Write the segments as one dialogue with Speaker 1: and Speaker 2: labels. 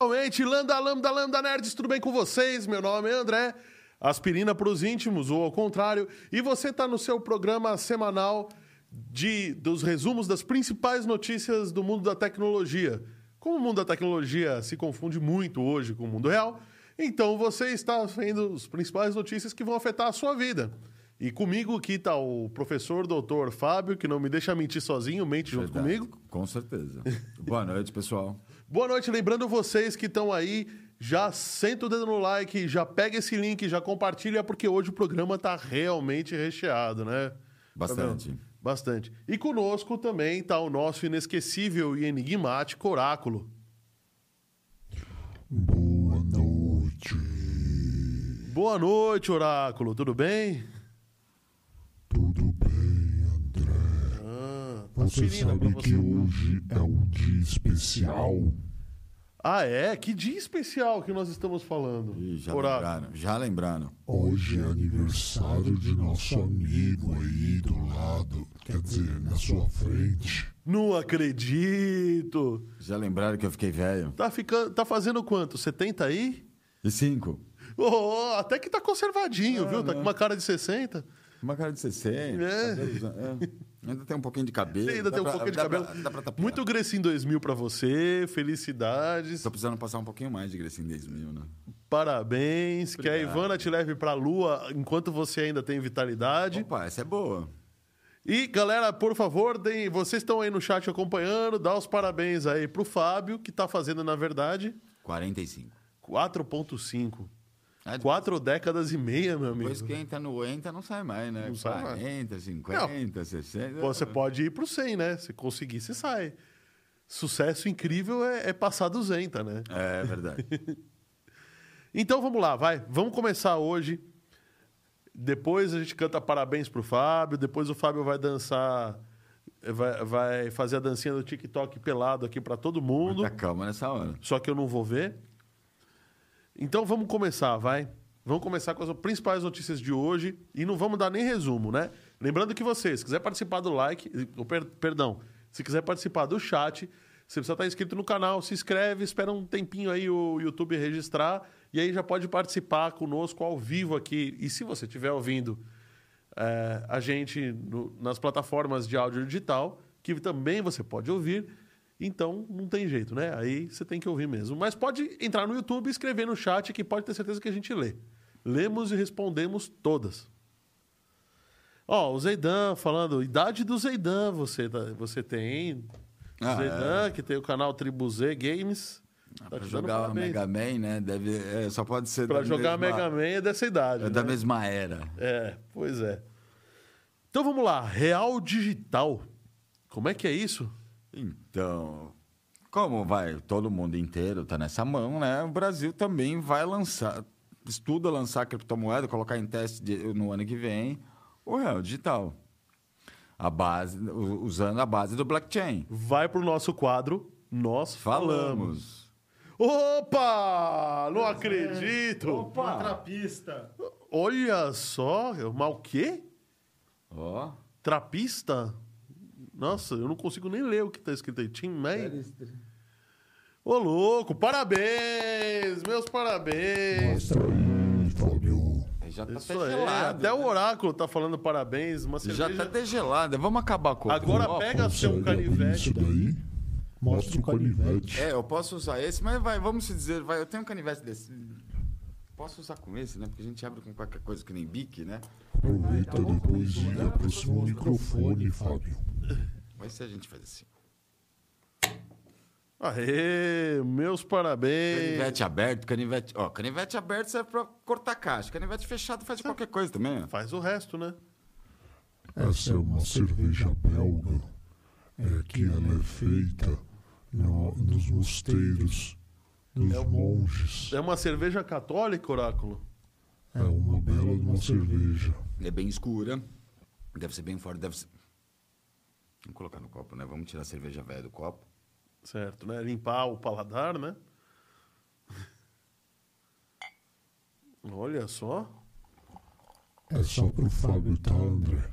Speaker 1: Finalmente, Landa, Lambda, Lambda Nerds, tudo bem com vocês? Meu nome é André, aspirina pros íntimos, ou ao contrário, e você está no seu programa semanal de dos resumos das principais notícias do mundo da tecnologia. Como o mundo da tecnologia se confunde muito hoje com o mundo real, então você está vendo as principais notícias que vão afetar a sua vida. E comigo aqui está o professor doutor Fábio, que não me deixa mentir sozinho, mente junto
Speaker 2: Verdade,
Speaker 1: comigo.
Speaker 2: Com certeza. Boa noite, pessoal.
Speaker 1: Boa noite, lembrando vocês que estão aí, já senta o dedo no like, já pega esse link, já compartilha, porque hoje o programa tá realmente recheado, né?
Speaker 2: Bastante.
Speaker 1: Tá vendo? Bastante. E conosco também tá o nosso inesquecível e enigmático oráculo.
Speaker 3: Boa noite.
Speaker 1: Boa noite, oráculo, tudo bem?
Speaker 3: Tudo bem, André?
Speaker 1: Ah, tá
Speaker 3: Você
Speaker 1: aspirina pra
Speaker 3: sabe que
Speaker 1: você.
Speaker 3: hoje é um dia especial?
Speaker 1: Ah, é? Que dia especial que nós estamos falando.
Speaker 2: Ih, já
Speaker 1: oráculo.
Speaker 2: lembraram. Já lembraram.
Speaker 3: Hoje é aniversário de nosso amigo aí do lado, quer dizer, na sua frente.
Speaker 1: Não acredito.
Speaker 2: Já lembraram que eu fiquei velho.
Speaker 1: Tá ficando, tá fazendo quanto? 70 aí?
Speaker 2: E cinco.
Speaker 1: Ô, até que tá conservadinho, viu? Tá com uma cara de 60.
Speaker 2: Uma cara de 60.
Speaker 1: É.
Speaker 2: cabelo usa- é. Ainda tem um pouquinho de cabelo.
Speaker 1: Ainda
Speaker 2: dá
Speaker 1: tem um
Speaker 2: pra-
Speaker 1: pouquinho de
Speaker 2: dá
Speaker 1: cabelo.
Speaker 2: pra- tá dá pra tapear.
Speaker 1: Muito Grecin 2000 pra você, felicidades,
Speaker 2: Tô precisando passar um pouquinho mais de Grecin 10 mil, né?
Speaker 1: parabéns. Que a Ivana te leve pra lua enquanto você ainda tem vitalidade.
Speaker 2: Opa, essa é boa.
Speaker 1: E galera, por favor, deem, vocês estão aí no chat acompanhando, dá os parabéns aí pro Fábio, que tá fazendo, na verdade,
Speaker 2: 45.
Speaker 1: 4,5.
Speaker 2: É,
Speaker 1: Quatro décadas e meia, meu amigo.
Speaker 2: Depois que entra no entra, não sai mais, né?
Speaker 1: Não sai mais.
Speaker 2: 40, 50, 60.
Speaker 1: Você pode ir pro 100, né? Se conseguir, você sai. Sucesso incrível é, é passar 200, né?
Speaker 2: É verdade.
Speaker 1: Então vamos lá, vai. Vamos começar hoje. Depois a gente canta parabéns pro Fábio. Depois o Fábio vai dançar, vai, vai fazer a dancinha do TikTok pelado aqui pra todo mundo.
Speaker 2: Muita calma nessa hora.
Speaker 1: Só que eu não vou ver. Então vamos começar, vai. Vamos começar com as principais notícias de hoje e não vamos dar nem resumo, né? Lembrando que vocês, se quiser participar do like, ou per- perdão, se quiser participar do chat, você precisa estar inscrito no canal, se inscreve, espera um tempinho aí o YouTube registrar e aí já pode participar conosco ao vivo aqui. E se você estiver ouvindo é, a gente no- nas plataformas de áudio digital, que também você pode ouvir. Então, não tem jeito, né? Aí você tem que ouvir mesmo. Mas pode entrar no YouTube e escrever no chat, que pode ter certeza que a gente lê. Lemos e respondemos todas. Ó, o Zeidan falando, idade do Zeidan você, tá- você tem, hein?
Speaker 2: Ah,
Speaker 1: Zeidan, que tem o canal Tribu Z Games. Tá
Speaker 2: pra
Speaker 1: te dando
Speaker 2: jogar
Speaker 1: parabéns.
Speaker 2: Mega Man, né? Deve, é, só pode ser
Speaker 1: Pra
Speaker 2: da
Speaker 1: jogar
Speaker 2: mesma-
Speaker 1: Mega Man é dessa idade.
Speaker 2: É da
Speaker 1: né?
Speaker 2: mesma era.
Speaker 1: É, pois é. Então vamos lá, real digital. Como é que é isso?
Speaker 2: Então, como vai todo mundo inteiro tá nessa mão, né? O Brasil também vai lançar, estuda lançar a criptomoeda, colocar em teste de- no ano que vem o real digital. A base, u- usando a base do blockchain.
Speaker 1: Vai pro nosso quadro, nós falamos.
Speaker 2: Falamos.
Speaker 1: Opa!
Speaker 2: é.
Speaker 1: Não acredito!
Speaker 4: Trapista.
Speaker 1: Olha só, mal o quê?
Speaker 2: Ó.
Speaker 1: Trapista? Nossa, eu não consigo nem ler o que tá escrito aí. Tim May? Ô, louco, parabéns! Meus parabéns!
Speaker 3: Mostra aí, Fábio.
Speaker 2: Já tá
Speaker 1: Isso
Speaker 2: até
Speaker 1: aí,
Speaker 2: gelado.
Speaker 1: até o oráculo tá falando parabéns, uma
Speaker 2: Já
Speaker 1: cerveja...
Speaker 2: tá até gelado. Vamos acabar com o
Speaker 1: Agora
Speaker 2: copo?
Speaker 1: pega seu
Speaker 3: Consegue abrir
Speaker 1: canivete.
Speaker 3: isso daí? Mostra o canivete.
Speaker 2: É, eu posso usar esse, mas vai, vamos se dizer, vai, eu tenho um canivete desse. Posso usar com esse, né? Porque a gente abre com qualquer coisa que nem bique, né?
Speaker 3: Aproveita depois e aproxima o microfone, Fábio.
Speaker 2: Mas se a gente faz assim.
Speaker 1: Aê, meus parabéns.
Speaker 2: Canivete aberto, canivete. Ó, canivete aberto serve pra cortar caixa. Canivete fechado faz qualquer coisa também. ó.
Speaker 1: Faz o resto, né?
Speaker 3: Essa é uma cerveja belga, é que ela é feita no- nos mosteiros dos monges.
Speaker 1: É uma cerveja católica, oráculo?
Speaker 3: É uma bela de uma cerveja.
Speaker 2: É bem escura. Deve ser bem forte, deve ser. Vamos colocar no copo, né? Vamos tirar a cerveja velha do copo.
Speaker 1: Certo, né? Limpar o paladar, né? Olha só.
Speaker 3: É só pro Fábio, tá, André?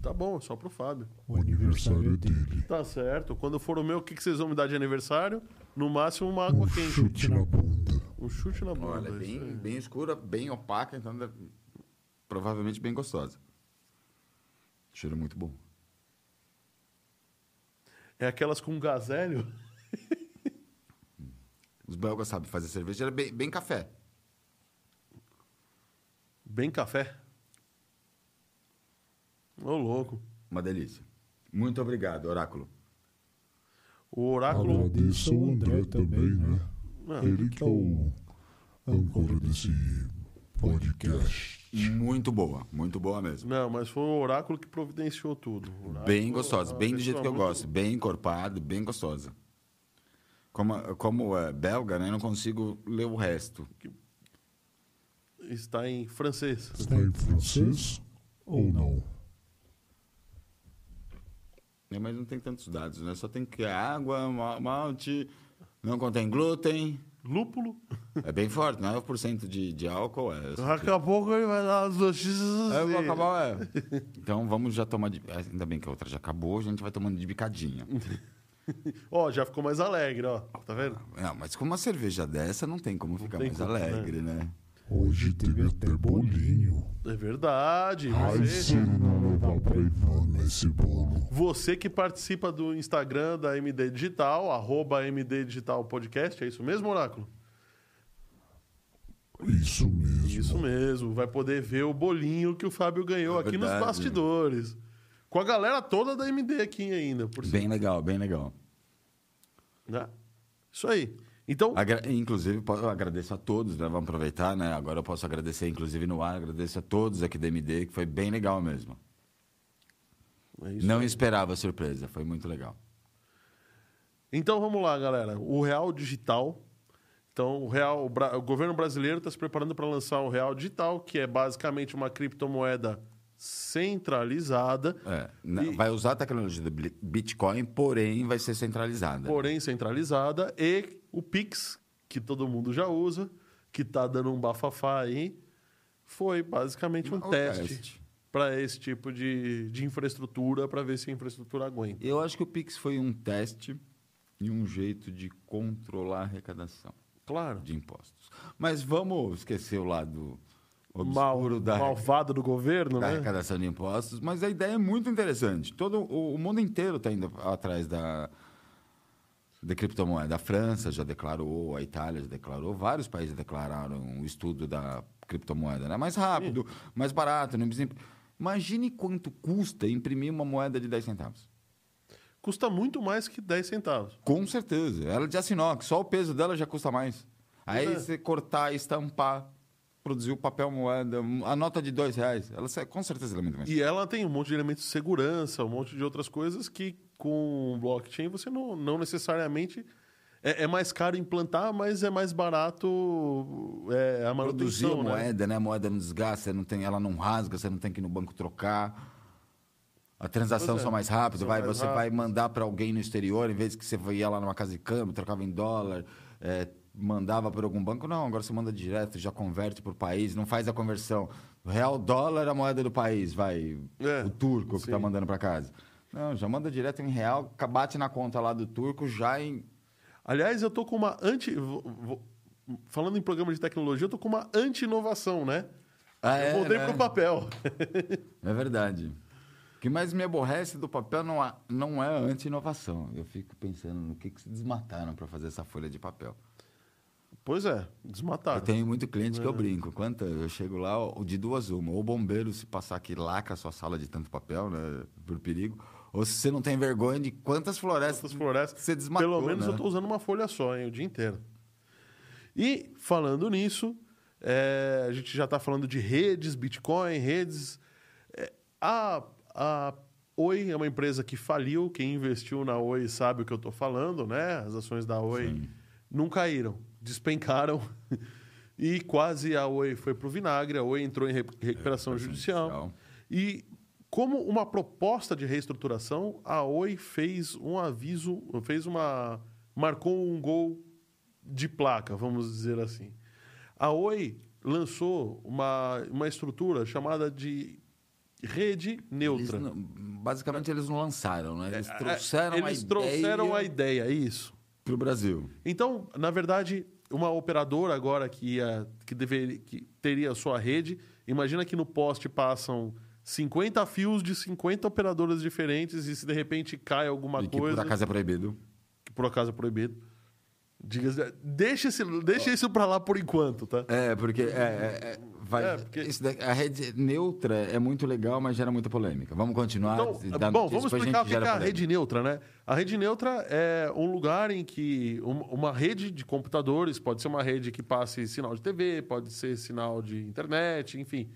Speaker 1: Tá bom, é só pro Fábio.
Speaker 3: O aniversário é dele.
Speaker 1: Tá certo. Quando for o meu, o que, que vocês vão me dar de aniversário? No máximo uma água
Speaker 3: Um
Speaker 1: quente.
Speaker 3: chute na bunda.
Speaker 1: Um chute na bunda.
Speaker 2: Olha,
Speaker 1: isso
Speaker 2: bem,
Speaker 1: aí.
Speaker 2: bem escura, bem opaca, então deve- provavelmente bem gostosa. Cheiro muito bom.
Speaker 1: É aquelas com gazélio?
Speaker 2: Os belgas sabem fazer cerveja, era bem, bem café.
Speaker 1: Bem café. Ô, louco.
Speaker 2: Uma delícia. Muito obrigado, Oráculo.
Speaker 1: O oráculo.
Speaker 3: Agradeço ao André também, né? então-
Speaker 1: Ah,
Speaker 3: Ele que é o âncora desse podcast.
Speaker 2: Muito boa, muito boa mesmo.
Speaker 1: Não, mas foi o oráculo que providenciou tudo. O oráculo
Speaker 2: Bem
Speaker 1: é
Speaker 2: gostosa,
Speaker 1: uma
Speaker 2: bem do
Speaker 1: pessoa
Speaker 2: jeito que eu
Speaker 1: muito-
Speaker 2: gosto. Bem encorpado, bem gostosa. Como, como é belga, né? eu Não consigo ler o resto.
Speaker 1: Está em francês.
Speaker 3: Está em francês ou não?
Speaker 2: né, Mas não tem tantos dados, né? Só tem que é água, ma- malte, não contém glúten.
Speaker 1: Lúpulo.
Speaker 2: É bem forte, 9% de, de álcool. É,
Speaker 1: Daqui a pouco ele vai dar as notícias.
Speaker 2: É, eu vou
Speaker 1: assim.
Speaker 2: acabar, é. Então vamos já tomar de. Ainda bem que a outra já acabou, a gente vai tomando de bicadinha.
Speaker 1: Ó, já ficou mais alegre, ó. Tá vendo?
Speaker 2: Não, mas com uma cerveja dessa não tem como ficar
Speaker 1: tem
Speaker 2: mais
Speaker 1: como,
Speaker 2: alegre, né?
Speaker 3: Hoje teve até bolinho.
Speaker 1: É verdade.
Speaker 3: Ai,
Speaker 1: Você,
Speaker 3: se não levar pra Ivana esse bolo.
Speaker 1: você que participa do Instagram da MD Digital, arroba MD Digital Podcast, é isso mesmo, Oráculo?
Speaker 3: Isso mesmo.
Speaker 1: Isso mesmo. Vai poder ver o bolinho que o Fábio ganhou
Speaker 2: É
Speaker 1: aqui nos
Speaker 2: verdade.
Speaker 1: bastidores. Com a galera toda da MD aqui ainda, por cima.
Speaker 2: Bem legal, bem legal.
Speaker 1: né? Isso aí. Então,
Speaker 2: Agra- Inclusive, po- eu agradeço a todos, né? Vamos aproveitar, né? Agora eu posso agradecer, inclusive no ar, agradeço a todos aqui da MD, que foi bem legal mesmo.
Speaker 1: é isso
Speaker 2: não
Speaker 1: aí.
Speaker 2: esperava a surpresa, foi muito legal.
Speaker 1: Então vamos lá, galera. O Real Digital. Então, o, real, o, Bra- o governo brasileiro está se preparando para lançar o Real Digital, que é basicamente uma criptomoeda centralizada,
Speaker 2: É, na-
Speaker 1: E-
Speaker 2: Vai usar a tecnologia do bli- Bitcoin, porém vai ser centralizada.
Speaker 1: porém centralizada, e o Pix, que todo mundo já usa, que está dando um bafafá aí, foi basicamente um
Speaker 2: Um
Speaker 1: teste
Speaker 2: teste.
Speaker 1: para esse tipo de, de infraestrutura, para ver se a infraestrutura aguenta.
Speaker 2: Eu acho que o Pix foi um teste e um jeito de controlar a arrecadação
Speaker 1: Claro.
Speaker 2: de impostos. Mas vamos esquecer o lado
Speaker 1: Mal,
Speaker 2: obscuro da,
Speaker 1: malvado do governo,
Speaker 2: da
Speaker 1: né?
Speaker 2: arrecadação de impostos, mas a ideia é muito interessante. Todo o, o mundo inteiro está indo atrás da, da criptomoeda. A França já declarou, a Itália já declarou, vários países declararam o estudo da criptomoeda. Né? Mais rápido, mais barato. Não precisa... imp- Imagine quanto custa imprimir uma moeda de 10 centavos.
Speaker 1: Custa muito mais que 10 centavos.
Speaker 2: Com certeza. Ela é de aço inox, só o peso dela já custa mais. Aí
Speaker 1: Pois é.
Speaker 2: você cortar, estampar, produzir o papel moeda, a nota de dois reais, ela sai- com certeza ela é muito mais.
Speaker 1: E ela tem um monte de elementos de segurança, um monte de outras coisas que com blockchain você não, não necessariamente. É, é mais caro implantar, mas é mais barato é, a
Speaker 2: Produzir
Speaker 1: manutenção.
Speaker 2: a
Speaker 1: né?
Speaker 2: moeda, né? A moeda não desgasta, você não tem, ela não rasga, você não tem que ir no banco trocar. A transação
Speaker 1: Pois é.
Speaker 2: só mais rápido,
Speaker 1: São
Speaker 2: vai,
Speaker 1: mais
Speaker 2: você vai mandar para alguém no exterior, em vez que você ia lá numa casa de câmbio, trocava em dólar, é, mandava para algum banco. Não, agora você manda direto, já converte para o país, não faz a conversão. Real dólar é a moeda do país, vai.
Speaker 1: É,
Speaker 2: o turco que tá
Speaker 1: sim.
Speaker 2: mandando para casa. Não, já manda direto em real, ca- bate na conta lá do turco, já em.
Speaker 1: Aliás, eu tô com uma anti. vo- vo- Falando em programa de tecnologia, eu tô com uma anti-inovação, né?
Speaker 2: Ah,
Speaker 1: eu
Speaker 2: é,
Speaker 1: voltei
Speaker 2: né?
Speaker 1: pro papel.
Speaker 2: É verdade. O que mais me aborrece do papel não, há- não é a anti-inovação. Eu fico pensando no que, que se desmataram para fazer essa folha de papel.
Speaker 1: pois é,
Speaker 2: Eu
Speaker 1: desmataram.
Speaker 2: tenho muito cliente que eu brinco. Quanto eu chego lá, ó, de duas uma. Ou o bombeiro, se passar aqui, laca a sua sala de tanto papel, né? Por perigo. Ou se você não tem vergonha de quantas florestas
Speaker 1: Essas florestas.
Speaker 2: você desmatou,
Speaker 1: Pelo menos
Speaker 2: né?
Speaker 1: eu tô usando uma folha só, hein, o dia inteiro. E, falando nisso, é, a gente já tá falando de redes, Bitcoin, redes. É, a, a Oi é uma empresa que faliu. Quem investiu na Oi sabe o que eu tô falando, né? As ações da Oi não caíram, despencaram. E quase a Oi foi pro vinagre, a Oi entrou em re- recuperação judicial.
Speaker 2: judicial.
Speaker 1: E como uma proposta de reestruturação, a Oi fez um aviso, fez uma marcou um gol de placa, vamos dizer assim. A Oi lançou uma, uma estrutura chamada de rede
Speaker 2: Eles
Speaker 1: neutra.
Speaker 2: não- basicamente, eles não lançaram, né? Eles
Speaker 1: É,
Speaker 2: trouxeram
Speaker 1: Eles
Speaker 2: a
Speaker 1: trouxeram
Speaker 2: ideia
Speaker 1: a ideia, isso.
Speaker 2: pro Brasil.
Speaker 1: Então, na verdade, uma operadora agora que, ia, que, deveria, que teria a sua rede, imagina que no poste passam 50 fios de 50 operadoras diferentes e se de repente cai alguma
Speaker 2: e que por
Speaker 1: coisa,
Speaker 2: acaso é proibido.
Speaker 1: que por acaso é proibido. Diga, deixa, esse, deixa isso pra lá por enquanto, tá?
Speaker 2: É, porque, é, é, é, vai-
Speaker 1: É, porque-
Speaker 2: isso daqui- a rede neutra é muito legal, mas gera muita polêmica. Vamos continuar.
Speaker 1: Então,
Speaker 2: e dar
Speaker 1: bom,
Speaker 2: notícia,
Speaker 1: vamos
Speaker 2: depois
Speaker 1: explicar o
Speaker 2: gente
Speaker 1: que que é
Speaker 2: gera
Speaker 1: a
Speaker 2: polêmica.
Speaker 1: rede neutra, né? A rede neutra é um lugar em que um- uma rede de computadores, pode ser uma rede que passe sinal de TV, pode ser sinal de internet, enfim,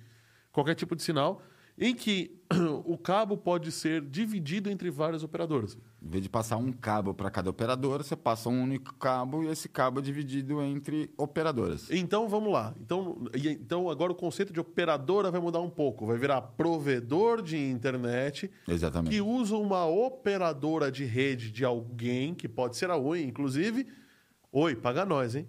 Speaker 1: qualquer tipo de sinal, em que o cabo pode ser dividido entre várias operadoras.
Speaker 2: Em vez de passar um cabo para cada operadora, você passa um único cabo e esse cabo é dividido entre operadoras.
Speaker 1: Então vamos lá. Então, e- então agora o conceito de operadora vai mudar um pouco, vai virar provedor de internet
Speaker 2: Exatamente.
Speaker 1: que usa uma operadora de rede de alguém, que pode ser a Oi, inclusive. Oi, paga nós, hein?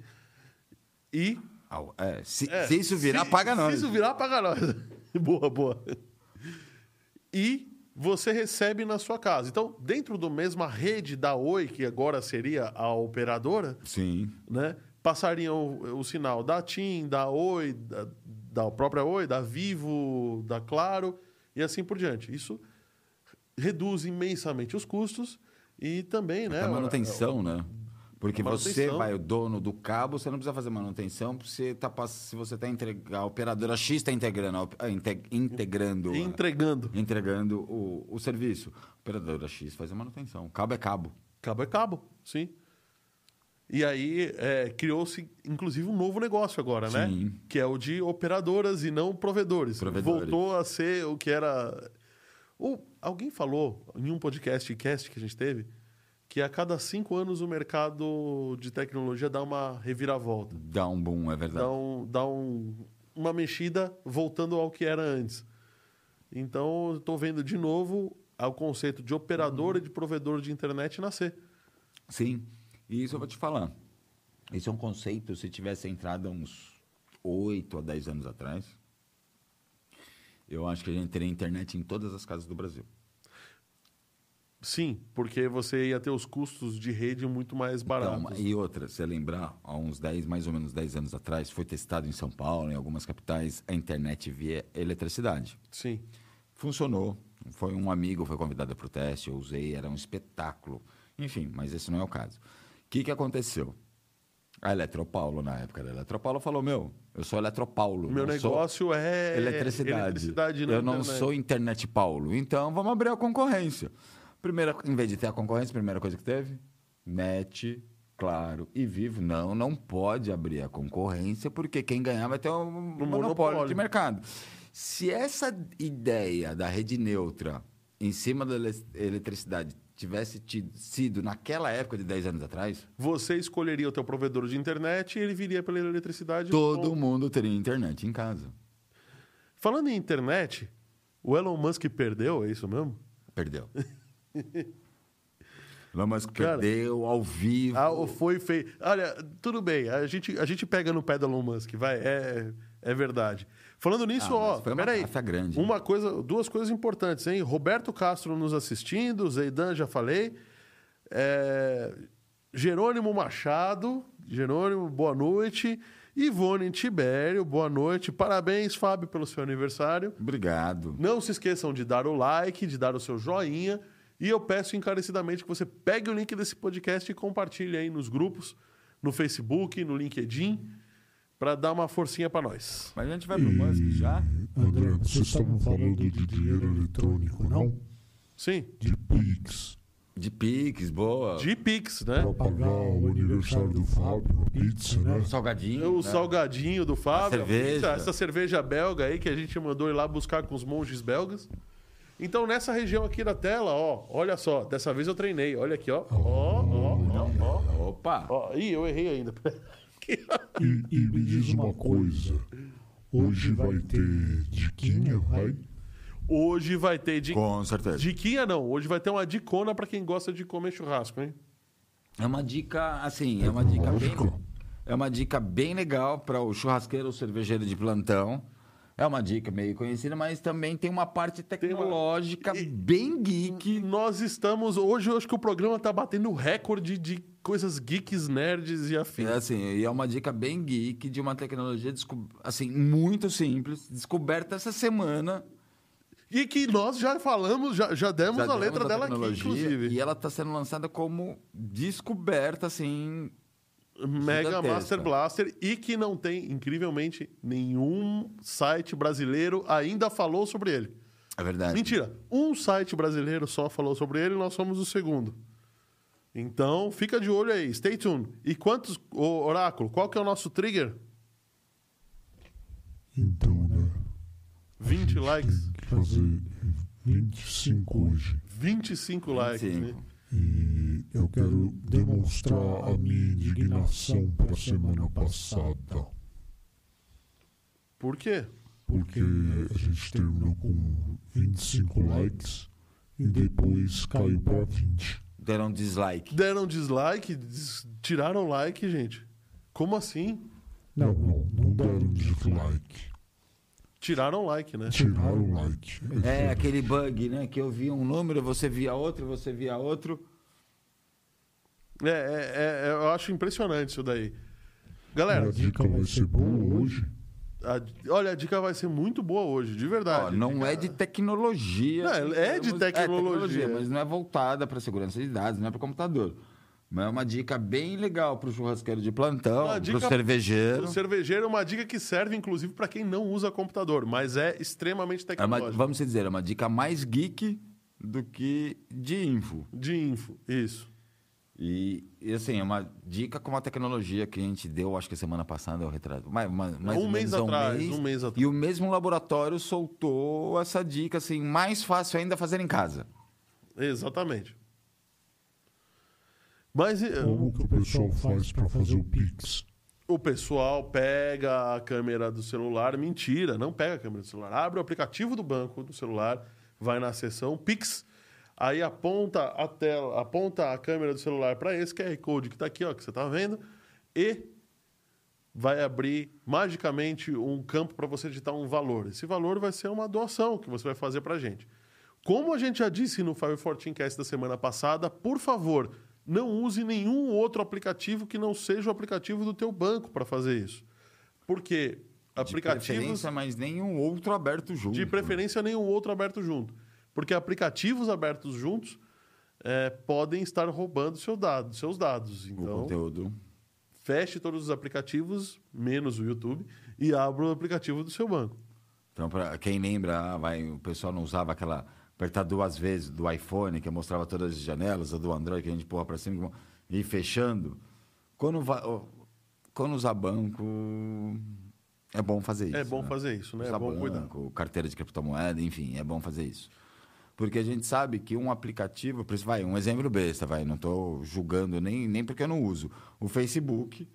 Speaker 1: E.
Speaker 2: Ah, é, se,
Speaker 1: é,
Speaker 2: se isso virar, paga nós.
Speaker 1: Se isso virar, paga nós. boa, boa. E você recebe na sua casa. Então, dentro da mesma rede da Oi, que agora seria a operadora,
Speaker 2: Sim.
Speaker 1: né? Passariam o, o sinal da TIM, da Oi, da, da própria Oi, da Vivo, da Claro e assim por diante. Isso reduz imensamente os custos e também, né?
Speaker 2: É, a
Speaker 1: a-
Speaker 2: manutenção, né? Porque você
Speaker 1: é, Manutenção.
Speaker 2: vai, o dono do cabo, você não precisa fazer manutenção, porque você tá, pass- se você está entregando, a operadora X está integrando, a op- ah, inte- integrando,
Speaker 1: a-
Speaker 2: a-
Speaker 1: entregando.
Speaker 2: entregando o, o serviço. A operadora X faz a manutenção. Cabo é cabo.
Speaker 1: Cabo é cabo, sim. E aí é, criou-se, inclusive, um novo negócio agora, né?
Speaker 2: Sim.
Speaker 1: Que é o de operadoras e não provedores.
Speaker 2: Provedores.
Speaker 1: Voltou a ser o que era. Ou alguém falou em um podcast cast que a gente teve que a cada cinco anos o mercado de tecnologia dá uma reviravolta,
Speaker 2: Dá um boom, é verdade.
Speaker 1: dá, um, dá um- uma mexida voltando ao que era antes. Então, estou vendo de novo o conceito de operador e
Speaker 2: Uhum.
Speaker 1: de provedor de internet nascer.
Speaker 2: Sim. E isso eu vou te falar. Esse é um conceito, se tivesse entrado há uns 8 a 10 anos atrás, eu acho que a gente teria internet em todas as casas do Brasil.
Speaker 1: Sim, porque você ia ter os custos de rede muito mais baratos.
Speaker 2: Então, e outra, se você lembrar, há uns 10, mais ou menos 10 anos atrás, foi testado em São Paulo, em algumas capitais, a internet via eletricidade.
Speaker 1: Sim.
Speaker 2: Funcionou. Foi um amigo, foi convidado para o teste, eu usei, era um espetáculo. Enfim, mas esse não é o caso. O que, que aconteceu? A Eletropaulo, na época da Eletropaulo, falou: Meu, eu sou Eletropaulo.
Speaker 1: Meu
Speaker 2: não sou
Speaker 1: negócio é
Speaker 2: eletricidade.
Speaker 1: eletricidade na
Speaker 2: eu não
Speaker 1: internet.
Speaker 2: sou internet Paulo. Então vamos abrir a concorrência. Primeira, em vez de ter a concorrência, primeira coisa que teve, net, claro e vivo. Não, não pode abrir a concorrência porque quem ganhar vai ter um, monopólio,
Speaker 1: monopólio.
Speaker 2: de mercado. Se essa ideia da rede neutra em cima da ele- eletricidade tivesse tido, sido naquela época de 10 anos atrás,
Speaker 1: Você escolheria o teu provedor de internet e ele viria pela eletricidade.
Speaker 2: todo
Speaker 1: Bom,
Speaker 2: mundo teria internet em casa.
Speaker 1: Falando em internet, o Elon Musk perdeu, é isso mesmo?
Speaker 2: Perdeu. Elon Musk
Speaker 1: Cara,
Speaker 2: perdeu ao vivo.
Speaker 1: Ah, ou foi feio. Olha, tudo bem, a gente, a gente pega no pé do Elon Musk, vai, é, é verdade. Falando nisso,
Speaker 2: Ah, mas
Speaker 1: ó,
Speaker 2: foi uma
Speaker 1: peraí.
Speaker 2: gafa grande, né?
Speaker 1: Uma coisa, duas coisas importantes, hein? Roberto Castro nos assistindo, Zeidan já falei. É, Jerônimo Machado, Jerônimo, boa noite. Ivone Tibério, boa noite. Parabéns, Fábio, pelo seu aniversário.
Speaker 2: Obrigado.
Speaker 1: Não se esqueçam de dar o like, de dar o seu joinha. E eu peço encarecidamente que você pegue o link desse podcast e compartilhe aí nos grupos, no Facebook, no LinkedIn, para dar uma forcinha para nós.
Speaker 2: Mas a gente vai
Speaker 1: Hum.
Speaker 2: pro Musk já?
Speaker 3: André, vocês estavam falando de dinheiro eletrônico, não?
Speaker 1: Sim,
Speaker 3: De Pix.
Speaker 2: De Pix, boa.
Speaker 1: de Pix, né?
Speaker 3: Pra pagar o aniversário do Fábio, a pizza, né?
Speaker 2: Salgadinho.
Speaker 1: O
Speaker 2: né?
Speaker 1: salgadinho do Fábio,
Speaker 2: A cerveja.
Speaker 1: pizza, essa cerveja belga aí que a gente mandou ir lá buscar com os monges belgas. Então, nessa região aqui da tela, ó, olha só, dessa vez eu treinei, olha aqui, ó. Ó, ó, ó, ó.
Speaker 2: Opa!
Speaker 1: ó. Ih, eu errei ainda. Aqui, ó.
Speaker 3: E, e me diz uma coisa. Hoje vai ter diquinha, vai?
Speaker 1: Hoje vai ter de
Speaker 2: Com certeza.
Speaker 1: Diquinha não, hoje vai ter uma dicona pra quem gosta de comer churrasco, hein?
Speaker 2: É uma dica, assim, é uma dica bem.
Speaker 3: Lógico.
Speaker 2: É uma dica bem legal para o churrasqueiro ou cervejeiro de plantão. É uma dica meio conhecida, mas também tem uma parte
Speaker 1: uma-
Speaker 2: tecnológica bem
Speaker 1: E
Speaker 2: geek.
Speaker 1: nós estamos. Hoje eu acho que o programa tá batendo recorde de coisas geeks, nerds e afins.
Speaker 2: É assim, e é uma dica bem geek de uma tecnologia desco- assim muito simples, descoberta essa semana.
Speaker 1: E que nós já falamos, já, já demos
Speaker 2: Já
Speaker 1: a
Speaker 2: demos
Speaker 1: letra
Speaker 2: a
Speaker 1: dela aqui,
Speaker 2: tecnologia,
Speaker 1: inclusive.
Speaker 2: E ela está sendo lançada como descoberta assim
Speaker 1: Mega
Speaker 2: gigantesca.
Speaker 1: Master Blaster e que não tem, incrivelmente, nenhum site brasileiro ainda falou sobre ele.
Speaker 2: É verdade.
Speaker 1: Mentira, um site brasileiro só falou sobre ele e nós somos o segundo. Então, fica de olho aí, stay tuned. E quantos, ô, Oráculo, qual que é o nosso trigger?
Speaker 3: Então, né?
Speaker 1: 20 likes?
Speaker 3: Tem que fazer 25 hoje.
Speaker 1: 25 likes, né?
Speaker 2: 25.
Speaker 3: E eu quero demonstrar a minha indignação para a semana passada.
Speaker 1: Por quê?
Speaker 3: Porque a gente terminou com 25 likes e depois caiu para 20.
Speaker 2: Deram um dislike.
Speaker 1: Deram dislike, des- tiraram like, gente. Como assim?
Speaker 3: Não, não, não deram dislike.
Speaker 1: Tiraram like,
Speaker 3: Assim,
Speaker 1: né?
Speaker 3: Tiraram o like.
Speaker 2: É
Speaker 3: diferente.
Speaker 2: aquele bug, né? Que eu via um número, você via outro, você via outro.
Speaker 1: É, é, é- é, eu acho impressionante isso daí. Galera,
Speaker 3: Minha dica vai ser boa hoje.
Speaker 1: a- olha, a dica vai ser muito boa hoje, Ah, de verdade.
Speaker 2: Ó, não é de tecnologia.
Speaker 1: Não, é de tecnologia.
Speaker 2: mas não é voltada para segurança de dados, não é para computador. Mas é uma dica bem legal para o churrasqueiro de plantão,
Speaker 1: Uma
Speaker 2: para
Speaker 1: dica
Speaker 2: o cervejeiro.
Speaker 1: O cervejeiro é uma dica que serve, inclusive, para quem não usa computador, mas é extremamente
Speaker 2: É uma-
Speaker 1: tecnológico.
Speaker 2: vamos dizer, é uma dica mais geek do que de info.
Speaker 1: De info, isso.
Speaker 2: E, e, assim, é uma dica com uma tecnologia que a gente deu, acho que semana passada, eu retrato. Mas, mas, mais
Speaker 1: Um
Speaker 2: ou
Speaker 1: mês
Speaker 2: menos há
Speaker 1: atrás, um mês atrás.
Speaker 2: E o mesmo laboratório soltou essa dica, assim, mais fácil ainda fazer em casa.
Speaker 1: Exatamente. Mas e, eh,
Speaker 3: Como que o pessoal faz para fazer o Pix?
Speaker 1: o pessoal pega a câmera do celular, mentira, não pega a câmera do celular. Abre o aplicativo do banco do celular, vai na seção Pix, aí aponta a tela, aponta a câmera do celular para esse QR Code que tá aqui, ó, que você tá vendo, e vai abrir magicamente um campo para você digitar um valor. Esse valor vai ser uma doação que você vai fazer para a gente. Como a gente já disse no 514 Cast da semana passada, por favor, não use nenhum outro aplicativo que não seja o aplicativo do teu banco para fazer isso. Porque
Speaker 2: De
Speaker 1: aplicativos...
Speaker 2: preferência, mas nenhum outro aberto junto.
Speaker 1: De preferência, nenhum outro aberto junto. Porque aplicativos abertos juntos eh, podem estar roubando seu dado, seus dados.
Speaker 2: O
Speaker 1: Então,
Speaker 2: conteúdo.
Speaker 1: feche todos os aplicativos, menos o YouTube, e abra o aplicativo do seu banco.
Speaker 2: Então, para quem lembra, ah, vai, o pessoal não usava aquela. apertar duas vezes do iPhone, que mostrava todas as janelas, ou do Android, que a gente porra pra cima, e ir fechando. Quando, vai, ó, quando usar banco, é bom fazer isso.
Speaker 1: é bom
Speaker 2: né?
Speaker 1: fazer isso, né? É
Speaker 2: Usar
Speaker 1: bom cuidar.
Speaker 2: banco, carteira de criptomoeda, enfim, é bom fazer isso. Porque a gente sabe que um aplicativo, por isso, vai, um exemplo besta, vai, não estou julgando nem, nem porque eu não uso. O Facebook,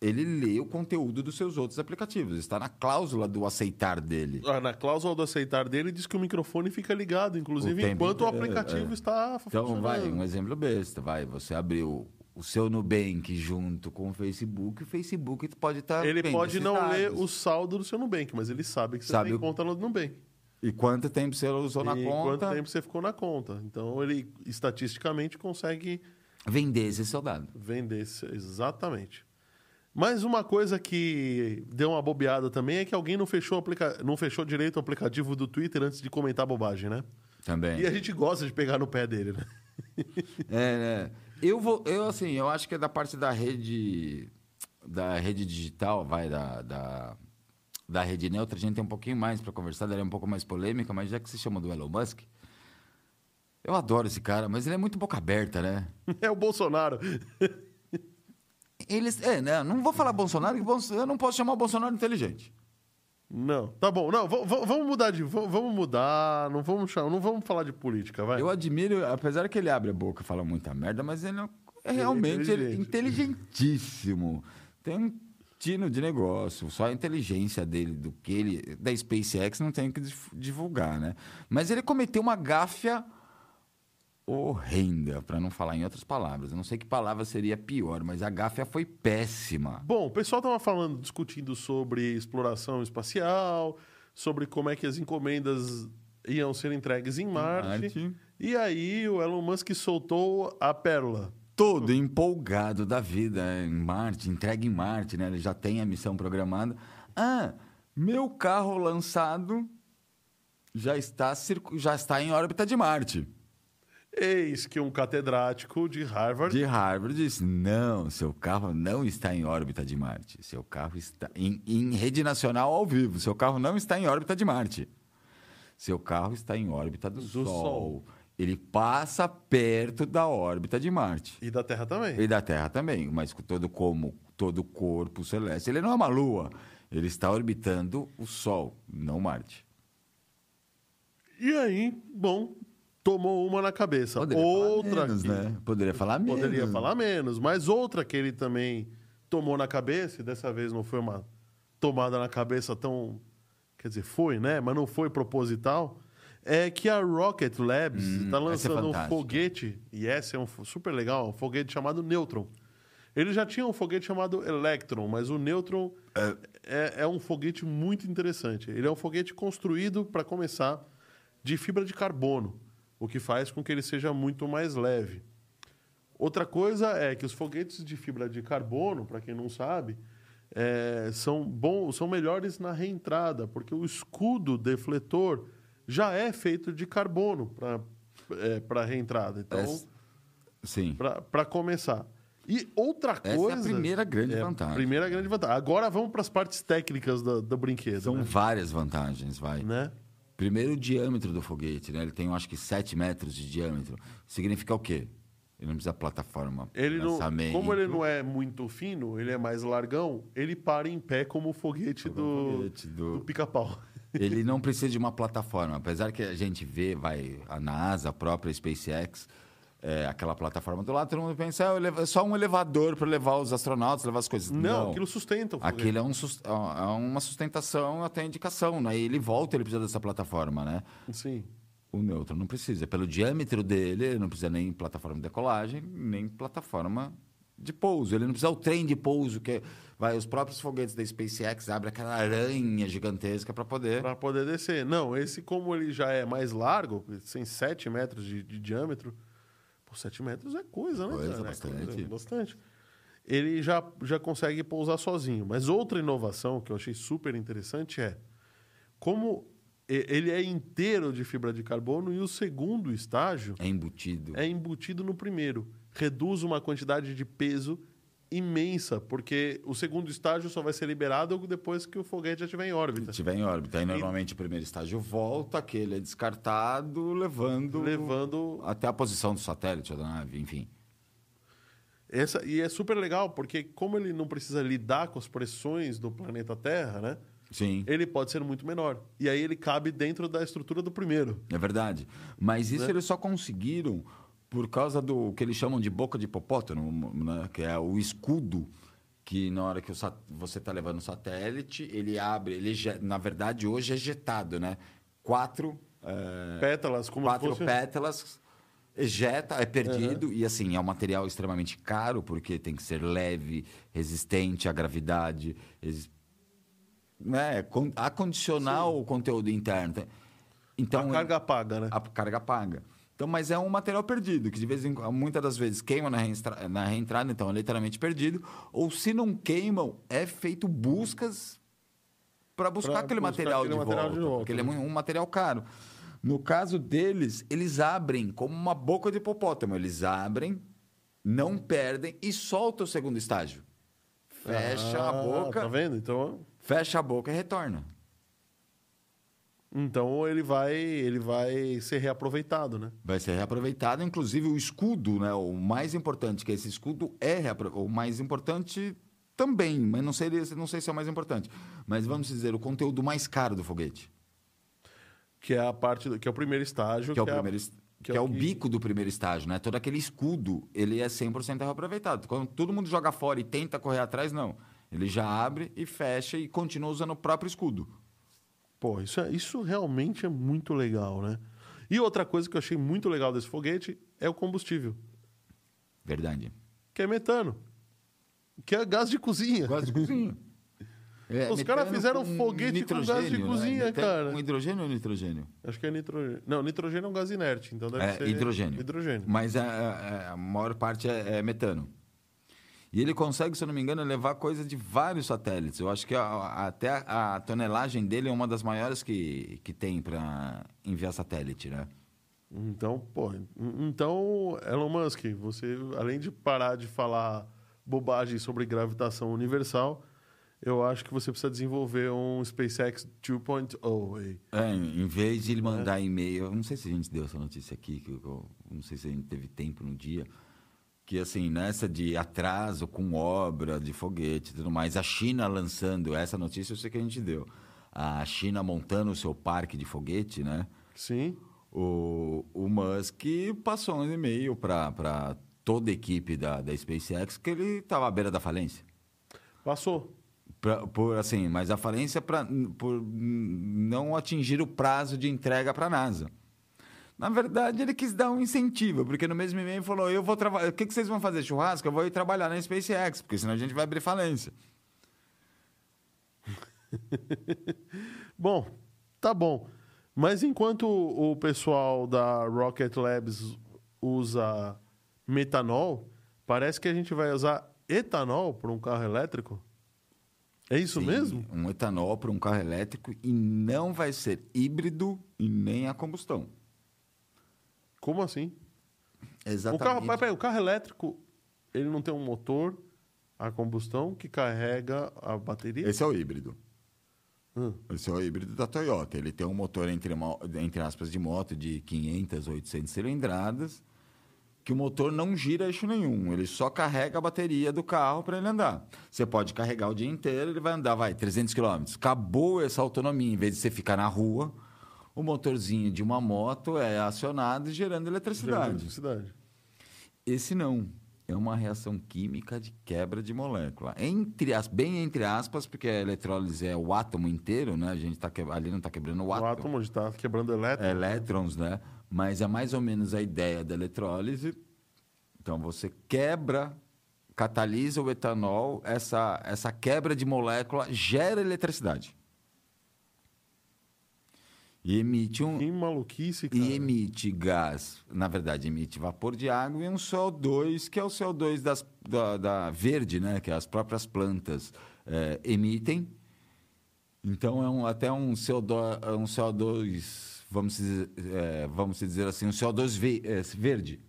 Speaker 2: ele lê o conteúdo dos seus outros aplicativos, está na cláusula do aceitar dele.
Speaker 1: Ah, na cláusula do aceitar dele, diz que o microfone fica ligado, inclusive,
Speaker 2: O tempo
Speaker 1: enquanto o
Speaker 2: inteiro,
Speaker 1: aplicativo
Speaker 2: é.
Speaker 1: está
Speaker 2: Então,
Speaker 1: funcionando.
Speaker 2: vai, um exemplo besta, vai, você abriu o seu Nubank junto com o Facebook, o Facebook pode tá estar.
Speaker 1: Ele pode não ler o saldo do seu Nubank, mas ele sabe que você
Speaker 2: Sabe
Speaker 1: tem
Speaker 2: o-
Speaker 1: conta no Nubank.
Speaker 2: E quanto tempo você usou na
Speaker 1: e
Speaker 2: conta,
Speaker 1: quanto tempo você ficou na conta. Então, ele estatisticamente consegue
Speaker 2: vender esse seu dado.
Speaker 1: Vender, esse- exatamente. Mas uma coisa que deu uma bobeada também é que alguém não fechou, o aplica... não fechou direito o aplicativo do Twitter antes de comentar bobagem, né?
Speaker 2: Também.
Speaker 1: E a gente gosta de pegar no pé dele, né?
Speaker 2: É, né? Eu vou, eu assim, eu acho que é da parte da rede, da rede digital, vai da, da, da rede neutra. A gente tem um pouquinho mais para conversar, ela é um pouco mais polêmica, mas já que se chama do Elon Musk, eu adoro esse cara, mas ele é muito boca aberta, né?
Speaker 1: É o Bolsonaro.
Speaker 2: Eles, é, né? Não vou falar Bolsonaro, que Bolso- eu não posso chamar o Bolsonaro inteligente.
Speaker 1: Não, tá bom. Não, v- v- vamos mudar de. v- Vamos mudar. Não vamos, chamar- não vamos falar de política, vai.
Speaker 2: Eu admiro, apesar que ele abre a boca e fala muita merda, mas ele é é realmente ele é inteligentíssimo. Tem um tino de negócio, só a inteligência dele, do que ele. Da SpaceX não tem o que dif- divulgar, né? Mas ele cometeu uma gáfia horrenda, para não falar em outras palavras. Eu não sei que palavra seria pior, mas a Gáfia foi péssima.
Speaker 1: Bom, o pessoal estava falando, discutindo sobre exploração espacial, sobre como é que as encomendas iam ser entregues em Marte.
Speaker 2: Marte.
Speaker 1: E aí o Elon Musk soltou a pérola.
Speaker 2: Todo empolgado da vida em Marte, entregue em Marte, né? Ele já tem a missão programada. Ah, meu carro lançado já está, circu- já está em órbita de Marte.
Speaker 1: Eis que um catedrático de Harvard
Speaker 2: De Harvard disse: não, seu carro não está em órbita de Marte. Seu carro está em, em rede nacional ao vivo. Seu carro não está em órbita de Marte. Seu carro está em órbita do,
Speaker 1: Do
Speaker 2: Sol.
Speaker 1: Sol.
Speaker 2: Ele passa perto da órbita de Marte
Speaker 1: e da Terra também.
Speaker 2: e da Terra também, mas com todo como todo corpo celeste. Ele não é uma lua. Ele está orbitando o Sol, não Marte.
Speaker 1: E aí, bom, tomou uma na cabeça.
Speaker 2: Poderia
Speaker 1: Então, outra
Speaker 2: falar menos,
Speaker 1: que-
Speaker 2: né? Poderia falar menos.
Speaker 1: Poderia falar menos, mas outra que ele também tomou na cabeça, e dessa vez não foi uma tomada na cabeça tão. Quer dizer, foi, né? Mas não foi proposital. É que a Rocket Labs está
Speaker 2: essa é
Speaker 1: lançando um
Speaker 2: fantástica.
Speaker 1: foguete, e essa é um fo- super legal, um foguete chamado Neutron. Ele já tinha um foguete chamado Electron, mas o Neutron é, é um foguete muito interessante. Ele é um foguete construído, para começar, de fibra de carbono, o que faz com que ele seja muito mais leve. Outra coisa é que os foguetes de fibra de carbono, para quem não sabe, é, são, bom, são melhores na reentrada, porque o escudo defletor já é feito de carbono para é, pra reentrada. Então,
Speaker 2: Essa- Sim.
Speaker 1: para começar. E outra
Speaker 2: é a
Speaker 1: coisa. é,
Speaker 2: primeira grande vantagem.
Speaker 1: Primeira grande vantagem. Agora vamos para as partes técnicas do, do brinquedo.
Speaker 2: São
Speaker 1: né?
Speaker 2: várias vantagens, vai.
Speaker 1: Né?
Speaker 2: Primeiro, o diâmetro do foguete, né? Ele tem, eu acho que, 7 metros de diâmetro. Significa o quê? Ele não precisa de plataforma,
Speaker 1: Ele não,
Speaker 2: lançamento.
Speaker 1: como ele não é muito fino, ele é mais largão, ele para em pé como o foguete
Speaker 2: Como o
Speaker 1: do,
Speaker 2: foguete do-
Speaker 1: do pica-pau.
Speaker 2: Ele não precisa de uma plataforma. Apesar que a gente vê, vai, a NASA, a própria SpaceX, é, aquela plataforma do lado, todo mundo pensa, "Ah, é o eleva- é só um elevador para levar os astronautas, levar as coisas.
Speaker 1: Não, aquilo sustenta o foguete.
Speaker 2: Aquilo é, um sus- é uma sustentação até indicação, né? Ele volta, ele precisa dessa plataforma, né?
Speaker 1: Sim.
Speaker 2: O neutro não precisa. Pelo diâmetro dele, ele não precisa nem plataforma de decolagem, nem plataforma de pouso. Ele não precisa o trem de pouso, que vai os próprios foguetes da SpaceX abrem aquela aranha gigantesca para poder.
Speaker 1: Pra poder descer. Não, esse, como ele já é mais largo, tem 7 metros de, de diâmetro. Pô, 7 metros é coisa, né?
Speaker 2: Coisa,
Speaker 1: cara? É
Speaker 2: bastante.
Speaker 1: bastante. Ele já, já consegue pousar sozinho. Mas outra inovação que eu achei super interessante é como e- ele é inteiro de fibra de carbono e o segundo estágio
Speaker 2: É embutido.
Speaker 1: é embutido no primeiro. Reduz uma quantidade de peso imensa, porque o segundo estágio só vai ser liberado depois que o foguete já estiver em órbita.
Speaker 2: Se estiver em órbita. Aí, normalmente, o primeiro estágio volta, aquele é descartado, levando,
Speaker 1: Levando
Speaker 2: até a posição do satélite, ou da nave, enfim.
Speaker 1: Essa, e é super legal, porque como ele não precisa lidar com as pressões do planeta Terra, né?
Speaker 2: Sim.
Speaker 1: Ele pode ser muito menor. E aí ele cabe dentro da estrutura do primeiro.
Speaker 2: É verdade. Mas isso eles só conseguiram por causa do que eles chamam de boca de hipopótamo, né? que é o escudo que na hora que o sat- você está levando o satélite, ele abre, ele je- na verdade hoje é jetado, né? Quatro, eh,
Speaker 1: Pétalas, como
Speaker 2: quatro
Speaker 1: se fosse...
Speaker 2: pétalas, ejeta, é perdido e assim é um material extremamente caro porque tem que ser leve, resistente à gravidade, exi- né? Con- Acondicionar o conteúdo interno. Então
Speaker 1: a
Speaker 2: ele-
Speaker 1: carga paga, né?
Speaker 2: a carga paga. Então, mas é um material perdido, que de vez em quando, muitas das vezes queima na reentrada, na reentrada, então é literalmente perdido. Ou se não queimam, é feito buscas para buscar
Speaker 1: Pra
Speaker 2: aquele
Speaker 1: buscar
Speaker 2: material,
Speaker 1: aquele
Speaker 2: de,
Speaker 1: material
Speaker 2: volta,
Speaker 1: de volta,
Speaker 2: Porque ele é
Speaker 1: né?
Speaker 2: mu- um material caro. No caso deles, eles abrem como uma boca de hipopótamo. Eles abrem, não perdem e soltam o segundo estágio. Fecha a
Speaker 1: Ah,
Speaker 2: boca,
Speaker 1: Tá vendo? Então,
Speaker 2: fecha a boca e retorna.
Speaker 1: então ele, vai, ele vai ser reaproveitado, né?
Speaker 2: Vai ser reaproveitado, inclusive o escudo, né? O mais importante, que esse escudo é reapro- o mais importante também, mas não sei, não sei se é o mais importante. Mas vamos dizer, o conteúdo mais caro do foguete,
Speaker 1: Que é a parte do, que é o primeiro estágio.
Speaker 2: que, é o
Speaker 1: a-
Speaker 2: primeiro, es- que é o bico do primeiro estágio, né? Todo aquele escudo, ele é 100% reaproveitado. Quando todo mundo joga fora e tenta correr atrás, não. Ele já abre e fecha e continua usando o próprio escudo.
Speaker 1: Pô, isso, é- isso realmente é muito legal, né? E outra coisa que eu achei muito legal desse foguete é o combustível,
Speaker 2: Verdade.
Speaker 1: que é metano, que é gás de cozinha.
Speaker 2: Gás de cozinha. É,
Speaker 1: Os
Speaker 2: metano
Speaker 1: caras fizeram
Speaker 2: com
Speaker 1: foguete com gás de
Speaker 2: nitrogênio,
Speaker 1: cozinha,
Speaker 2: Metano
Speaker 1: cara.
Speaker 2: Com hidrogênio ou nitrogênio?
Speaker 1: Acho que é nitrogênio. Não, nitrogênio é um gás inerte, então deve
Speaker 2: É,
Speaker 1: ser.
Speaker 2: hidrogênio.
Speaker 1: Hidrogênio.
Speaker 2: Mas a, a- a maior parte é, é metano. E ele consegue, se eu não me engano, levar coisa de vários satélites. Eu acho que a- a- até a, a tonelagem dele é uma das maiores que, que tem para enviar satélite, né?
Speaker 1: Então, pô. Então, Elon Musk, você, além de parar de falar bobagem sobre gravitação universal, eu acho que você precisa desenvolver um SpaceX 2.0 aí.
Speaker 2: É, em vez de ele mandar e-mail, eu não sei se a gente deu essa notícia aqui, que eu, eu não sei se a gente teve tempo no dia, que assim, nessa de atraso com obra de foguete e tudo mais, a China lançando, essa notícia eu sei que a gente deu, a China montando o seu parque de foguete, né?
Speaker 1: Sim.
Speaker 2: O, o Musk passou um e-mail para toda a equipe da, da SpaceX que ele estava à beira da falência.
Speaker 1: Passou.
Speaker 2: Pra- por assim, mas a falência pra, por hum, não atingir o prazo de entrega para a NASA. Na verdade, ele quis dar um incentivo, porque no mesmo e-mail ele falou: "Eu vou trabalhar, o que, que vocês vão fazer churrasco? Eu vou ir trabalhar na SpaceX, porque senão a gente vai abrir falência".
Speaker 1: Bom, tá bom. Mas enquanto o pessoal da Rocket Labs usa metanol, parece que a gente vai usar etanol para um carro elétrico? É isso
Speaker 2: Tem
Speaker 1: mesmo?
Speaker 2: Um etanol para um carro elétrico e não vai ser híbrido e nem a combustão.
Speaker 1: Como assim? O
Speaker 2: Exatamente.
Speaker 1: carro, peraí, peraí, o carro elétrico, ele não tem um motor a combustão que carrega a bateria?
Speaker 2: Esse é o híbrido.
Speaker 1: Hum.
Speaker 2: Esse é o híbrido da Toyota. Ele tem um motor, entre, mo- entre aspas, de moto de 500, 800 cilindradas, que o motor não gira eixo nenhum. Ele só carrega a bateria do carro para ele andar. Você pode carregar o dia inteiro, ele vai andar, vai, 300 quilômetros. Acabou essa autonomia. Em vez de você ficar na rua, o motorzinho de uma moto é acionado e gerando
Speaker 1: Gera
Speaker 2: eletricidade.
Speaker 1: eletricidade.
Speaker 2: Esse não. É uma reação química de quebra de molécula. Entre as, bem entre aspas, porque a eletrólise é o átomo inteiro, né? A gente tá que, ali não está quebrando o
Speaker 1: O
Speaker 2: átomo.
Speaker 1: átomo onde está quebrando elétrico.
Speaker 2: É elétrons, né? Mas é mais ou menos a ideia da eletrólise. Então você quebra, catalisa o etanol, essa, essa quebra de molécula gera eletricidade. E emite um,
Speaker 1: Que maluquice, cara.
Speaker 2: e emite gás, na verdade, emite vapor de água e um CO2, que é o CO2 das, da, da verde, né? que as próprias plantas eh, emitem. Então, é um, até um CO2, é um CO2 vamos, dizer, eh, vamos dizer assim, um CO2 ve- eh, verde.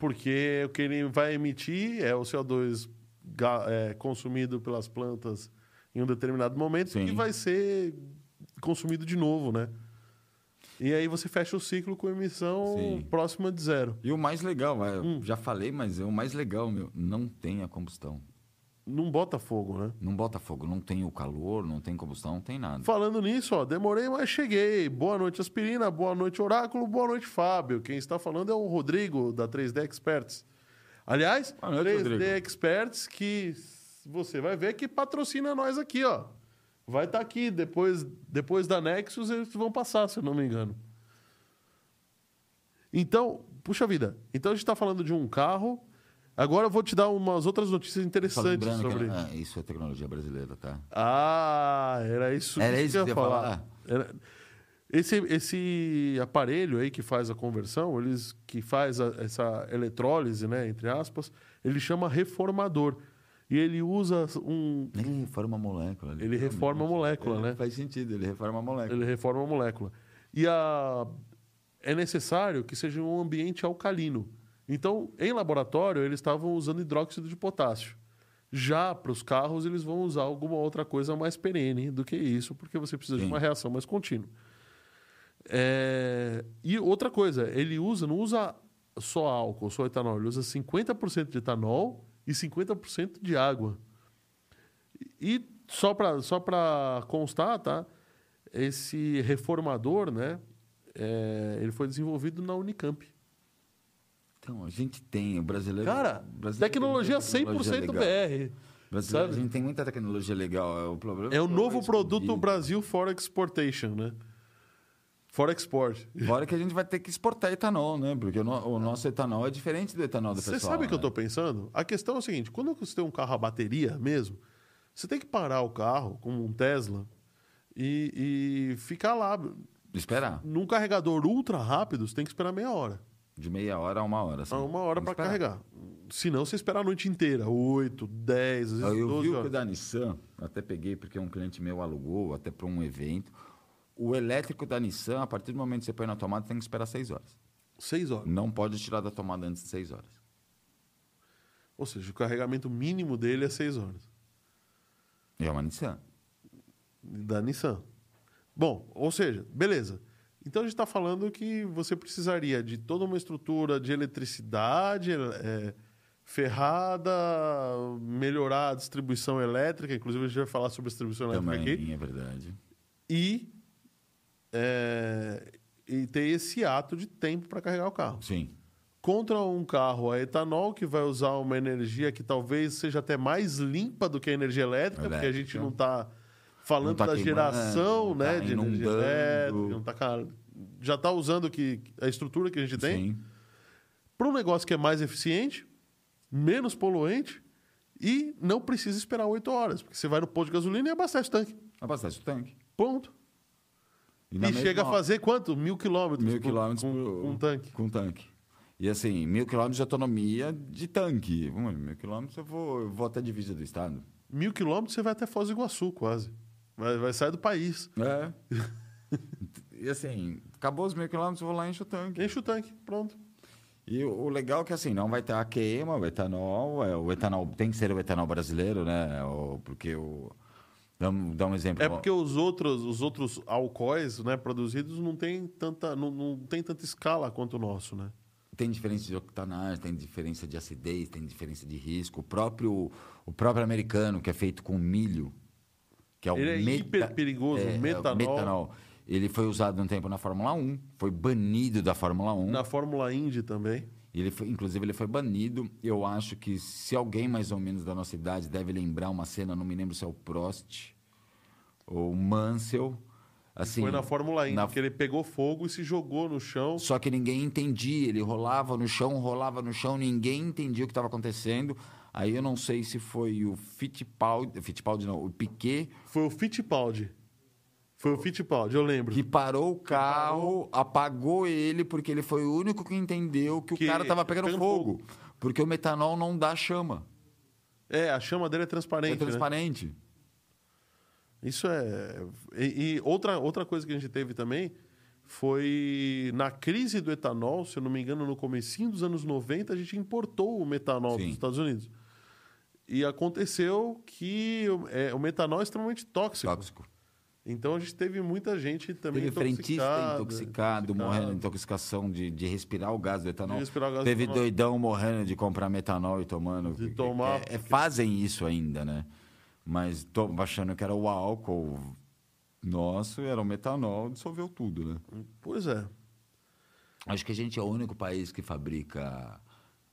Speaker 1: Porque o que ele vai emitir é o CO2 ga- é, consumido pelas plantas em um determinado momento
Speaker 2: Sim.
Speaker 1: que vai ser consumido de novo, né? E aí você fecha o ciclo com emissão
Speaker 2: Sim.
Speaker 1: próxima de zero.
Speaker 2: E o mais legal, vai, eu
Speaker 1: Hum.
Speaker 2: já falei, mas é o mais legal, meu, não tem a combustão.
Speaker 1: Não bota fogo, né?
Speaker 2: Não bota fogo, não tem o calor, não tem combustão, não tem nada.
Speaker 1: Falando nisso, ó, demorei, mas cheguei. Boa noite, Aspirina. Boa noite, Oráculo. Boa noite, Fábio. Quem está falando é o Rodrigo, da 3D Experts. Aliás,
Speaker 2: Boa noite,
Speaker 1: 3D
Speaker 2: Rodrigo.
Speaker 1: Experts, que você vai ver que patrocina nós aqui, ó. Vai estar aqui, depois, depois da Nexus eles vão passar, se eu não me engano. Então, puxa vida. Então a gente está falando de um carro. Agora eu vou te dar umas outras notícias
Speaker 2: Só
Speaker 1: interessantes
Speaker 2: lembrando
Speaker 1: sobre.
Speaker 2: que ah, isso é tecnologia brasileira, tá?
Speaker 1: Ah, era isso
Speaker 2: Era isso
Speaker 1: eu
Speaker 2: que
Speaker 1: ia
Speaker 2: você ia
Speaker 1: falar. Era- Esse, esse aparelho aí que faz a conversão, eles que faz a- essa eletrólise, né, entre aspas, ele chama reformador. E ele usa um
Speaker 2: Ele reforma a molécula.
Speaker 1: ele reforma a molécula,
Speaker 2: Ele
Speaker 1: né?
Speaker 2: Faz sentido, ele reforma a molécula.
Speaker 1: Ele reforma a molécula. E a... é necessário que seja um ambiente alcalino. Então, em laboratório, eles estavam usando hidróxido de potássio. Já para os carros, eles vão usar alguma outra coisa mais perene do que isso, porque você precisa de
Speaker 2: Sim.
Speaker 1: uma reação mais contínua. É, E outra coisa, ele usa, não usa só álcool, só etanol, ele usa 50% de etanol e 50% de água. E só para só pra constar, tá? Esse reformador, né? é, ele foi desenvolvido na Unicamp.
Speaker 2: Então, a gente tem, o brasileiro...
Speaker 1: Cara,
Speaker 2: o brasileiro
Speaker 1: tecnologia
Speaker 2: tem muita
Speaker 1: 100%
Speaker 2: é legal.
Speaker 1: BR.
Speaker 2: O Brasileiro,
Speaker 1: sabe?
Speaker 2: A gente tem muita tecnologia legal, é o problema...
Speaker 1: É É o
Speaker 2: que
Speaker 1: novo
Speaker 2: escondido.
Speaker 1: produto Brasil for Exportation, né? Fora export.
Speaker 2: Fora que a gente vai ter que exportar etanol, né? Porque o, no- o nosso etanol é diferente do etanol do
Speaker 1: Você
Speaker 2: pessoal.
Speaker 1: sabe o que eu
Speaker 2: né?
Speaker 1: tô pensando? A questão é o seguinte: quando você tem um carro a bateria mesmo, você tem que parar o carro, como um Tesla, e, e ficar lá.
Speaker 2: Esperar.
Speaker 1: Num carregador ultra rápido, você tem que esperar meia hora.
Speaker 2: De meia hora a uma hora. assim.
Speaker 1: a Ah, uma hora
Speaker 2: Vamos
Speaker 1: pra
Speaker 2: esperar.
Speaker 1: carregar. Se não, você espera a noite inteira 8, 10, às vezes
Speaker 2: Eu
Speaker 1: 12
Speaker 2: vi o que
Speaker 1: horas.
Speaker 2: da Nissan, até peguei porque um cliente meu alugou, até para um evento. O elétrico da Nissan, a partir do momento que você põe na tomada, tem que esperar seis horas.
Speaker 1: 6 horas.
Speaker 2: Não pode tirar da tomada antes de seis horas.
Speaker 1: Ou seja, o carregamento mínimo dele é 6 horas.
Speaker 2: E é uma Nissan.
Speaker 1: Da Nissan. Bom, ou seja, beleza. Então a gente está falando que você precisaria de toda uma estrutura de eletricidade eh, ferrada, melhorar a distribuição elétrica, inclusive a gente vai falar sobre distribuição elétrica
Speaker 2: Também,
Speaker 1: aqui,
Speaker 2: é verdade.
Speaker 1: e, eh, e ter esse ato de tempo para carregar o carro.
Speaker 2: Sim.
Speaker 1: contra um carro a etanol que vai usar uma energia que talvez seja até mais limpa do que a energia elétrica, porque a
Speaker 2: Elétrica.
Speaker 1: gente não está falando
Speaker 2: Não tá
Speaker 1: da
Speaker 2: queimando,
Speaker 1: geração,
Speaker 2: não
Speaker 1: né,
Speaker 2: tá
Speaker 1: de energia
Speaker 2: inundando.
Speaker 1: elétrica, não tá ca- já está usando o que a estrutura que a gente tem
Speaker 2: Sim.
Speaker 1: para um negócio que é mais eficiente, menos poluente e não precisa esperar oito horas, porque você vai no posto de gasolina e abastece o tanque.
Speaker 2: Abastece o tanque.
Speaker 1: Ponto.
Speaker 2: na
Speaker 1: e
Speaker 2: mesma
Speaker 1: chega a
Speaker 2: hora-
Speaker 1: fazer quanto? Mil quilômetros.
Speaker 2: Mil
Speaker 1: com-
Speaker 2: quilômetros
Speaker 1: com,
Speaker 2: por-
Speaker 1: com um tanque.
Speaker 2: Com tanque. E assim, mil quilômetros de autonomia de tanque. Vamos ver, mil quilômetros eu vou, eu vou até a divisa do estado.
Speaker 1: Mil quilômetros você vai até Foz do Iguaçu, quase. Vai, vai sair do país.
Speaker 2: É. e assim, acabou os mil quilômetros, eu vou lá e encho o tanque.
Speaker 1: Enche o tanque, pronto.
Speaker 2: E o o legal é que assim, não vai estar a queima, o etanol, é, o etanol tem que ser o etanol brasileiro, né? O- porque o. Dá um, dá um exemplo.
Speaker 1: É porque os outros, os outros alcoóis né, produzidos não tem, tanta, não, não tem tanta escala quanto o nosso, né?
Speaker 2: Tem diferença de octanagem, tem diferença de acidez, tem diferença de risco. O próprio, o próprio americano, que é feito com milho, que é o
Speaker 1: Ele é
Speaker 2: meta-
Speaker 1: hiper perigoso, o
Speaker 2: é, é, o
Speaker 1: metanol.
Speaker 2: Ele foi usado um tempo na Fórmula 1, foi banido da Fórmula 1.
Speaker 1: Na Fórmula Indy também.
Speaker 2: Ele foi- inclusive, ele foi banido. Eu acho que se alguém mais ou menos da nossa idade deve lembrar uma cena, não me lembro se é o Prost ou o Mansell. Assim,
Speaker 1: Foi na Fórmula Indy,
Speaker 2: na-
Speaker 1: que ele pegou fogo e se jogou no chão.
Speaker 2: Só que ninguém entendia. Ele rolava no chão, rolava no chão, ninguém entendia o que estava acontecendo. Aí eu não sei se foi o Fittipaldi, Fittipaldi não, o Piquet,
Speaker 1: Foi o Fittipaldi. Foi o Fittipaldi, eu lembro.
Speaker 2: que parou o carro, apagou ele, porque ele foi o único que entendeu que,
Speaker 1: Que
Speaker 2: o cara estava pegando,
Speaker 1: pegando
Speaker 2: fogo. Porque o metanol não dá chama,
Speaker 1: É, a chama dele é transparente.
Speaker 2: é
Speaker 1: né?
Speaker 2: transparente.
Speaker 1: Isso é. E, e outra, outra coisa que a gente teve também foi na crise do etanol, se eu não me engano, no comecinho dos anos 90, a gente importou o metanol
Speaker 2: Sim.
Speaker 1: dos Estados Unidos. E aconteceu que o- é, o metanol é extremamente tóxico.
Speaker 2: Tóxico.
Speaker 1: Então a gente teve muita gente também.
Speaker 2: Teve frentista
Speaker 1: intoxicada,
Speaker 2: intoxicado,
Speaker 1: intoxicada.
Speaker 2: morrendo então. de intoxicação de, de respirar o gás do etanol.
Speaker 1: De respirar o gás do
Speaker 2: Teve
Speaker 1: etanol.
Speaker 2: doidão morrendo de comprar metanol e tomando.
Speaker 1: De tomar,
Speaker 2: É, é,
Speaker 1: porque-
Speaker 2: fazem isso ainda, né? Mas tô achando que era o álcool nosso, era o metanol, dissolveu tudo, né?
Speaker 1: Pois é.
Speaker 2: Acho que a gente é o único país que fabrica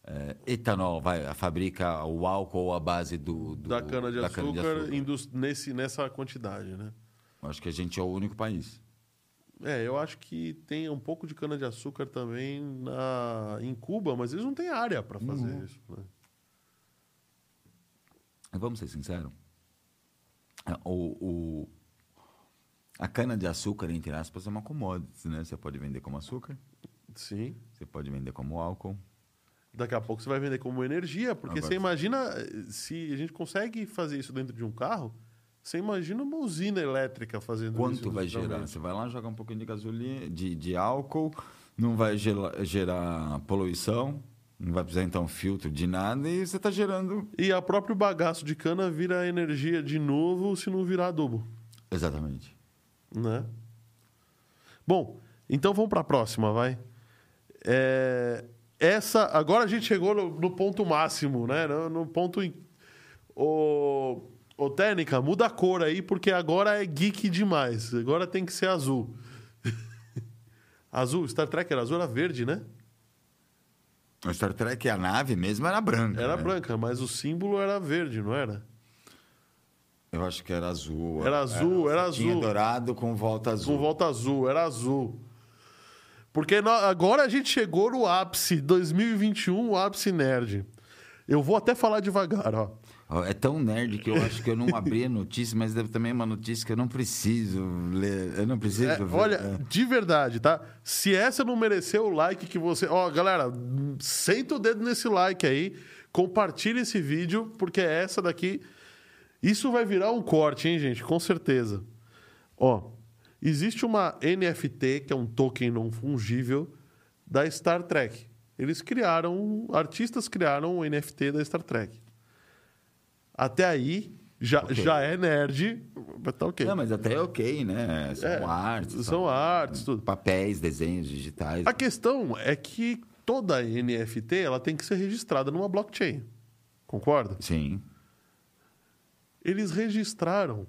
Speaker 2: é, etanol, vai, fabrica o álcool à base do, do-
Speaker 1: da cana-de-açúcar
Speaker 2: cana-de-açúcar.
Speaker 1: indus- nesse- nessa quantidade, né?
Speaker 2: Acho que a gente é o único país.
Speaker 1: É, eu acho que tem um pouco de cana-de-açúcar também na, em Cuba, mas eles não têm área para fazer
Speaker 2: Uhum.
Speaker 1: isso. Né?
Speaker 2: Vamos ser sinceros. Ah, O, o- a cana-de-açúcar, entre aspas, é uma commodity, né? Você pode vender como açúcar,
Speaker 1: Sim.
Speaker 2: você pode vender como álcool.
Speaker 1: Daqui a pouco você vai vender como energia, porque
Speaker 2: Agora
Speaker 1: você
Speaker 2: sim.
Speaker 1: imagina, eh, se a gente consegue fazer isso dentro de um carro, você imagina uma usina elétrica fazendo isso.
Speaker 2: Quanto vai gerar?
Speaker 1: industrialmente.
Speaker 2: Você vai lá jogar um pouquinho de gasolina, de, de álcool, não vai gela- gerar poluição, não vai precisar então filtro de nada e você está gerando.
Speaker 1: E a próprio bagaço de cana vira energia de novo se não virar adubo,
Speaker 2: Exatamente.
Speaker 1: né? Bom, então vamos para a próxima, vai. É, essa, agora a gente chegou no, no ponto máximo, né? No, no ponto... em- Ô, ô, Técnica, muda a cor aí, porque agora é geek demais. Agora tem que ser azul. azul, Star Trek era azul, era verde, né?
Speaker 2: O Star Trek, a nave mesmo, era branca.
Speaker 1: Era
Speaker 2: né?
Speaker 1: branca, mas o símbolo era verde, não era?
Speaker 2: Eu acho que era azul.
Speaker 1: Era azul, era
Speaker 2: Tinha
Speaker 1: azul.
Speaker 2: dourado com volta azul.
Speaker 1: Com volta Um azul, era azul. Porque nó- agora a gente chegou no ápice 2021, o ápice nerd. Eu vou até falar devagar, ó.
Speaker 2: Ó, É tão nerd que eu acho que eu não abri a notícia, mas deve também é uma notícia que eu não preciso ler. Eu não preciso
Speaker 1: É,
Speaker 2: ver.
Speaker 1: olha,
Speaker 2: É.
Speaker 1: de verdade, tá? Se essa não mereceu o like que você. Ó, galera, senta o dedo nesse like aí. Compartilha esse vídeo, porque é essa daqui. Isso vai virar um corte, hein, gente? Com certeza. Ó, existe uma NFT, que é um token não fungível, da Star Trek. Eles criaram. Artistas criaram o NFT da Star Trek. Até aí, já, já é nerd. mas Tá ok.
Speaker 2: Não, mas até é ok, né? São
Speaker 1: É,
Speaker 2: artes.
Speaker 1: São artes, tudo.
Speaker 2: Papéis, desenhos digitais.
Speaker 1: A questão é que toda NFT ela tem que ser registrada numa blockchain. Concorda?
Speaker 2: Sim.
Speaker 1: Eles registraram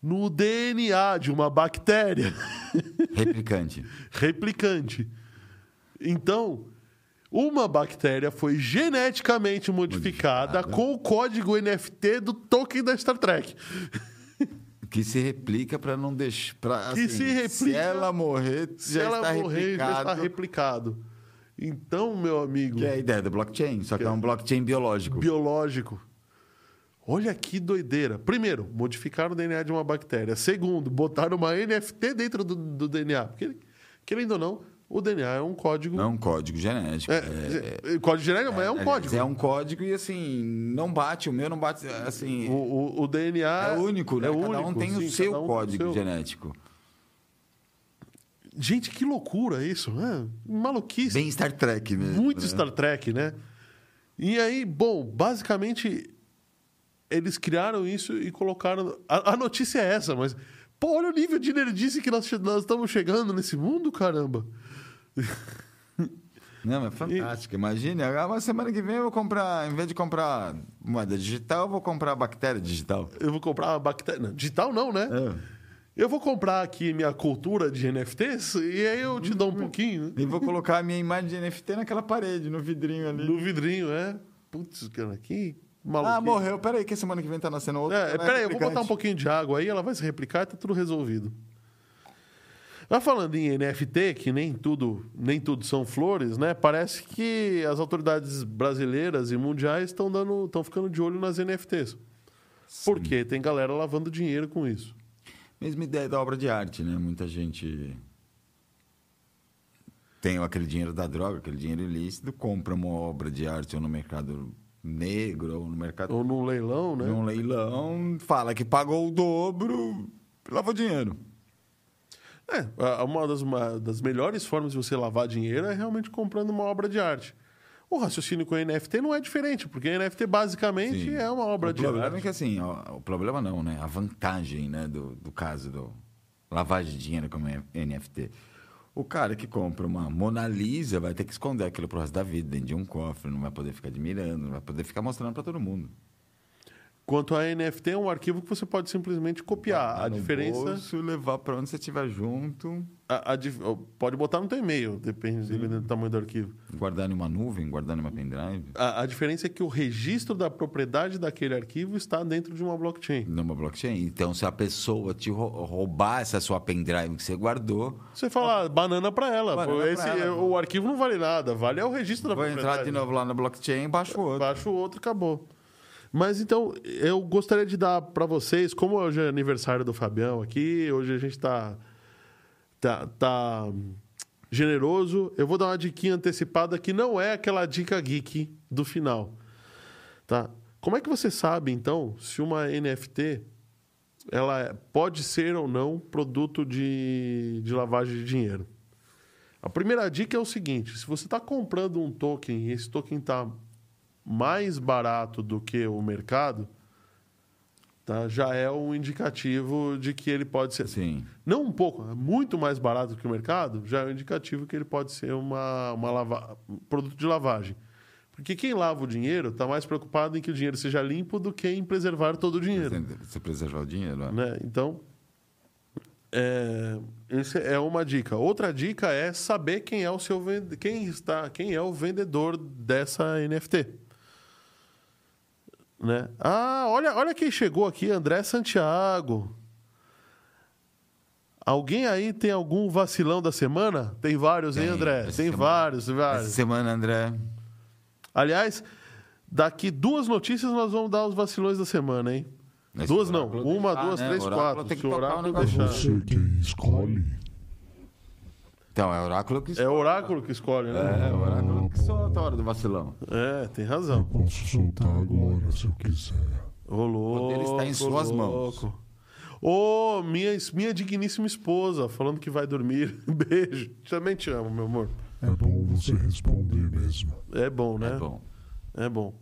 Speaker 1: no DNA de uma bactéria
Speaker 2: Replicante.
Speaker 1: replicante. Então, uma bactéria foi geneticamente modificada,
Speaker 2: Modificada.
Speaker 1: com o código NFT do token da Star Trek.
Speaker 2: que se replica para não deixar. Pra,
Speaker 1: Que
Speaker 2: assim,
Speaker 1: se replica-
Speaker 2: Se ela morrer,
Speaker 1: Se
Speaker 2: já
Speaker 1: ela
Speaker 2: está
Speaker 1: morrer, já
Speaker 2: replicado.
Speaker 1: está replicado. Então, meu amigo.
Speaker 2: Que é a ideia do blockchain, só que, é
Speaker 1: é-
Speaker 2: um blockchain biológico.
Speaker 1: biológico. Olha que doideira. Primeiro, modificaram o DNA de uma bactéria. Segundo, botaram uma NFT dentro do, do DNA. Porque, querendo ou não, o DNA é um código.
Speaker 2: Não é um código genético.
Speaker 1: É,
Speaker 2: é-
Speaker 1: é, código genético, mas é um
Speaker 2: aliás,
Speaker 1: código.
Speaker 2: É um código e assim, não bate, o meu não bate. Assim,
Speaker 1: O, o- o DNA.
Speaker 2: é único, né?
Speaker 1: É
Speaker 2: cada
Speaker 1: único,
Speaker 2: um tem
Speaker 1: sim,
Speaker 2: o seu
Speaker 1: cada um tem o
Speaker 2: código
Speaker 1: seu.
Speaker 2: genético.
Speaker 1: Gente, que loucura isso. né? maluquice.
Speaker 2: Bem Star Trek mesmo.
Speaker 1: Muito
Speaker 2: né?
Speaker 1: Star Trek, né? E aí, bom, basicamente eles criaram isso e colocaram. A, a notícia é essa, mas. Pô, olha o nível de nerdice que nós, che- nós estamos chegando nesse mundo, caramba.
Speaker 2: Não, é fantástico. Imagine, agora semana que vem eu vou comprar, em vez de comprar moeda digital, eu vou comprar bactéria digital.
Speaker 1: Eu vou comprar uma bactéria. não, Digital não, né?
Speaker 2: É.
Speaker 1: Eu vou comprar aqui minha cultura de NFTs e aí eu te
Speaker 2: Uhum.
Speaker 1: dou um pouquinho né?
Speaker 2: E vou colocar a minha imagem de NFT naquela parede, no vidrinho ali.
Speaker 1: no vidrinho, é. Putz, cara, que maluco.
Speaker 2: Ah, morreu. Peraí, que semana que vem tá nascendo outro.
Speaker 1: É,
Speaker 2: né,
Speaker 1: peraí, eu vou
Speaker 2: replicante.
Speaker 1: botar um pouquinho de água aí, ela vai se replicar e tá tudo resolvido. Mas falando em NFT, que nem tudo, nem tudo são flores, né? Parece que as autoridades brasileiras e mundiais estão dando, estão ficando de olho nas NFTs. Porque tem galera lavando dinheiro com isso.
Speaker 2: Mesma ideia da obra de arte, né? Muita gente tem aquele dinheiro da droga, aquele dinheiro ilícito, compra uma obra de arte ou no mercado negro, ou no mercado.
Speaker 1: Ou num leilão, né?
Speaker 2: num leilão, fala que pagou o dobro, lavou dinheiro.
Speaker 1: É, a- uma das, uma das melhores formas de você lavar dinheiro é realmente comprando uma obra de arte. O raciocínio com NFT não é diferente, porque NFT basicamente
Speaker 2: Sim.
Speaker 1: é uma obra
Speaker 2: o
Speaker 1: de
Speaker 2: problema
Speaker 1: arte.
Speaker 2: é que assim, ó, o problema não, né? A vantagem né, do, do caso do lavagem de dinheiro como é NFT. O cara que compra uma Mona Lisa vai ter que esconder aquilo pro resto da vida dentro de um cofre, não vai poder ficar admirando, não vai poder ficar mostrando para todo mundo.
Speaker 1: Quanto a NFT, é um arquivo que você pode simplesmente copiar. A
Speaker 2: Botar Tá no
Speaker 1: diferença.
Speaker 2: bolso, levar para onde você estiver junto,
Speaker 1: a- a dif- ó, pode botar no teu e-mail,
Speaker 2: Uhum.
Speaker 1: depende, dependendo do tamanho do arquivo.
Speaker 2: guardar em uma nuvem, guardar em uma pendrive,
Speaker 1: A, a diferença é que o registro da propriedade daquele arquivo está dentro de uma blockchain.
Speaker 2: numa blockchain. Então, se a pessoa te rou- roubar essa sua pendrive que você guardou,
Speaker 1: Você fala ah, banana para ela. pô,
Speaker 2: Banana pra
Speaker 1: esse- é,
Speaker 2: ela, pô.
Speaker 1: O arquivo não vale nada, vale é o registro da
Speaker 2: vai entrar
Speaker 1: propriedade.
Speaker 2: de novo lá na blockchain e baixa o outro.
Speaker 1: Baixa o outro, acabou. Mas então, eu gostaria de dar para vocês, como hoje é aniversário do Fabião aqui, hoje a gente tá, tá, tá hum, generoso, eu vou dar uma diquinha antecipada que não é aquela dica geek do final. Tá? Como é que você sabe, então, se uma NFT ela é- pode ser ou não produto de, de lavagem de dinheiro? A primeira dica é o seguinte: se você está comprando um token e esse token está mais barato do que o mercado, tá? já é um indicativo de que ele pode ser.
Speaker 2: Sim.
Speaker 1: Não um pouco, é muito mais barato que o mercado, já é um indicativo que ele pode ser uma, uma lava- um produto de lavagem. Porque quem lava o dinheiro está mais preocupado em que o dinheiro seja limpo do que em preservar todo o dinheiro.
Speaker 2: Você preservar o dinheiro, ó.
Speaker 1: Né? Então, é, essa é uma dica. Outra dica é saber quem é o seu vende- quem está, quem é o vendedor dessa NFT. Né? Ah, olha, olha quem chegou aqui, André Santiago. Alguém aí tem algum vacilão da semana? Tem vários, hein,
Speaker 2: Tem,
Speaker 1: André? Tem
Speaker 2: essa semana.
Speaker 1: vários,
Speaker 2: Essa
Speaker 1: vários.
Speaker 2: semana, André.
Speaker 1: Aliás, daqui duas notícias nós vamos dar os vacilões da semana, hein?
Speaker 2: Esse
Speaker 1: duas não.
Speaker 2: oráculo tem que
Speaker 1: Uma,
Speaker 2: dar,
Speaker 1: duas,
Speaker 2: né?
Speaker 1: três,
Speaker 2: O oráculo
Speaker 1: quatro.
Speaker 2: tem que
Speaker 1: Se o
Speaker 2: tocar o
Speaker 1: oráculo
Speaker 2: negócio.
Speaker 3: É
Speaker 1: deixar.
Speaker 3: você quem escolhe?
Speaker 2: Então, é o oráculo que
Speaker 1: É o oráculo que escolhe, né?
Speaker 2: É, o oráculo que solta a hora do vacilão.
Speaker 1: É, tem
Speaker 3: Eu
Speaker 1: razão.
Speaker 3: posso soltar agora se eu quiser.
Speaker 1: Ô, louco.
Speaker 2: poder está em suas
Speaker 1: louco. Ô, minha, minha digníssima esposa, falando que vai dormir. Beijo. Também te amo, meu amor.
Speaker 3: É bom você responder mesmo.
Speaker 1: É bom, né?
Speaker 2: É bom.
Speaker 1: É bom.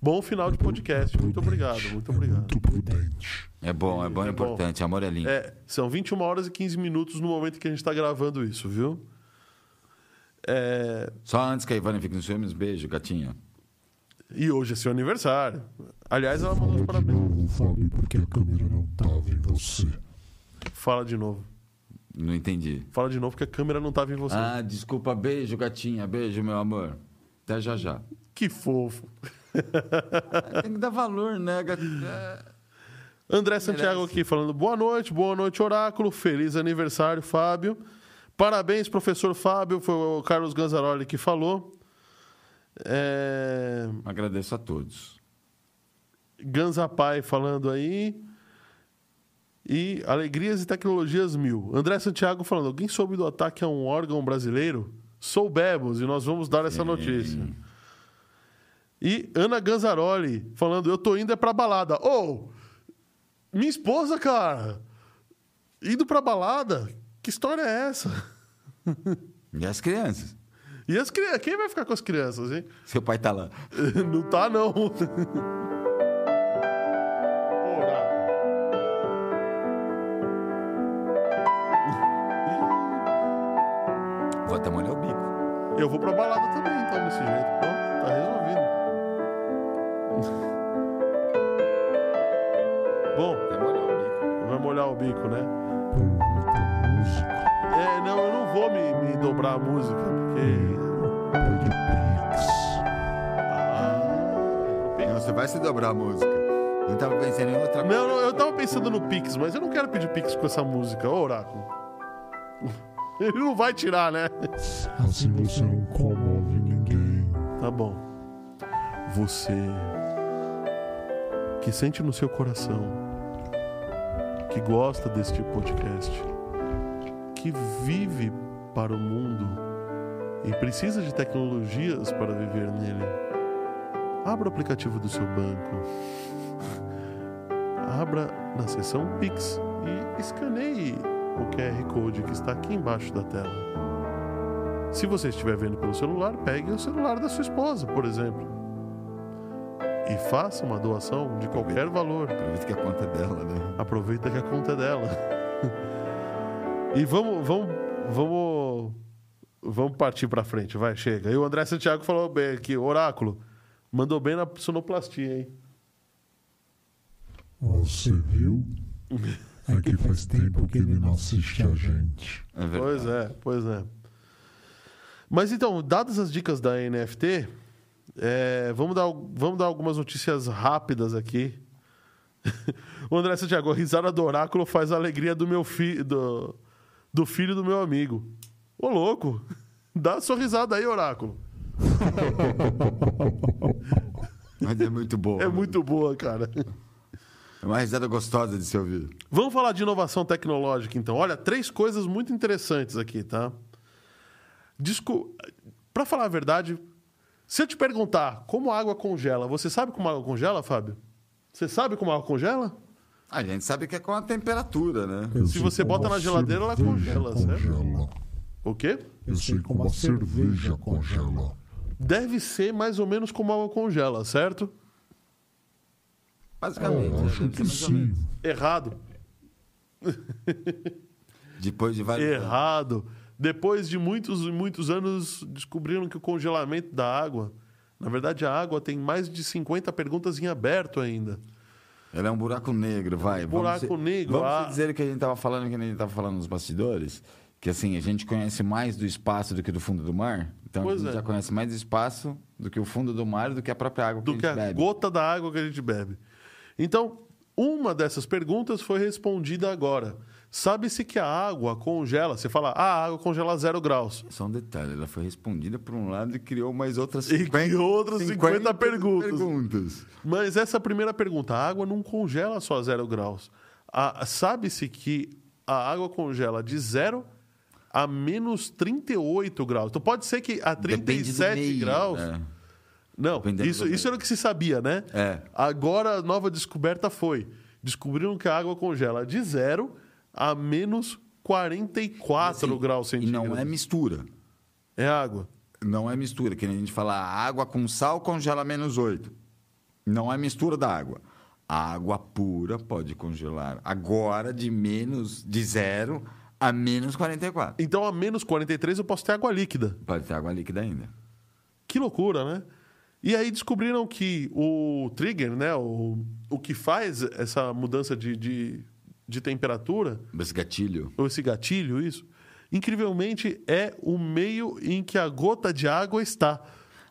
Speaker 1: Bom final de podcast. Muito obrigado,
Speaker 3: Prudente.
Speaker 1: muito
Speaker 3: É
Speaker 1: obrigado.
Speaker 3: Muito prudente.
Speaker 2: É bom, é bom,
Speaker 1: É
Speaker 2: é
Speaker 1: bom.
Speaker 2: importante. Amor é lindo.
Speaker 1: É, são 21 horas e 15 minutos no momento que a gente está gravando isso, viu? É,
Speaker 2: Só antes que a Ivana fique nos filmes, beijo, gatinha.
Speaker 1: e hoje é seu aniversário. Aliás, é ela mandou os
Speaker 3: Fala de
Speaker 1: parabéns.
Speaker 3: novo, Fábio, porque a câmera não tava em você.
Speaker 1: Fala de novo.
Speaker 2: Não entendi.
Speaker 1: Fala de novo porque a câmera não estava em você.
Speaker 2: Ah, desculpa, beijo, gatinha, beijo, meu amor. Até já já.
Speaker 1: Que fofo.
Speaker 2: Tem que dar valor, né, gatinha?
Speaker 1: André Santiago aqui falando boa noite, boa noite, Oráculo. Feliz aniversário, Fábio. Parabéns, professor Fábio. Foi o Carlos Ganzaroli que falou. É...
Speaker 2: Agradeço a todos.
Speaker 1: Ganzapai falando aí. E alegrias e tecnologias mil. André Santiago falando: alguém soube do ataque a um órgão brasileiro? Soubemos e nós vamos dar essa notícia. E Ana Ganzaroli falando: eu tô indo é pra balada. Ô, minha esposa, cara, indo pra balada? Que história é essa?
Speaker 2: E as crianças?
Speaker 1: E as crianças? Quem vai ficar com as crianças, hein?
Speaker 2: Seu pai tá lá.
Speaker 1: Não tá, não. Ora.
Speaker 2: Vou até molhar o bico.
Speaker 1: Eu vou pra balada também, então, desse jeito. Pronto, tá resolvido. Bom,
Speaker 2: Até molhar o bico.
Speaker 1: vai molhar o bico, né?
Speaker 3: Pergunta a então, música.
Speaker 1: É, não, eu não vou me, me dobrar a música, porque.
Speaker 3: Pede pix.
Speaker 1: Ah, Pix.
Speaker 2: Não, você vai se dobrar a música. Não tava pensando em outra coisa.
Speaker 1: Não, não, eu tava pensando no Pix, mas eu não quero pedir Pix com essa música, ô Oráculo. Ele não vai tirar, né?
Speaker 3: Assim você não comove ninguém.
Speaker 1: Tá bom. Você que sente no seu coração, que gosta deste podcast, que vive para o mundo e precisa de tecnologias para viver nele, abra o aplicativo do seu banco, abra na seção Pix e escaneie o QR Code que está aqui embaixo da tela. Se você estiver vendo pelo celular, pegue o celular da sua esposa, por exemplo. E faça uma doação de qualquer valor.
Speaker 2: Aproveita que a conta é dela, né?
Speaker 1: Aproveita que a conta é dela. E vamos, vamos, vamos, vamos partir pra frente, vai, chega. E o André Santiago falou bem aqui, oráculo, mandou bem na sonoplastia, hein?
Speaker 3: Você viu? É que faz tempo que ele não assiste a gente.
Speaker 2: É verdade.
Speaker 1: Pois é, pois é. Mas então, dadas as dicas da NFT, é, vamos, dar, vamos dar algumas notícias rápidas aqui. o André Santiago, a risada do oráculo faz a alegria do meu filho do, do filho do meu amigo. Ô louco! Dá a sua risada aí, oráculo.
Speaker 2: Mas é muito boa.
Speaker 1: É muito boa, cara.
Speaker 2: É uma risada gostosa de se ouvir.
Speaker 1: Vamos falar de inovação tecnológica, então. Olha, três coisas muito interessantes aqui, tá? Disco... Para falar a verdade, se eu te perguntar como a água congela, você sabe como a água congela, Fábio? Você sabe como a água congela?
Speaker 2: A gente sabe que é com a temperatura, né?
Speaker 3: Eu
Speaker 1: Se
Speaker 3: sei
Speaker 1: você
Speaker 3: como
Speaker 1: bota
Speaker 3: a
Speaker 1: na geladeira, ela
Speaker 3: cerveja
Speaker 1: congela, certo?
Speaker 3: congela.
Speaker 1: O quê?
Speaker 3: Eu sei como a cerveja congela.
Speaker 1: Deve ser mais ou menos como a água congela, certo?
Speaker 2: Basicamente.
Speaker 3: Eu
Speaker 2: né?
Speaker 1: é
Speaker 3: acho que
Speaker 2: Mais ou menos.
Speaker 3: sim.
Speaker 1: Errado.
Speaker 2: Depois de vários.
Speaker 1: Errado. Depois de muitos e muitos anos, descobriram que o congelamento da água. Na verdade, a água tem mais de 50 perguntas em aberto ainda.
Speaker 2: Ela é um buraco negro, vai. Vamos
Speaker 1: buraco
Speaker 2: se-
Speaker 1: negro,
Speaker 2: Vamos
Speaker 1: ah.
Speaker 2: se dizer o que a gente tava falando, que a gente tava falando nos bastidores, que assim, a gente conhece mais do espaço do que do fundo do mar. Então
Speaker 1: Pois
Speaker 2: a gente
Speaker 1: é.
Speaker 2: já conhece mais do espaço do que o fundo do mar, do que a própria água
Speaker 1: do
Speaker 2: que,
Speaker 1: que
Speaker 2: a
Speaker 1: a
Speaker 2: gente bebe.
Speaker 1: gota da água que a gente bebe. Então, uma dessas perguntas foi respondida agora. Sabe-se que a água congela. Você fala, ah, a água congela zero graus.
Speaker 2: Só um detalhe, ela foi respondida por um lado e criou mais outras
Speaker 1: E
Speaker 2: 50,
Speaker 1: criou outras 50 perguntas.
Speaker 2: perguntas.
Speaker 1: Mas essa primeira pergunta, a água não congela só a zero graus. A- Sabe-se que a água congela de zero a menos 38 graus. Então pode ser que a
Speaker 2: Depende do
Speaker 1: 37
Speaker 2: meio,
Speaker 1: graus.
Speaker 2: é.
Speaker 1: Não,
Speaker 2: Dependendo
Speaker 1: isso,
Speaker 2: do
Speaker 1: isso era o que se sabia, né?
Speaker 2: É.
Speaker 1: Agora a nova descoberta foi: descobriram que a água congela de zero a menos 44
Speaker 2: Assim,
Speaker 1: graus
Speaker 2: E
Speaker 1: centígrados.
Speaker 2: não é mistura.
Speaker 1: É água.
Speaker 2: Não é mistura. Que nem a gente fala, a água com sal congela menos 8. Não é mistura da água. A água pura pode congelar agora de menos de zero a menos 44.
Speaker 1: Então a menos 43 eu posso ter água líquida.
Speaker 2: Pode ter água líquida ainda.
Speaker 1: Que loucura, né? E aí descobriram que o trigger, né? O, o que faz essa mudança de, de, de temperatura,
Speaker 2: Esse gatilho.
Speaker 1: ou esse gatilho, isso, incrivelmente é o meio em que a gota de água está.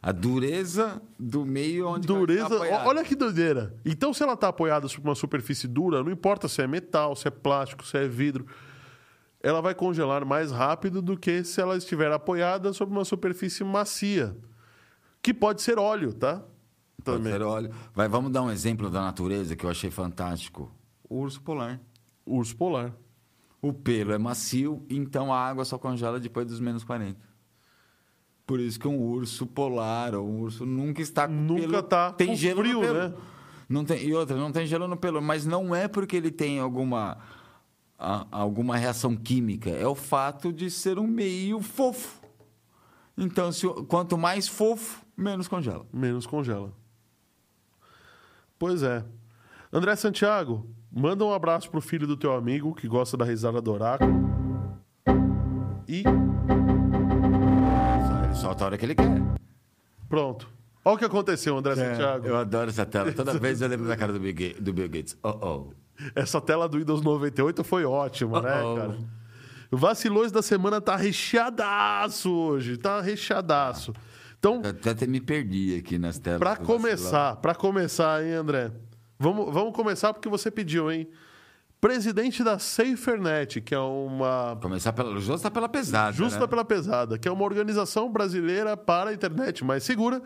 Speaker 2: A dureza do meio onde
Speaker 1: Dureza.
Speaker 2: vai estar
Speaker 1: o- Olha que doideira. Então, se ela está apoiada sobre uma superfície dura, não importa se é metal, se é plástico, se é vidro, ela vai congelar mais rápido do que se ela estiver apoiada sobre uma superfície macia. Que pode ser óleo, tá?
Speaker 2: Pode
Speaker 1: Também.
Speaker 2: ser óleo. Vai, vamos dar um exemplo da natureza que eu achei fantástico. O urso polar.
Speaker 1: Urso polar.
Speaker 2: O pelo é macio, então a água só congela depois dos menos 40. Por isso que um urso polar ou um urso nunca está com
Speaker 1: Nunca
Speaker 2: pelo.
Speaker 1: tá
Speaker 2: tem
Speaker 1: com
Speaker 2: gelo
Speaker 1: frio,
Speaker 2: no pelo.
Speaker 1: né?
Speaker 2: Não tem, e outra, não tem gelo no pelo, mas não é porque ele tem alguma a- alguma reação química, é o fato de ser um meio fofo. Então, se, o- quanto mais fofo, menos congela.
Speaker 1: Menos congela. Pois é. André Santiago, manda um abraço pro filho do teu amigo que gosta da risada do oráculo. E
Speaker 2: Só- Ele solta a hora que ele quer.
Speaker 1: pronto. Olha o que aconteceu,
Speaker 2: É,
Speaker 1: André Santiago.
Speaker 2: eu adoro essa tela. Toda vez eu lembro da cara do Bill, Ga- do Bill Gates. Oh, oh.
Speaker 1: Essa tela do Windows 98 foi ótima, né,
Speaker 2: Uh-oh.
Speaker 1: cara? Vacilões da semana tá recheadaço hoje. Tá recheadaço. Então,
Speaker 2: Eu Até me perdi aqui nas telas.
Speaker 1: Pra
Speaker 2: do nosso lado.
Speaker 1: começar, pra começar, hein, André? Vamos, vamos começar porque você pediu, hein? Presidente da SaferNet, que é uma.
Speaker 2: Começar pela justa pela pesada.
Speaker 1: Justa
Speaker 2: né?
Speaker 1: pela pesada, que é uma organização brasileira para a internet mais segura,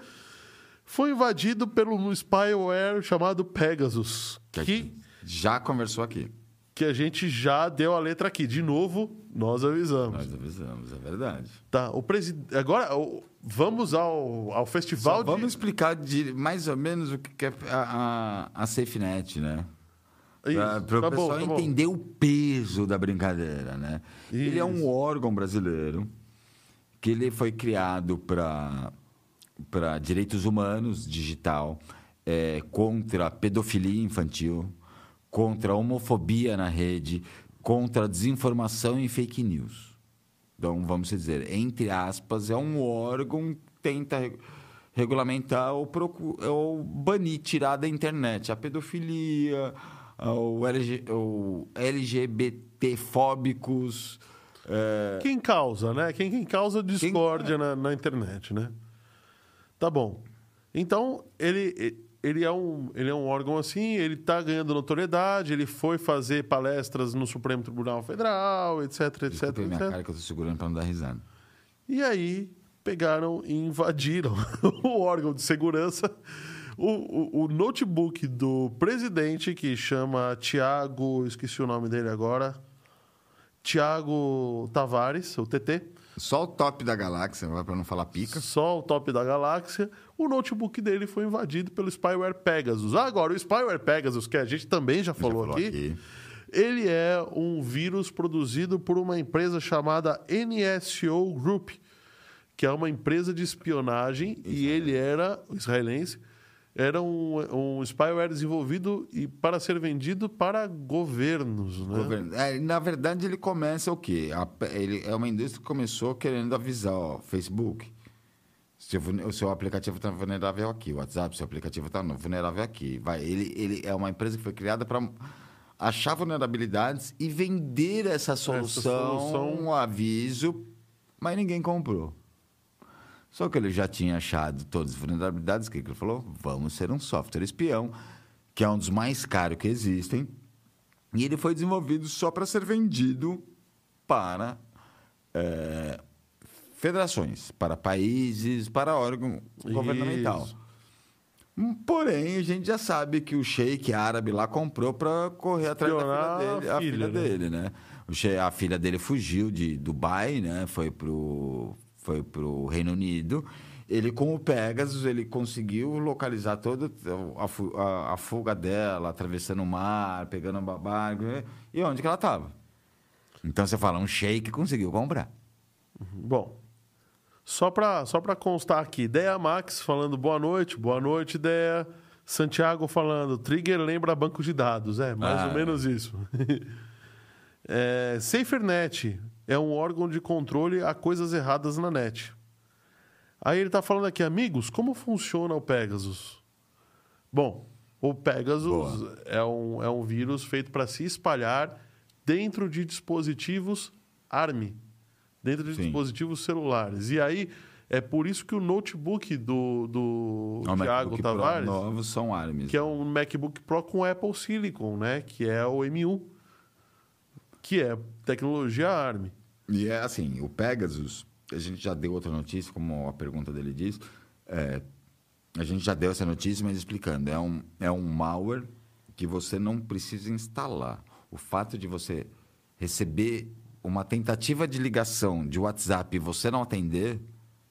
Speaker 1: foi invadido pelo spyware chamado Pegasus.
Speaker 2: Que a
Speaker 1: Que,
Speaker 2: gente Já conversou aqui.
Speaker 1: que a gente já deu a letra aqui. De novo, nós avisamos.
Speaker 2: Nós avisamos, é verdade.
Speaker 1: Tá, o presidente. Agora, o- vamos ao, ao festival
Speaker 2: Só
Speaker 1: de.
Speaker 2: vamos explicar de- mais ou menos o que que é a, a, a SafeNet, né?
Speaker 1: Isso,
Speaker 2: Para o
Speaker 1: tá bom,
Speaker 2: pessoal
Speaker 1: tá bom.
Speaker 2: entender o peso da brincadeira, né? Ele é um
Speaker 1: Isso.
Speaker 2: órgão brasileiro que ele foi criado para para direitos humanos digital, é, contra a pedofilia infantil, contra a homofobia na rede, contra a desinformação e fake news. Então, vamos dizer, entre aspas, é um órgão que tenta re- regulamentar ou, procu- ou banir, tirar da internet a pedofilia, o, LG, o LGBT fóbicos. É,
Speaker 1: Quem causa, né? Quem, quem causa discórdia na, na internet, né? Tá bom. Então, ele, ele, é um, ele é um órgão assim, ele tá ganhando notoriedade, ele foi fazer palestras no Supremo Tribunal Federal, etc, etc,
Speaker 2: Desculpa aí minha
Speaker 1: etc.
Speaker 2: cara que eu tô segurando para não dar risada.
Speaker 1: E aí, pegaram e invadiram o órgão de segurança, o, o- o notebook do presidente, que chama Tiago... Esqueci o nome dele agora. Tiago Tavares, o TT.
Speaker 2: Só o top da galáxia, para não falar pica.
Speaker 1: Só o top da galáxia. O notebook dele foi invadido pelo spyware Pegasus. Agora, o spyware Pegasus, que a gente também já falou,
Speaker 2: falou
Speaker 1: aqui,
Speaker 2: aqui.
Speaker 1: ele é um vírus produzido por uma empresa chamada NSO Group, que é uma empresa de espionagem, e ele era israelense. Era um, um spyware desenvolvido e para ser vendido para governos, né?
Speaker 2: Governo. É, na verdade, ele começa o quê? A pe- ele é uma indústria que começou querendo avisar, ó, Facebook. Seu, vul- o seu aplicativo está vulnerável aqui, o WhatsApp, seu aplicativo está vulnerável aqui. Vai, ele, ele é uma empresa que foi criada para achar vulnerabilidades e vender essa solução,
Speaker 1: solução.
Speaker 2: um aviso, mas ninguém comprou. Só que ele já tinha achado todas as vulnerabilidades, o que que ele falou? Vamos ser um software espião, que é um dos mais caros que existem, E ele foi desenvolvido só para ser vendido para eh, federações, para países, para órgão governamental.
Speaker 1: Isso.
Speaker 2: Hum, Porém, a gente já sabe que o sheik árabe lá comprou para correr atrás da
Speaker 1: Espionar
Speaker 2: filha
Speaker 1: a
Speaker 2: dele, a
Speaker 1: filha,
Speaker 2: filha
Speaker 1: né?
Speaker 2: dele, né? O sheik- a filha dele fugiu de Dubai, né? Foi pro foi pro Reino Unido. Ele com o Pegasus, ele conseguiu localizar toda a, fu- a- a fuga dela, atravessando o mar, pegando a barco, né? e onde que ela estava. Então você fala, um sheik conseguiu comprar.
Speaker 1: Bom, só para só pra constar aqui, Dea Max falando boa noite, boa noite, Dea. Santiago falando, Trigger lembra banco de dados. É, mais
Speaker 2: Ah.
Speaker 1: ou menos isso. é, SaferNet é um órgão de controle a coisas erradas na net. Aí ele tá falando aqui, amigos, como funciona o Pegasus? Bom, o Pegasus é um, é um vírus feito para se espalhar dentro de dispositivos ARM, dentro de
Speaker 2: Sim.
Speaker 1: dispositivos celulares. E aí, é por isso que o notebook do, do
Speaker 2: É um
Speaker 1: Thiago
Speaker 2: MacBook Pro
Speaker 1: Tavares,
Speaker 2: Novo são armes.
Speaker 1: que é um MacBook Pro com Apple Silicon, né? Que é o M1, que é tecnologia ARM.
Speaker 2: E é assim, o Pegasus, a gente já deu outra notícia, como a pergunta dele diz, é, a gente já deu essa notícia, mas explicando, é um, é um malware que você não precisa instalar. O fato de você receber uma tentativa de ligação de WhatsApp e você não atender,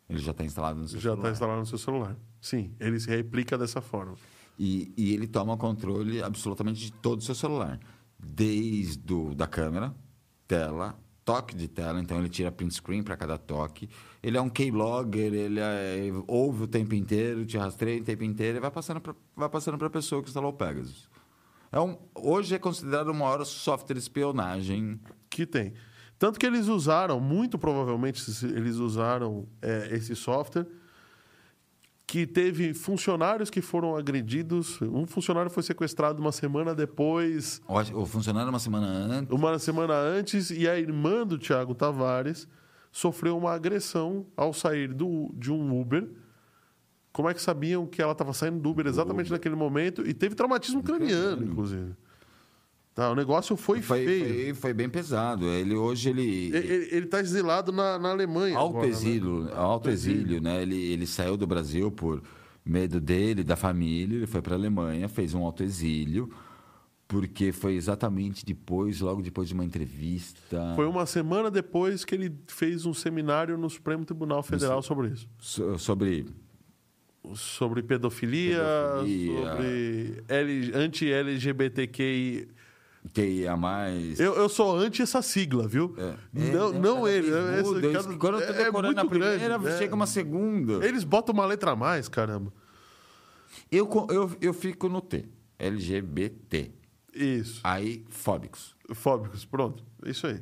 Speaker 2: ele já está instalado no seu
Speaker 1: Já tá está
Speaker 2: celular.
Speaker 1: instalado no seu celular. Sim, ele se replica dessa forma.
Speaker 2: E, e ele toma controle absolutamente de todo o seu celular. Desde o, da câmera, tela, toque de tela. Então, ele tira print screen para cada toque. Ele é um keylogger, ele, é- ele ouve o tempo inteiro, te rastreia o tempo inteiro e vai passando pra- vai passando para a pessoa que instalou o Pegasus. É um, hoje é considerado o maior software de espionagem.
Speaker 1: que tem. Tanto que eles usaram, muito provavelmente se- eles usaram é, esse software, que teve funcionários que foram agredidos. Um funcionário foi sequestrado uma semana depois,
Speaker 2: Eu acho- O funcionário uma semana antes.
Speaker 1: uma semana antes, e a irmã do Thiago Tavares sofreu uma agressão ao sair do, de um Uber. Como é que sabiam que ela estava saindo do Uber exatamente naquele momento? E teve traumatismo craniano, inclusive. Tá, o negócio foi,
Speaker 2: Foi,
Speaker 1: feio.
Speaker 2: foi, foi bem pesado. Ele hoje ele.
Speaker 1: Ele, ele tá exilado na, na Alemanha.
Speaker 2: Alto
Speaker 1: agora, né?
Speaker 2: exílio, alto exílio, né? Ele, ele saiu do Brasil por medo dele, da família, ele foi para a Alemanha, fez um alto exílio, porque foi exatamente depois, logo depois de uma entrevista
Speaker 1: Foi uma semana depois que ele fez um seminário no Supremo Tribunal Federal sobre isso.
Speaker 2: so- sobre
Speaker 1: Sobre pedofilia,
Speaker 2: Pedofilia.
Speaker 1: sobre L- anti-LGBTQI.
Speaker 2: que a é mais.
Speaker 1: Eu, eu sou anti essa sigla, viu?
Speaker 2: É.
Speaker 1: Não, não
Speaker 2: cada
Speaker 1: ele.
Speaker 2: vez
Speaker 1: é- essa-
Speaker 2: né? muda, eles-
Speaker 1: cada-
Speaker 2: quando eu tô
Speaker 1: é- é
Speaker 2: decorando na
Speaker 1: muito
Speaker 2: primeira,
Speaker 1: grande, né?
Speaker 2: chega uma segunda.
Speaker 1: Eles botam uma letra a mais, caramba.
Speaker 2: Eu, co- eu, eu fico no T, LGBT,
Speaker 1: Isso.
Speaker 2: aí fóbicos.
Speaker 1: Fóbicos, pronto. É Isso aí.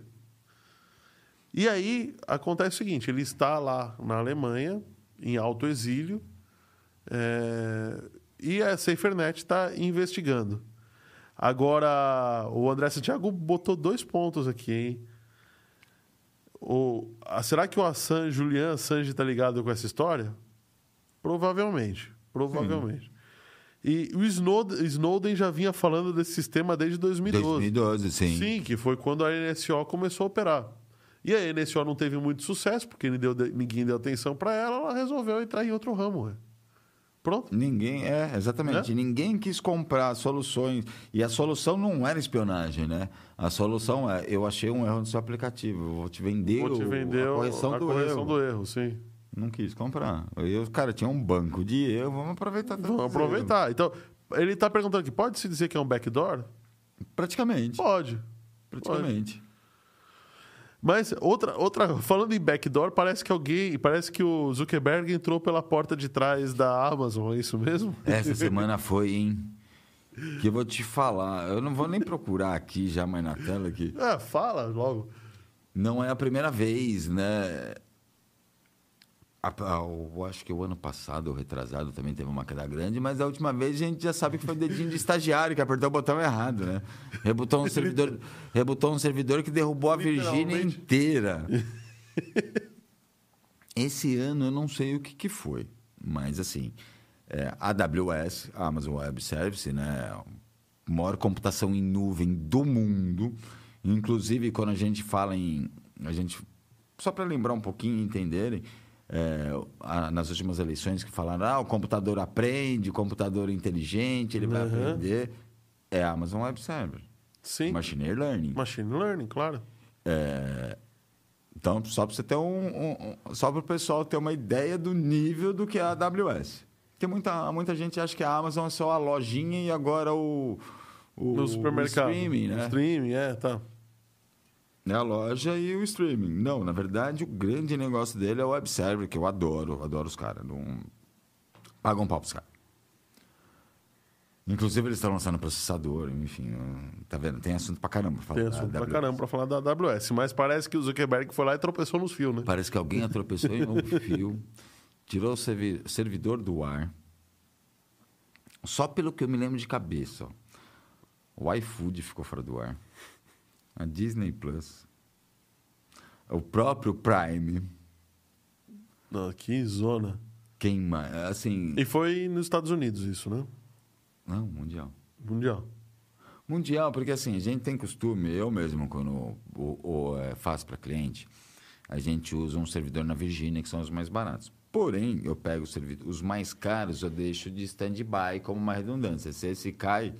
Speaker 1: E aí acontece o seguinte: ele está lá na Alemanha, em alto exílio, é, e a SaferNet está investigando. Agora, o André Santiago botou dois pontos aqui, hein? O, ah, será que o Assange, Julian Assange está ligado com essa história? Provavelmente, provavelmente. E o Snowden, Snowden já vinha falando desse sistema desde 2012.
Speaker 2: 2012, sim.
Speaker 1: Sim, que foi quando a NSO começou a operar. E a NSO não teve muito sucesso, porque ninguém deu, ninguém deu atenção para ela, ela resolveu entrar em outro ramo. né? Pronto.
Speaker 2: Ninguém, é, exatamente.
Speaker 1: Né?
Speaker 2: Ninguém quis comprar soluções. E a solução não era espionagem, né? A solução é, eu achei um erro no seu aplicativo, eu vou te vender,
Speaker 1: Vou te
Speaker 2: o-
Speaker 1: vender
Speaker 2: a correção, do, erro.
Speaker 1: do erro, sim.
Speaker 2: Não quis comprar. Eu, cara, tinha um banco de erro, vamos aproveitar.
Speaker 1: Vamos
Speaker 2: todos os
Speaker 1: aproveitar. Então, ele está perguntando aqui, pode se dizer que é um backdoor?
Speaker 2: erros. Praticamente,
Speaker 1: Pode.
Speaker 2: praticamente.
Speaker 1: Mas outra, outra, falando em backdoor, parece que alguém, parece que o Zuckerberg entrou pela porta de trás da Amazon, é isso mesmo?
Speaker 2: Essa semana foi, hein? Que eu vou te falar. Eu não vou nem procurar aqui já mais na tela que
Speaker 1: Ah, fala logo.
Speaker 2: não é a primeira vez, né? A- a- Eu acho que o ano passado, o retrasado, também teve uma queda grande, mas a última vez a gente já sabe que foi dedinho de estagiário que apertou o botão errado, né? Rebutou um servidor, rebutou um servidor que derrubou a Virgínia
Speaker 1: Literalmente.
Speaker 2: inteira. Esse ano eu não sei o que, que foi, mas assim, é, a AWS, a Amazon Web Service, né? maior computação em nuvem do mundo. Inclusive, quando a gente fala em. A gente, só para lembrar um pouquinho e entenderem, é, a- nas últimas eleições que falaram: ah, o computador aprende, o computador é inteligente, ele vai
Speaker 1: Uhum.
Speaker 2: aprender. É a Amazon Web Server.
Speaker 1: Sim.
Speaker 2: Machine Learning.
Speaker 1: Machine learning, claro.
Speaker 2: É, Então, só para você ter um, um- um- Só para o pessoal ter uma ideia do nível do que é a AWS. Tem muita, muita gente que acha que a Amazon é só a lojinha e agora o. O,
Speaker 1: no supermercado.
Speaker 2: o streaming, né?
Speaker 1: Streaming, é, tá.
Speaker 2: É a loja e o streaming. Não, na verdade, o grande negócio dele é o web server, que eu adoro, adoro os caras. Não... Pagam um pau pros caras. Inclusive, eles estão lançando processador, enfim. Tá vendo? Tem assunto pra caramba pra falar.
Speaker 1: Tem
Speaker 2: da
Speaker 1: assunto pra
Speaker 2: AWS.
Speaker 1: caramba pra falar da AWS. Mas parece que o Zuckerberg foi lá e tropeçou nos fios, né?
Speaker 2: Parece que alguém atropelou em um fio, tirou o servi- servidor do ar. Só pelo que eu me lembro de cabeça, ó. o iFood ficou fora do ar. A Disney Plus. O próprio Prime.
Speaker 1: Não, Ah, que zona.
Speaker 2: Quem mais? Assim.
Speaker 1: E foi nos Estados Unidos isso, né?
Speaker 2: Não, mundial.
Speaker 1: Mundial.
Speaker 2: Mundial, porque assim, a gente tem costume, eu mesmo, quando o- o, eh, faço para cliente, a gente usa um servidor na Virgínia, que são os mais baratos. Porém, eu pego o servidor, os mais caros eu deixo de stand-by como uma redundância. Se esse cai.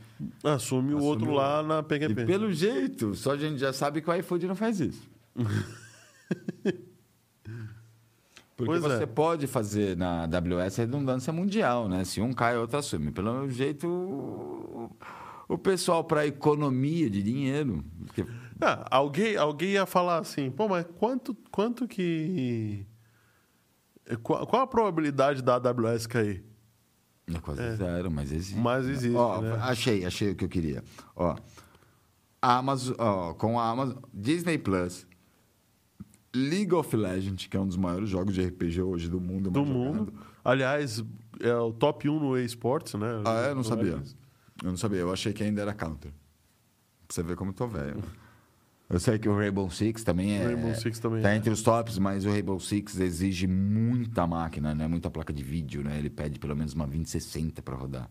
Speaker 1: Assume Ah, o
Speaker 2: Assume
Speaker 1: outro
Speaker 2: o-
Speaker 1: lá na
Speaker 2: E
Speaker 1: PQP.
Speaker 2: pelo jeito, só a gente já sabe que o iFood não faz isso. Porque
Speaker 1: Pois é.
Speaker 2: você pode fazer na AWS redundância mundial, né? Se um cai, o outro assume. Pelo jeito, o- o pessoal, para economia de dinheiro, porque
Speaker 1: Ah, alguém, alguém ia falar assim, pô, mas quanto, quanto que. eh, Qual, qual a probabilidade da AWS cair?
Speaker 2: É quase zero, mas existe.
Speaker 1: Mas existe,
Speaker 2: Ó,
Speaker 1: né?
Speaker 2: Achei, achei o que eu queria. Ó, Amazon, ó, com a Amazon, Disney Plus, League of Legends, que é um dos maiores jogos de RPG hoje do mundo.
Speaker 1: Do
Speaker 2: mais jogado.
Speaker 1: mundo. Aliás, é o top 1 no eSports, né?
Speaker 2: Ah, é? Eu não sabia. Eu não sabia, eu achei que ainda era Counter. Pra você ver como eu tô velho. Eu sei que o Rainbow Six também é.
Speaker 1: Rainbow Six também
Speaker 2: Tá
Speaker 1: é.
Speaker 2: entre os tops, mas o Rainbow Six exige muita máquina, né? Muita placa de vídeo, né? Ele pede pelo menos uma 2060 pra rodar.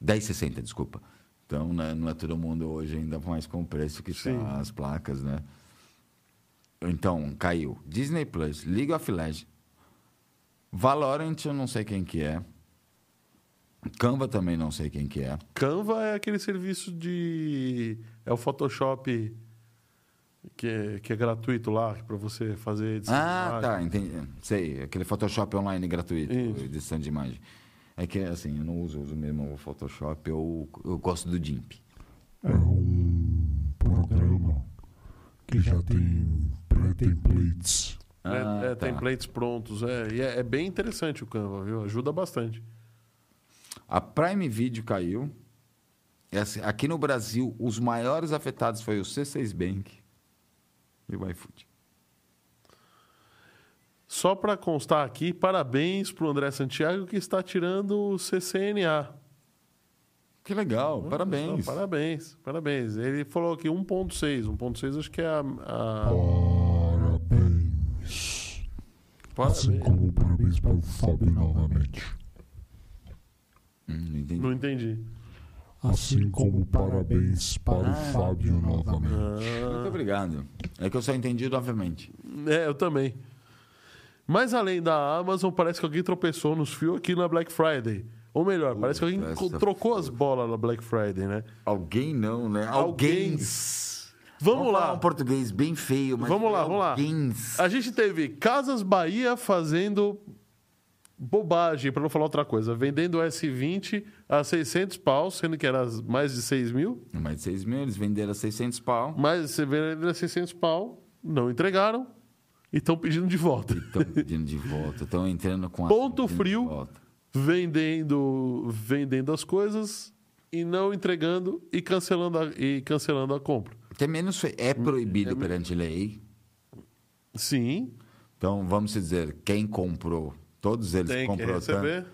Speaker 2: 1060, desculpa. Então, né, não é todo mundo hoje, ainda mais com o preço que
Speaker 1: Sim.
Speaker 2: tá as placas, né? Então, caiu. Disney Plus, League of Legends. Valorant, eu não sei quem que é. Canva também não sei quem que é.
Speaker 1: Canva é aquele serviço de. É o Photoshop que é, que é gratuito lá, pra você fazer edição de
Speaker 2: Ah,
Speaker 1: imagem.
Speaker 2: tá, entendi. Sei, aquele Photoshop online gratuito,
Speaker 1: Isso.
Speaker 2: edição de imagem. É que, assim, eu não uso, eu uso mesmo o Photoshop, eu, eu gosto do GIMP.
Speaker 3: É um programa que já tem pré-templates.
Speaker 1: Né?
Speaker 2: Ah,
Speaker 1: é,
Speaker 2: tá.
Speaker 1: Templates prontos, é. E é, é bem interessante o Canva, viu? Ajuda bastante.
Speaker 2: A Prime Video caiu. É assim, Aqui no Brasil, os maiores afetados foi o C6 Bank e o iFood.
Speaker 1: Só pra constar aqui, parabéns pro André Santiago que está tirando o CCNA.
Speaker 2: Que legal,
Speaker 1: Não,
Speaker 2: parabéns.
Speaker 1: parabéns, parabéns. Ele falou aqui 1.6. 1.6 acho que é a. a-
Speaker 3: Parabéns. Assim como parabéns para o Fábio novamente.
Speaker 2: Hum, não entendi.
Speaker 1: Não entendi.
Speaker 3: Assim como parabéns para o Fábio novamente.
Speaker 2: Muito obrigado. É que eu só entendi novamente.
Speaker 1: É, eu também. Mas além da Amazon, parece que alguém tropeçou nos fios aqui na Black Friday. Ou melhor, parece que alguém
Speaker 2: essa
Speaker 1: co- trocou as bolas na Black Friday, né?
Speaker 2: Alguém não, né?
Speaker 1: Alguém.
Speaker 2: Alguém.
Speaker 1: Vamos
Speaker 2: falar
Speaker 1: lá.
Speaker 2: um português bem feio, mas.
Speaker 1: Vamos lá,
Speaker 2: foi
Speaker 1: vamos lá.
Speaker 2: alguéns.
Speaker 1: A gente teve Casas Bahia fazendo bobagem, pra não falar outra coisa, vendendo S20 a 600 paus, sendo que era mais de 6 mil.
Speaker 2: Mais de 6 mil, eles venderam a 600 pau.
Speaker 1: Mas você vê ele a 600 pau, não entregaram e estão pedindo de volta.
Speaker 2: Estão pedindo de volta, estão entrando com a.
Speaker 1: Ponto
Speaker 2: pedindo de
Speaker 1: frio.
Speaker 2: volta.
Speaker 1: vendendo, vendendo as coisas e não entregando e cancelando a, e cancelando a compra.
Speaker 2: Até menos fe-
Speaker 1: Hum,
Speaker 2: é proibido perante lei.
Speaker 1: Sim,
Speaker 2: Então, vamos dizer, quem comprou, todos eles
Speaker 1: tem que
Speaker 2: comprou
Speaker 1: receber.
Speaker 2: Tanto,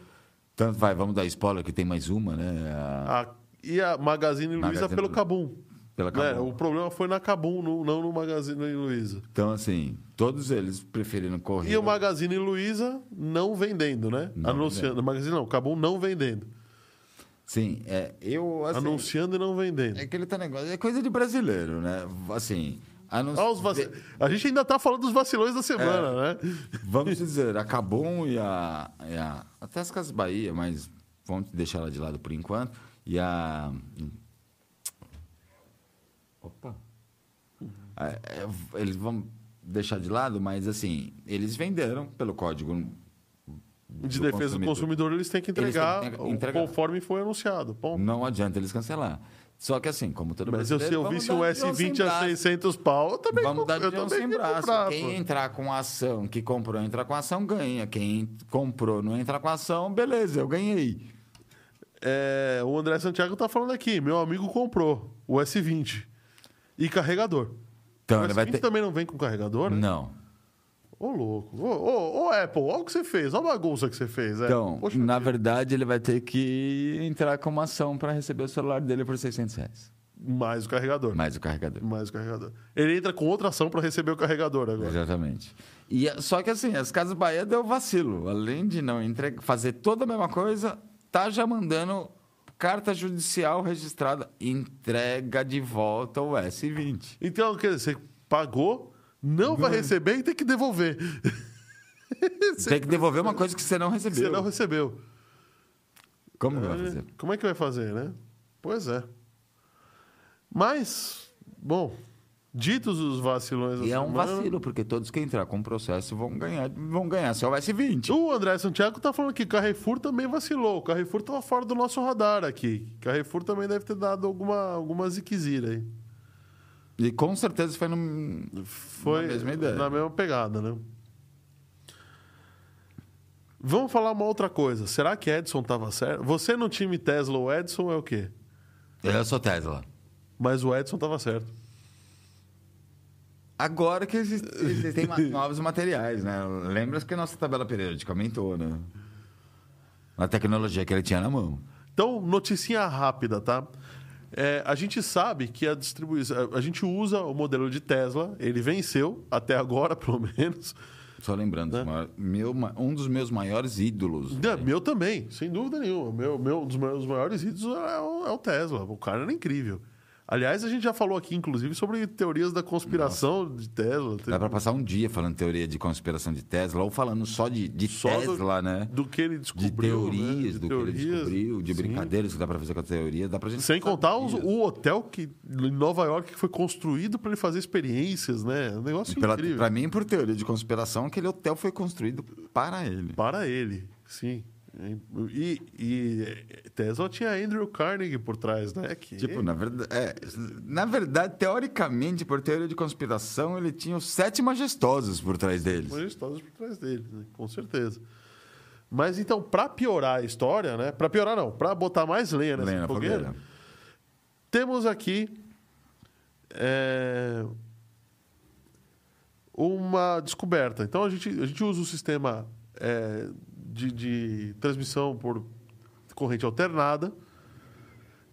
Speaker 2: tanto vai, vamos dar spoiler que tem mais uma, né? A-
Speaker 1: A- e a Magazine Luiza
Speaker 2: Magazine
Speaker 1: pelo
Speaker 2: Luiza.
Speaker 1: Cabum.
Speaker 2: Pela
Speaker 1: Né?
Speaker 2: Cabum.
Speaker 1: O problema foi na Cabum, no- não no Magazine Luiza.
Speaker 2: Então, assim, todos eles preferiram correr.
Speaker 1: E o Magazine Luiza não vendendo, né?
Speaker 2: Não
Speaker 1: Anunciando. Magazine não, Cabum não vendendo.
Speaker 2: Sim, é, eu assim,
Speaker 1: Anunciando e não vendendo.
Speaker 2: é aquele tá negócio, é coisa de brasileiro, né? Assim, anun...
Speaker 1: Ó, os vaci-
Speaker 2: de-
Speaker 1: A gente ainda tá falando dos vacilões da
Speaker 2: É.
Speaker 1: semana, né?
Speaker 2: vamos dizer, a Cabum e a, e a até as Casas Bahia, mas vamos deixar ela de lado por enquanto, e a Opa. É, é, eles vão deixar de lado, mas assim, eles venderam pelo código
Speaker 1: De defesa do consumidor, eles têm que
Speaker 2: Eles têm que
Speaker 1: entregar,
Speaker 2: entregar- entregar.
Speaker 1: conforme foi anunciado. Ponto.
Speaker 2: Não adianta eles cancelar. Só que assim, como todo
Speaker 1: Mas eu, se
Speaker 2: brasileiro,
Speaker 1: eu visse um
Speaker 2: vamos dar de onça em
Speaker 1: S20 a
Speaker 2: braço.
Speaker 1: 600 pau, eu também
Speaker 2: Vamos
Speaker 1: comp-
Speaker 2: dar de
Speaker 1: eu
Speaker 2: onça
Speaker 1: também
Speaker 2: em
Speaker 1: ia
Speaker 2: braço.
Speaker 1: comprar, pô.
Speaker 2: Quem entrar com a ação, que comprou, entrar com a ação, ganha. Quem comprou, não entrar com a ação, beleza, eu ganhei.
Speaker 1: É, o André Santiago tá falando aqui. Meu amigo comprou o S20 e carregador.
Speaker 2: Então,
Speaker 1: o
Speaker 2: ele
Speaker 1: S20
Speaker 2: vai ter...
Speaker 1: também não vem com carregador, né?
Speaker 2: Não.
Speaker 1: Ô, louco. Ô, ô, ô, Apple, olha o que você fez. Olha a bagunça que você fez. é.
Speaker 2: Então,
Speaker 1: Poxa
Speaker 2: na
Speaker 1: vida.
Speaker 2: verdade, ele vai ter que entrar com uma ação para receber o celular dele por 600 reais.
Speaker 1: Mais o carregador.
Speaker 2: Mais o carregador.
Speaker 1: Mais o carregador. Ele entra com outra ação pra receber o carregador agora.
Speaker 2: Exatamente. E, é- só que assim, as Casas Bahia deu vacilo. Além de não entregar, fazer toda a mesma coisa, tá já mandando carta judicial registrada, entrega de volta o S20.
Speaker 1: Então, quer dizer, você pagou, não
Speaker 2: Hum.
Speaker 1: vai receber e tem que devolver.
Speaker 2: Tem que devolver uma coisa que você não recebeu.
Speaker 1: Você não recebeu.
Speaker 2: Como que vai fazer?
Speaker 1: Como é que vai fazer, né? Pois é. Mas, bom, ditos os vacilões da
Speaker 2: E é um
Speaker 1: semana,
Speaker 2: vacilo, porque todos que entrar com o processo vão ganhar, vão ganhar só o S20.
Speaker 1: O André Santiago tá falando que Carrefour também vacilou. O Carrefour tava fora do nosso radar aqui. Carrefour também deve ter dado alguma, alguma ziquezira aí.
Speaker 2: E com certeza foi no.
Speaker 1: Foi
Speaker 2: Na mesma ideia.
Speaker 1: na mesma pegada, né? Vamos falar uma outra coisa. Será que Edson tava certo? Você no time Tesla, o Edson é o quê?
Speaker 2: Eu sou Tesla.
Speaker 1: Mas o Edson tava certo.
Speaker 2: Agora que existe- existem ma- novos materiais, né? Lembra que a nossa tabela periódica aumentou, né? A tecnologia que ele tinha na mão.
Speaker 1: Então, noticinha rápida, tá? É, a gente sabe que a distribuição. A gente usa o modelo de Tesla, ele venceu, até agora, pelo menos.
Speaker 2: Só lembrando,
Speaker 1: Né?
Speaker 2: os maior- meu ma- um dos meus maiores ídolos.
Speaker 1: Não, meu também, sem dúvida nenhuma. Meu, meu, um dos meus maiores hits é o, é o Tesla. O cara era incrível. Aliás, a gente já falou aqui, inclusive, sobre teorias da conspiração de Tesla.
Speaker 2: Dá pra passar um dia falando teoria de conspiração de Tesla ou falando só de, de
Speaker 1: Só do-
Speaker 2: Tesla, né?
Speaker 1: Do que ele
Speaker 2: De
Speaker 1: descobriu. né?
Speaker 2: teorias,
Speaker 1: De
Speaker 2: do que ele
Speaker 1: teorias.
Speaker 2: descobriu, de
Speaker 1: Sim.
Speaker 2: brincadeiras que dá pra fazer com a teoria. Dá pra gente
Speaker 1: Sem
Speaker 2: passar
Speaker 1: contar os-
Speaker 2: dias.
Speaker 1: o hotel que, em Nova York que foi construído para ele fazer experiências, né? Um negócio
Speaker 2: Pela,
Speaker 1: incrível.
Speaker 2: pra mim, por teoria de conspiração, aquele hotel foi construído para ele.
Speaker 1: Para ele, sim. E, e Tesla tinha Andrew Carnegie por trás, né? Que...
Speaker 2: Tipo, na verdade, é, na verdade, teoricamente, por teoria de conspiração, ele tinha os sete majestosos por trás deles.
Speaker 1: majestosos um por trás dele, né? com certeza. Mas então, para piorar a história, né? Para piorar não, para botar mais lenha nessa
Speaker 2: Lena
Speaker 1: fogueira,
Speaker 2: Fogueira.
Speaker 1: temos aqui é, uma descoberta. Então a gente, a gente usa o sistema é, de, de transmissão por corrente alternada,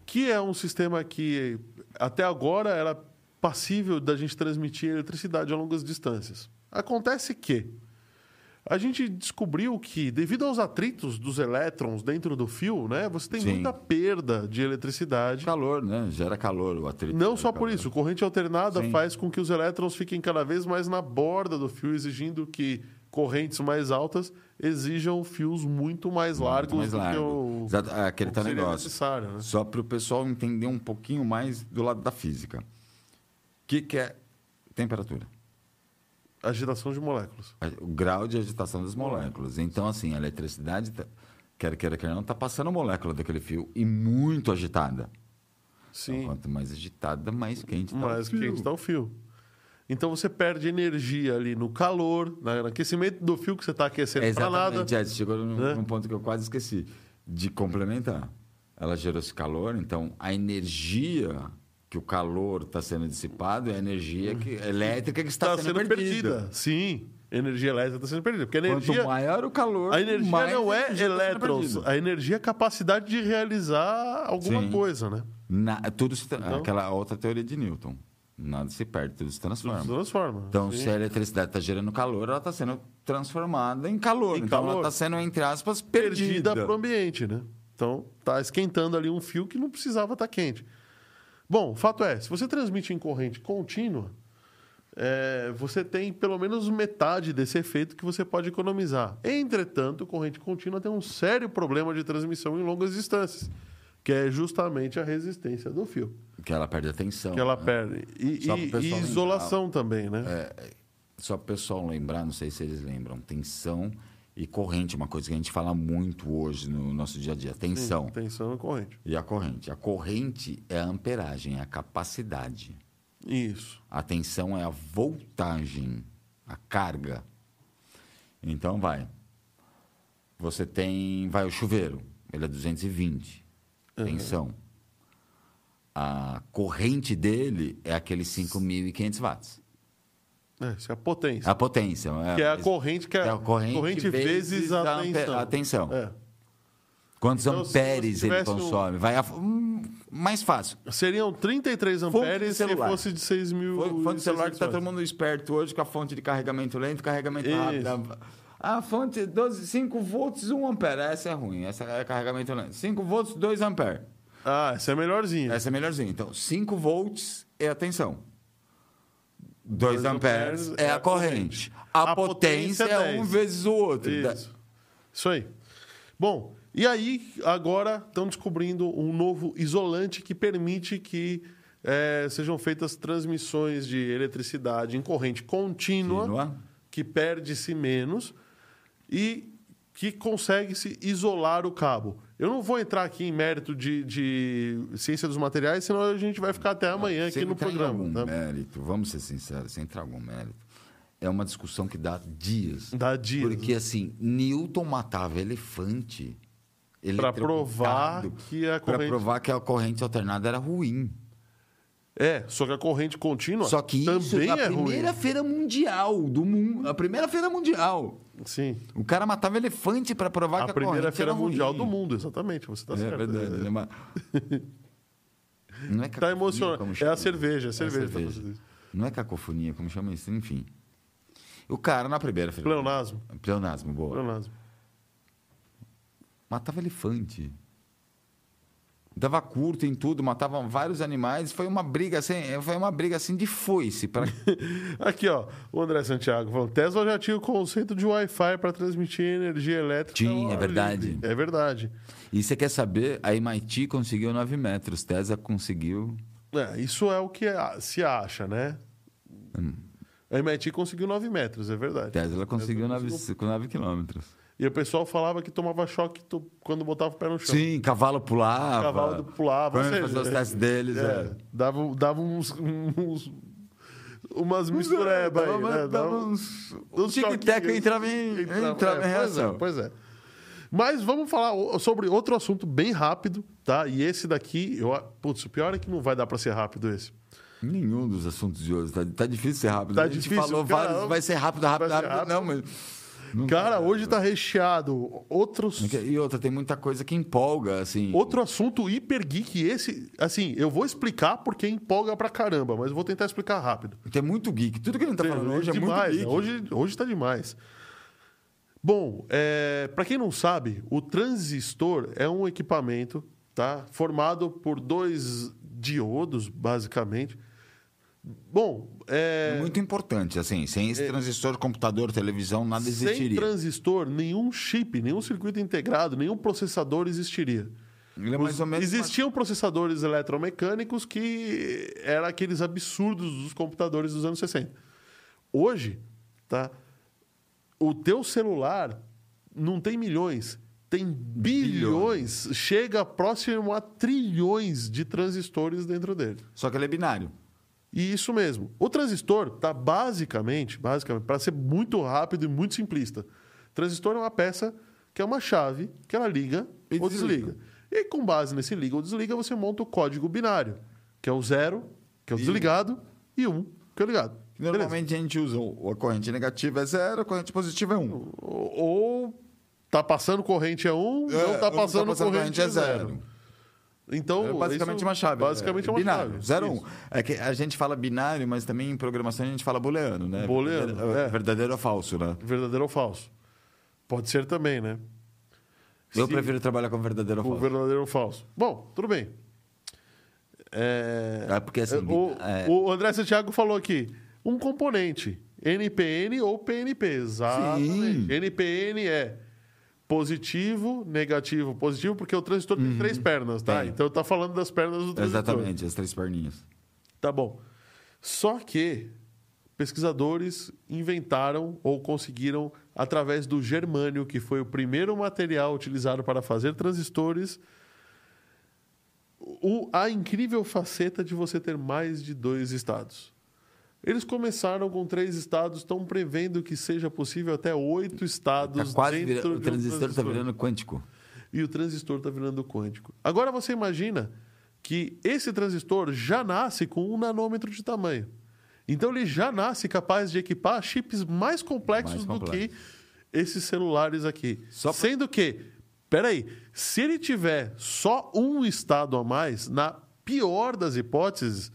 Speaker 1: que é um sistema que até agora era passível da gente transmitir eletricidade a longas distâncias. Acontece que a gente descobriu que, devido aos atritos dos elétrons dentro do fio, né, você tem
Speaker 2: Sim.
Speaker 1: muita perda de eletricidade.
Speaker 2: Calor, né? Gera calor o atrito. né?
Speaker 1: Não
Speaker 2: gera
Speaker 1: só por
Speaker 2: calor.
Speaker 1: isso, corrente alternada
Speaker 2: Sim.
Speaker 1: faz com que os elétrons fiquem cada vez mais na borda do fio, exigindo que correntes mais altas exijam fios muito mais largos
Speaker 2: Muito mais
Speaker 1: do que
Speaker 2: largo.
Speaker 1: o,
Speaker 2: Exato, é aquele
Speaker 1: o que
Speaker 2: tal
Speaker 1: seria
Speaker 2: negócio.
Speaker 1: necessário. Né?
Speaker 2: Só para o pessoal entender um pouquinho mais do lado da física. O que, que é temperatura?
Speaker 1: Agitação de moléculas.
Speaker 2: A- O grau de agitação das moléculas. Então, assim, a eletricidade, tá- quer queira, quer não, está passando molécula daquele fio e muito agitada. Então,
Speaker 1: Sim,
Speaker 2: quanto mais agitada, mais quente está
Speaker 1: mais
Speaker 2: tá o fio.
Speaker 1: quente está o fio. Então você perde energia ali no calor, na- no aquecimento do fio que você está aquecendo
Speaker 2: É
Speaker 1: para nada.
Speaker 2: Exatamente, é, você chegou num,
Speaker 1: né?
Speaker 2: num ponto que eu quase esqueci de complementar. Ela gerou esse calor, então a energia que o calor está sendo dissipado é a energia que- elétrica que está
Speaker 1: Está
Speaker 2: Tá sendo,
Speaker 1: Uhum. Tá sendo
Speaker 2: perdida.
Speaker 1: perdida. Sim, energia elétrica está sendo perdida. Porque a energia
Speaker 2: Quanto maior o calor,
Speaker 1: A energia
Speaker 2: mais
Speaker 1: não é
Speaker 2: energia tá sendo
Speaker 1: elétrons,
Speaker 2: perdida.
Speaker 1: a energia é a capacidade de realizar alguma
Speaker 2: Sim.
Speaker 1: coisa, né?
Speaker 2: Na- tudo se tra-
Speaker 1: Então?
Speaker 2: Aquela outra teoria de Newton. Nada se perde, tudo se transforma.
Speaker 1: Se transforma.
Speaker 2: Então,
Speaker 1: Sim.
Speaker 2: se a eletricidade está gerando calor, ela está sendo transformada em calor.
Speaker 1: Em
Speaker 2: então, ela
Speaker 1: calor.
Speaker 2: está sendo, entre aspas,
Speaker 1: perdida
Speaker 2: perdida.
Speaker 1: para o ambiente, né? Então, tá esquentando ali um fio que não precisava estar quente. Bom, o fato é, se você transmite em corrente contínua, é, você tem pelo menos metade desse efeito que você pode economizar. Entretanto, corrente contínua tem um sério problema de transmissão em longas distâncias, que é justamente a resistência do fio,
Speaker 2: Que ela perde a tensão.
Speaker 1: que ela
Speaker 2: né?
Speaker 1: perde. E,
Speaker 2: Só pro
Speaker 1: e-
Speaker 2: pessoal
Speaker 1: e
Speaker 2: É, lembrar.
Speaker 1: isolação também, né?
Speaker 2: Só para o pessoal lembrar, não sei se eles lembram, tensão e corrente, uma coisa que a gente fala muito hoje no nosso dia a dia. Tensão
Speaker 1: Sim, Hum, tensão e corrente.
Speaker 2: e a corrente. A corrente é a amperagem, é a capacidade.
Speaker 1: Isso.
Speaker 2: A tensão é a voltagem, a carga. Então vai. Você tem, vai o chuveiro, ele é 220, tensão. A corrente dele é aqueles 5.500 watts.
Speaker 1: É, isso é a potência.
Speaker 2: A potência.
Speaker 1: que é a corrente que é,
Speaker 2: Ah, é a corrente
Speaker 1: vezes,
Speaker 2: vezes
Speaker 1: a,
Speaker 2: a ampe-
Speaker 1: tensão.
Speaker 2: a tensão.
Speaker 1: É.
Speaker 2: Quantos
Speaker 1: Então, se
Speaker 2: amperes
Speaker 1: você
Speaker 2: ele
Speaker 1: tivesse um-
Speaker 2: consome? Vai a- hum, mais fácil.
Speaker 1: Seriam 33
Speaker 2: Fonte de
Speaker 1: amperes se
Speaker 2: celular.
Speaker 1: fosse de 6 mil.
Speaker 2: Foi fonte de celular que está todo mundo esperto hoje com a fonte de carregamento lento, carregamento
Speaker 1: Isso.
Speaker 2: rápido. A fonte 12, 5 volts, 1 ampere. Essa é ruim, essa é carregamento lento. 5 volts, 2 ampere.
Speaker 1: Ah, essa é melhorzinha.
Speaker 2: Essa é melhorzinha. Então, 5 volts é a tensão. 2
Speaker 1: Dois
Speaker 2: amperes é a corrente. A,
Speaker 1: potência
Speaker 2: potência,
Speaker 1: é
Speaker 2: é um
Speaker 1: 10.
Speaker 2: vezes o outro.
Speaker 1: Isso. Isso aí. Bom, e aí agora estão descobrindo um novo isolante que permite que eh, sejam feitas transmissões de eletricidade em corrente contínua,
Speaker 2: Contínua.
Speaker 1: que perde-se menos e que consegue-se isolar o cabo. Eu não vou entrar aqui em mérito de, de ciência dos materiais, senão a gente vai ficar até amanhã
Speaker 2: Se
Speaker 1: aqui no
Speaker 2: entrar em algum né?
Speaker 1: programa. Tá?
Speaker 2: mérito, vamos ser sinceros, se entrar algum mérito, é uma discussão que dá dias.
Speaker 1: Dá dias,
Speaker 2: Porque, assim, Newton matava elefante.
Speaker 1: Pra provar
Speaker 2: eletrocutado,
Speaker 1: que a
Speaker 2: é pra
Speaker 1: corrente-
Speaker 2: provar que a corrente alternada era ruim.
Speaker 1: É, só que a corrente contínua
Speaker 2: Só que
Speaker 1: também
Speaker 2: isso na
Speaker 1: é ruim.
Speaker 2: primeira feira mundial do mundo. A primeira feira mundial.
Speaker 1: Sim.
Speaker 2: O cara matava elefante pra provar
Speaker 1: A
Speaker 2: que a corrente era
Speaker 1: primeira feira mundial do
Speaker 2: ruim.
Speaker 1: mundo, exatamente. Você tá
Speaker 2: É
Speaker 1: certo.
Speaker 2: verdade. né, mas- Não é
Speaker 1: Tá
Speaker 2: cacofonia, como
Speaker 1: emocionante. É
Speaker 2: chama?
Speaker 1: a cerveja, é a cerveja. que tá fazendo isso.
Speaker 2: Não é cacofonia, como chama isso? Enfim. O cara na primeira feira.
Speaker 1: Pleonasmo.
Speaker 2: Pleonasmo, boa.
Speaker 1: Pleonasmo.
Speaker 2: Matava elefante. Dava curto em tudo, matava vários animais. Foi uma briga assim, é, foi uma briga assim de foice. Pra...
Speaker 1: Aqui, ó, o André Santiago falando: Tesla já tinha o conceito de Wi-Fi para transmitir energia elétrica.
Speaker 2: Tinha,
Speaker 1: ao
Speaker 2: é
Speaker 1: ar
Speaker 2: verdade.
Speaker 1: livre. É verdade.
Speaker 2: e você quer saber? A MIT conseguiu 9 metros, Tesla conseguiu.
Speaker 1: É, isso é o que a- se acha, né?
Speaker 2: Hum.
Speaker 1: A MIT conseguiu 9 metros, é verdade.
Speaker 2: Tesla conseguiu
Speaker 1: Tesla
Speaker 2: 9, com 9 quilômetros.
Speaker 1: E o pessoal falava que tomava choque to- quando botava o pé no chão.
Speaker 2: Sim, cavalo pulava.
Speaker 1: Então, cavalo pulava.
Speaker 2: Quando
Speaker 1: ou seja,
Speaker 2: fazia os testes deles,
Speaker 1: É,
Speaker 2: é.
Speaker 1: Dava, dava uns, uns- Umas misturebas aí,
Speaker 2: é, Dava-
Speaker 1: né?
Speaker 2: dava uns- o tic-tac
Speaker 1: choquinhos.
Speaker 2: entrava em- entrava em
Speaker 1: pois
Speaker 2: reação.
Speaker 1: é, Pois é, Mas vamos falar o- sobre outro assunto bem rápido, tá? E esse daqui, eu, a- putz, o pior é que não vai dar pra ser rápido esse.
Speaker 2: Nenhum dos assuntos de hoje. Tá, tá difícil ser rápido.
Speaker 1: Tá
Speaker 2: a gente
Speaker 1: difícil,
Speaker 2: falou
Speaker 1: cara,
Speaker 2: vários. Vai ser rápido, rápido,
Speaker 1: vai ser
Speaker 2: rápido.
Speaker 1: rápido.
Speaker 2: Não, mas. não
Speaker 1: Cara,
Speaker 2: dá.
Speaker 1: hoje tá recheado outros
Speaker 2: é. E outra, tem muita coisa que empolga, assim.
Speaker 1: Outro assunto hiper geek, esse, assim, eu vou explicar porque empolga pra caramba, mas eu vou tentar explicar rápido.
Speaker 2: Tem muito geek. Tudo que a gente tá falando hoje é
Speaker 1: demais,
Speaker 2: muito geek.
Speaker 1: né? Hoje, hoje tá demais. Bom, é, para quem não sabe, o transistor é um equipamento tá? formado por dois diodos, basicamente. Bom, é,
Speaker 2: É muito importante, assim. Sem esse transistor, computador, televisão, nada
Speaker 1: sem
Speaker 2: existiria.
Speaker 1: transistor, nenhum chip, nenhum circuito integrado, nenhum processador existiria.
Speaker 2: Ele é mais ou menos.
Speaker 1: Existiam processadores eletromecânicos que eram aqueles absurdos dos computadores dos anos 60. Hoje, tá? O teu celular não tem milhões, tem bilhões, chega próximo a trilhões de transistores dentro dele.
Speaker 2: Só que ele é binário.
Speaker 1: E isso mesmo. O transistor tá basicamente, basicamente, para ser muito rápido e muito simplista. Transistor é uma peça que é uma chave que ela liga
Speaker 2: E
Speaker 1: ou desliga.
Speaker 2: desliga.
Speaker 1: E com base nesse liga ou desliga, você monta o código binário, que é o zero, que é o
Speaker 2: E-
Speaker 1: desligado, e um, que é o ligado. Beleza.
Speaker 2: Normalmente a gente usa o- a corrente negativa é zero, a corrente positiva é um.
Speaker 1: Ou ou tá passando corrente é um,
Speaker 2: É,
Speaker 1: não tá
Speaker 2: ou
Speaker 1: passando, corrente, é zero. Então,
Speaker 2: É basicamente
Speaker 1: isso-
Speaker 2: uma chave.
Speaker 1: Basicamente é uma
Speaker 2: binário,
Speaker 1: chave.
Speaker 2: Zero, um.
Speaker 1: Isso.
Speaker 2: É que a gente fala binário, mas também em programação a gente fala booleano, né?
Speaker 1: Booleano,
Speaker 2: Verdadeiro,
Speaker 1: é.
Speaker 2: verdadeiro ou falso, né?
Speaker 1: Verdadeiro ou falso? Pode ser também, né?
Speaker 2: Eu
Speaker 1: Se-
Speaker 2: prefiro trabalhar com verdadeiro ou
Speaker 1: O
Speaker 2: falso.
Speaker 1: verdadeiro ou falso. Bom, tudo bem. É...
Speaker 2: É porque, assim,
Speaker 1: o,
Speaker 2: é-
Speaker 1: o André Santiago falou aqui: um componente, NPN ou PNP. Exatamente.
Speaker 2: Sim.
Speaker 1: NPN é positivo, negativo, positivo, porque o transistor tem três pernas, tá?
Speaker 2: Uhum. Tem.
Speaker 1: Então tá falando das pernas do transistor.
Speaker 2: Exatamente, as três perninhas.
Speaker 1: Tá bom. Só que pesquisadores inventaram ou conseguiram, através do germânio, que foi o primeiro material utilizado para fazer transistores, o- a incrível faceta de você ter mais de dois estados. Eles começaram com três estados, estão prevendo que seja possível até oito
Speaker 2: Tá
Speaker 1: estados
Speaker 2: quase vira-
Speaker 1: dentro de
Speaker 2: o
Speaker 1: um
Speaker 2: transistor está virando quântico.
Speaker 1: e o transistor está virando quântico. Agora você imagina que esse transistor já nasce com um nanômetro de tamanho. Então ele já nasce capaz de equipar chips mais complexos
Speaker 2: Mais
Speaker 1: do que
Speaker 2: complexos.
Speaker 1: esses celulares aqui.
Speaker 2: Só pra-
Speaker 1: Sendo que, peraí, se ele tiver só um estado a mais, na pior das hipóteses,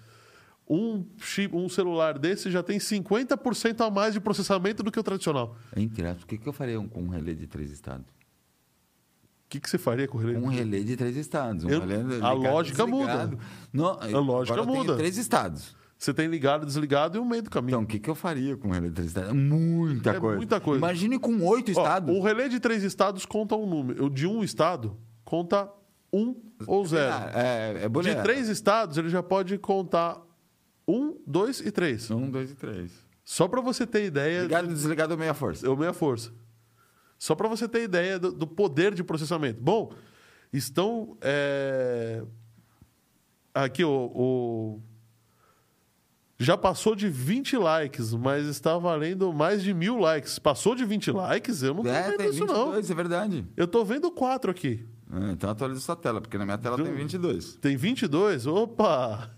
Speaker 1: um, chip, um celular desse já tem 50% a mais de processamento do que o tradicional.
Speaker 2: Entre aspas, É o que, que eu faria com um relé de três estados?
Speaker 1: O que, que você faria com o relé?
Speaker 2: Um relé de três estados. Um
Speaker 1: Eu-
Speaker 2: relé
Speaker 1: a
Speaker 2: ligado,
Speaker 1: lógica
Speaker 2: desligado.
Speaker 1: muda.
Speaker 2: Não,
Speaker 1: A lógica
Speaker 2: agora eu tenho
Speaker 1: muda.
Speaker 2: três estados.
Speaker 1: Você tem ligado, desligado e um meio do caminho.
Speaker 2: Então, o que, que eu faria com um relé de três estados? Muita
Speaker 1: É
Speaker 2: coisa.
Speaker 1: muita coisa.
Speaker 2: Imagine com oito
Speaker 1: Ó,
Speaker 2: estados.
Speaker 1: o relé de três estados conta um número. O de um estado conta um ou
Speaker 2: Ah,
Speaker 1: zero.
Speaker 2: é, é boleto.
Speaker 1: de três estados, ele já pode contar um, dois e três.
Speaker 2: Um, dois e três.
Speaker 1: Só para você ter ideia.
Speaker 2: Ligado, desligado, é meia força.
Speaker 1: Eu meia força. Só para você ter ideia do, do poder de processamento. Bom, estão. é, Aqui, o, o- Já passou de 20 likes, mas está valendo mais de mil likes. Passou de 20 likes? Eu não tô
Speaker 2: é,
Speaker 1: vendo
Speaker 2: tem
Speaker 1: isso, não.
Speaker 2: 22, é verdade.
Speaker 1: Eu tô vendo quatro aqui.
Speaker 2: Ah, então atualiza sua tela, porque na minha tela
Speaker 1: Do-
Speaker 2: tem 22.
Speaker 1: Tem 22? Opa!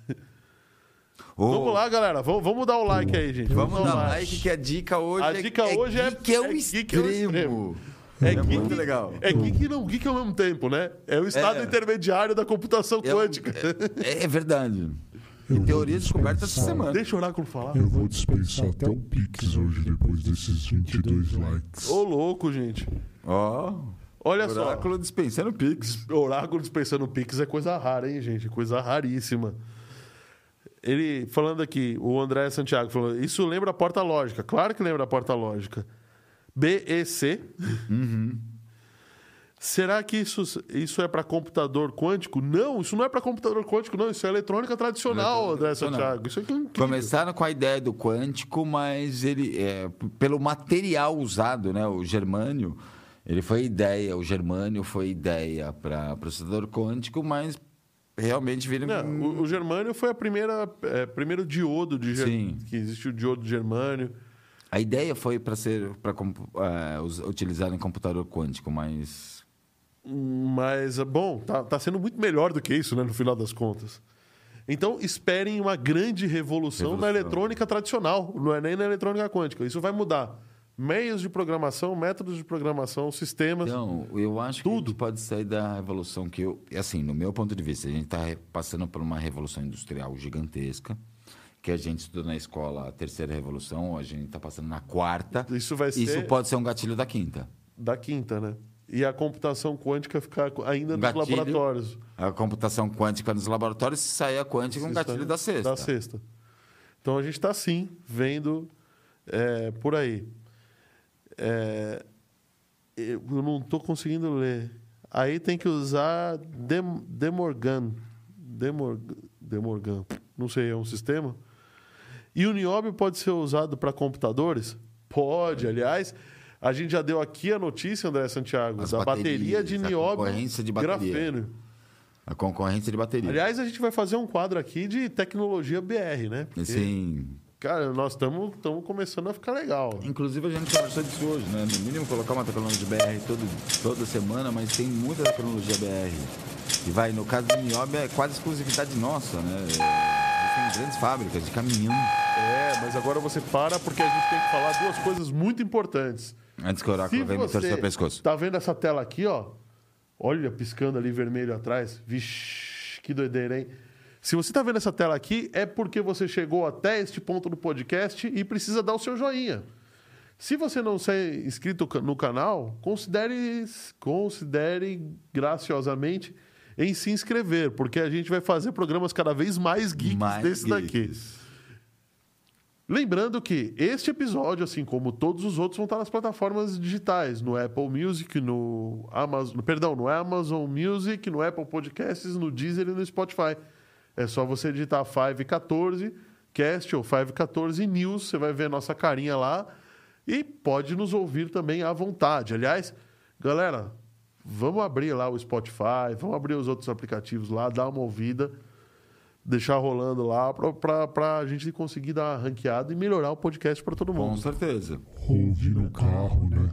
Speaker 2: Oh,
Speaker 1: Vamos lá, galera. Vamos, vamos dar o like aí, gente.
Speaker 2: Vamos dar
Speaker 1: o
Speaker 2: like, que a dica hoje
Speaker 1: A
Speaker 2: é
Speaker 1: dica
Speaker 2: é
Speaker 1: hoje é-
Speaker 2: geek é
Speaker 1: é
Speaker 2: o
Speaker 1: geek é o extremo.
Speaker 2: extremo.
Speaker 1: É,
Speaker 2: É
Speaker 1: geek,
Speaker 2: muito legal.
Speaker 1: É geek e não geek ao mesmo tempo, né? É o estado
Speaker 2: É.
Speaker 1: intermediário da computação
Speaker 2: É um-
Speaker 1: quântica.
Speaker 2: É, é verdade.
Speaker 3: Eu
Speaker 2: E
Speaker 3: vou
Speaker 2: teoria descoberta essa
Speaker 3: dispensar.
Speaker 2: semana.
Speaker 1: Deixa o oráculo falar.
Speaker 3: Eu vou dispensar até um Pix hoje depois desses 22 likes.
Speaker 1: Ô, louco, gente.
Speaker 2: Ó,
Speaker 1: Olha
Speaker 2: oráculo dispensando Pix.
Speaker 1: só. Oráculo dispensando Pix é coisa rara, hein, gente? Coisa raríssima. Ele, falando aqui, o André Santiago falou: Isso lembra a porta lógica. Claro que lembra a porta lógica. BEC.
Speaker 2: Uhum.
Speaker 1: Será que isso, isso é para computador quântico? Não, isso não é para computador quântico, não. Isso é eletrônica tradicional,
Speaker 2: Eletrônica
Speaker 1: André
Speaker 2: tradicional.
Speaker 1: Santiago. Isso aqui é incrível.
Speaker 2: Começaram com a ideia do quântico, mas ele, é, p- pelo material usado, né, o germânio, ele foi ideia, o germânio foi ideia para processador quântico, mas realmente viram
Speaker 1: Não, o, o germânio foi a primeira é, primeiro diodo de ger...
Speaker 2: Sim.
Speaker 1: que existe o diodo de germânio.
Speaker 2: A ideia foi para ser para utilizar em computador quântico, mas
Speaker 1: Mas, bom, tá, tá sendo muito melhor do que isso, né, no final das contas. Então, esperem uma grande revolução, na
Speaker 2: Revolução.
Speaker 1: eletrônica tradicional, não é nem na eletrônica quântica. Isso vai mudar meios de programação, métodos de programação, sistemas.
Speaker 2: Então, eu acho que
Speaker 1: Tudo.
Speaker 2: tudo pode sair da revolução que eu. Assim, no meu ponto de vista, a gente está passando por uma revolução industrial gigantesca, que a gente estudou na escola a terceira revolução, a gente está passando na quarta.
Speaker 1: Isso vai ser
Speaker 2: Isso pode ser um gatilho da quinta.
Speaker 1: da quinta, né? E a computação quântica ficar ainda
Speaker 2: Um
Speaker 1: nos
Speaker 2: gatilho.
Speaker 1: laboratórios.
Speaker 2: A computação quântica nos laboratórios, se sair a quântica, um gatilho da sexta.
Speaker 1: Da sexta. Então a gente está sim vendo é, por aí. É, eu não estou conseguindo ler. Aí tem que usar Dem- Demorgan. Demor- Demorgan. Não sei, é um sistema? E o nióbio pode ser usado para computadores?
Speaker 2: É.
Speaker 1: Pode, aliás. A gente já deu aqui a notícia, André Santiago,
Speaker 2: As
Speaker 1: da bateria de
Speaker 2: baterias, a
Speaker 1: nióbio
Speaker 2: concorrência de bateria.
Speaker 1: grafeno.
Speaker 2: A concorrência de bateria.
Speaker 1: Aliás, a gente vai fazer um quadro aqui de tecnologia BR, né? Porque,
Speaker 2: Sim.
Speaker 1: Cara, nós estamos começando a ficar legal.
Speaker 2: Inclusive, a gente conversou disso hoje, né? No mínimo, colocar uma tecnologia BR todo, toda semana, mas tem muita tecnologia BR. E vai, no caso do Niobe, é quase exclusividade nossa, né? Tem grandes fábricas de caminhão.
Speaker 1: É, mas agora você para porque a gente tem que falar duas coisas muito importantes.
Speaker 2: Antes que o oráculo venha me torcer o pescoço.
Speaker 1: tá vendo essa tela aqui, ó? Olha, piscando ali vermelho atrás. Vixe, que doideira, hein? Se você tá vendo essa tela aqui, é porque você chegou até este ponto do podcast e precisa dar o seu joinha. Se você não ser inscrito ca- no canal, considere, considere graciosamente em se inscrever, porque a gente vai fazer programas cada vez mais geeks
Speaker 2: Mais
Speaker 1: desse daqui.
Speaker 2: geeks.
Speaker 1: Lembrando que este episódio, assim como todos os outros, vão estar nas plataformas digitais, no Apple Music, no Amazon, perdão, no Amazon Music, no Apple Podcasts, no Deezer e no Spotify. É só você digitar 514 Cast ou 514 News, você vai ver a nossa carinha lá e pode nos ouvir também à vontade. Aliás, galera, vamos abrir lá o Spotify, vamos abrir os outros aplicativos lá, dar uma ouvida deixar rolando lá pra- pra pra a gente conseguir dar uma ranqueada e melhorar o podcast pra todo
Speaker 2: Com
Speaker 1: mundo.
Speaker 2: certeza.
Speaker 3: Ouve no carro, né?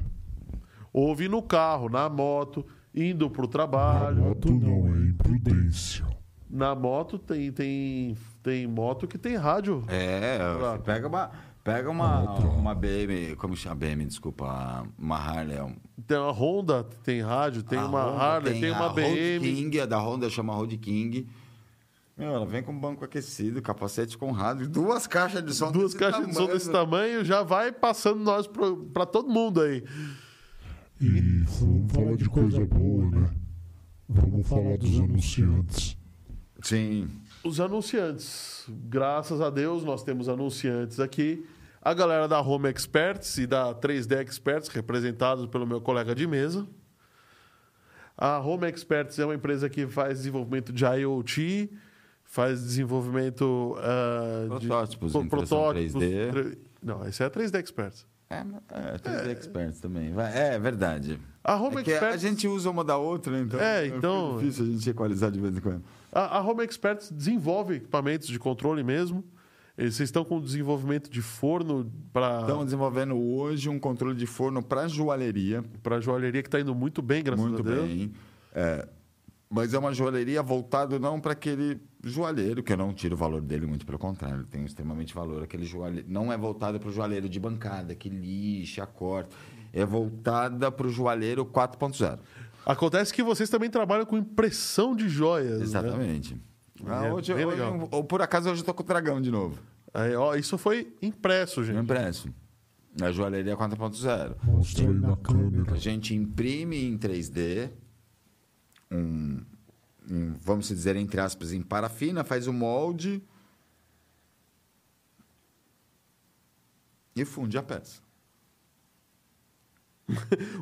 Speaker 1: Ouve no carro, na moto, indo pro trabalho.
Speaker 3: Moto
Speaker 2: né?
Speaker 3: não é imprudência.
Speaker 1: Na moto tem, tem, tem moto que tem rádio.
Speaker 2: É,
Speaker 1: Claro.
Speaker 2: você pega uma, pega uma, uma BM, como chama? BM, desculpa, uma Harley. é um-
Speaker 1: Tem uma Honda, tem rádio, tem
Speaker 2: a
Speaker 1: uma
Speaker 2: Honda
Speaker 1: Harley, tem,
Speaker 2: a
Speaker 1: uma
Speaker 2: Road
Speaker 1: BM.
Speaker 2: King, a da Honda chama Road King. Meu, ela vem com banco aquecido, capacete com rádio, duas caixas de som
Speaker 1: Duas
Speaker 2: desse
Speaker 1: caixas de som
Speaker 2: tamanho. né?
Speaker 1: desse tamanho já vai passando nós pro- pra todo mundo aí.
Speaker 3: E vamos falar de coisa boa, né? Vamos falar dos anunciantes.
Speaker 2: Sim.
Speaker 1: Os anunciantes. Graças a Deus, nós temos anunciantes aqui. A galera da Home Experts e da 3D Experts, representados pelo meu colega de mesa. A Home Experts é uma empresa que faz desenvolvimento de IoT, faz desenvolvimento ah,
Speaker 2: Protótipos
Speaker 1: de
Speaker 2: em impressão 3D.
Speaker 1: tre- Não, esse é a 3D Experts.
Speaker 2: É, é, tem os experts também. vai. É, é verdade.
Speaker 1: A Home
Speaker 2: é que a
Speaker 1: Experts-
Speaker 2: gente usa uma da outra, então.
Speaker 1: É, então-
Speaker 2: fica difícil a gente equalizar de vez em quando.
Speaker 1: A, a Home Experts desenvolve equipamentos de controle mesmo. Eles vocês estão com desenvolvimento de forno para
Speaker 2: Estamos desenvolvendo hoje um controle de forno para joalheria.
Speaker 1: para joalheria que está indo muito bem, graças
Speaker 2: Muito
Speaker 1: a Deus.
Speaker 2: bem. É, mas é uma joalheria voltado não para aquele joalheiro, que eu não tiro o valor dele, muito pelo contrário, tem um extremamente valor. Aquele joalheiro não é voltada para o joalheiro de bancada, que lixa, corta. É voltada para o joalheiro 4.0.
Speaker 1: Acontece que vocês também trabalham com impressão de joias. né?
Speaker 2: Exatamente. Ah,
Speaker 1: É
Speaker 2: hoje,
Speaker 1: bem
Speaker 2: hoje-
Speaker 1: legal.
Speaker 2: ou por acaso hoje eu tô com o dragão de novo.
Speaker 1: Aí, ó, isso foi impresso,
Speaker 2: Eu
Speaker 1: gente.
Speaker 2: impresso. A joalheria 4.0.
Speaker 3: Mostra aí na câmera.
Speaker 2: A gente imprime em 3D, um, um, vamos dizer, entre aspas, em parafina, faz o molde e funde a peça.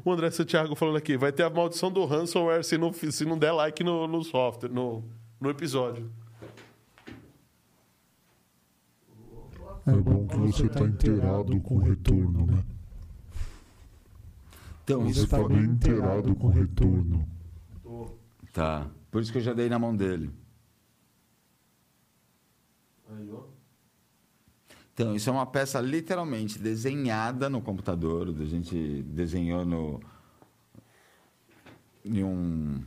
Speaker 1: O André Santiago falando aqui: vai ter a maldição do ransomware se não, fi- se não der like no, no software, no, no episódio.
Speaker 3: É bom que você tá inteirado com o retorno, né?
Speaker 2: Então,
Speaker 3: Você tá bem inteirado com o retorno.
Speaker 2: Tá. Por isso que eu já dei na mão dele. Então, isso é uma peça literalmente desenhada no computador. A gente desenhou no. Em um.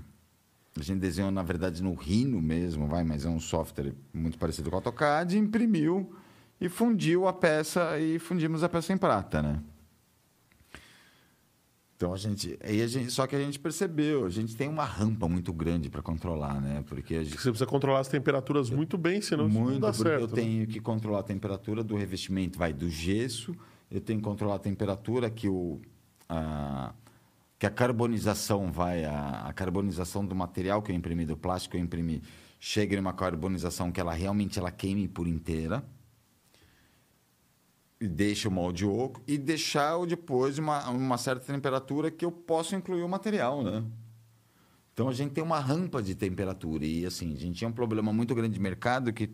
Speaker 2: A gente desenhou, na verdade, no Rhino mesmo, vai, mas é um software muito parecido com o AutoCAD, imprimiu e fundiu a peça e fundimos a peça em prata, né? Então a gente, aí a gente, só que a gente percebeu, a gente tem uma rampa muito grande para controlar, né? Porque a gente,
Speaker 1: Você precisa controlar as temperaturas muito bem, senão isso não
Speaker 2: muito,
Speaker 1: dá
Speaker 2: porque
Speaker 1: certo. né?
Speaker 2: eu tenho que controlar a temperatura do revestimento, vai do gesso, eu tenho que controlar a temperatura que o a, que a carbonização vai a, a carbonização do material que eu imprimi do plástico, que eu imprimi chega em uma carbonização que ela realmente ela queime por inteira e deixa o molde oco e deixar o depois uma, uma certa temperatura que eu posso incluir o material, né? Então a gente tem uma rampa de temperatura e assim, a gente tinha um problema muito grande de mercado que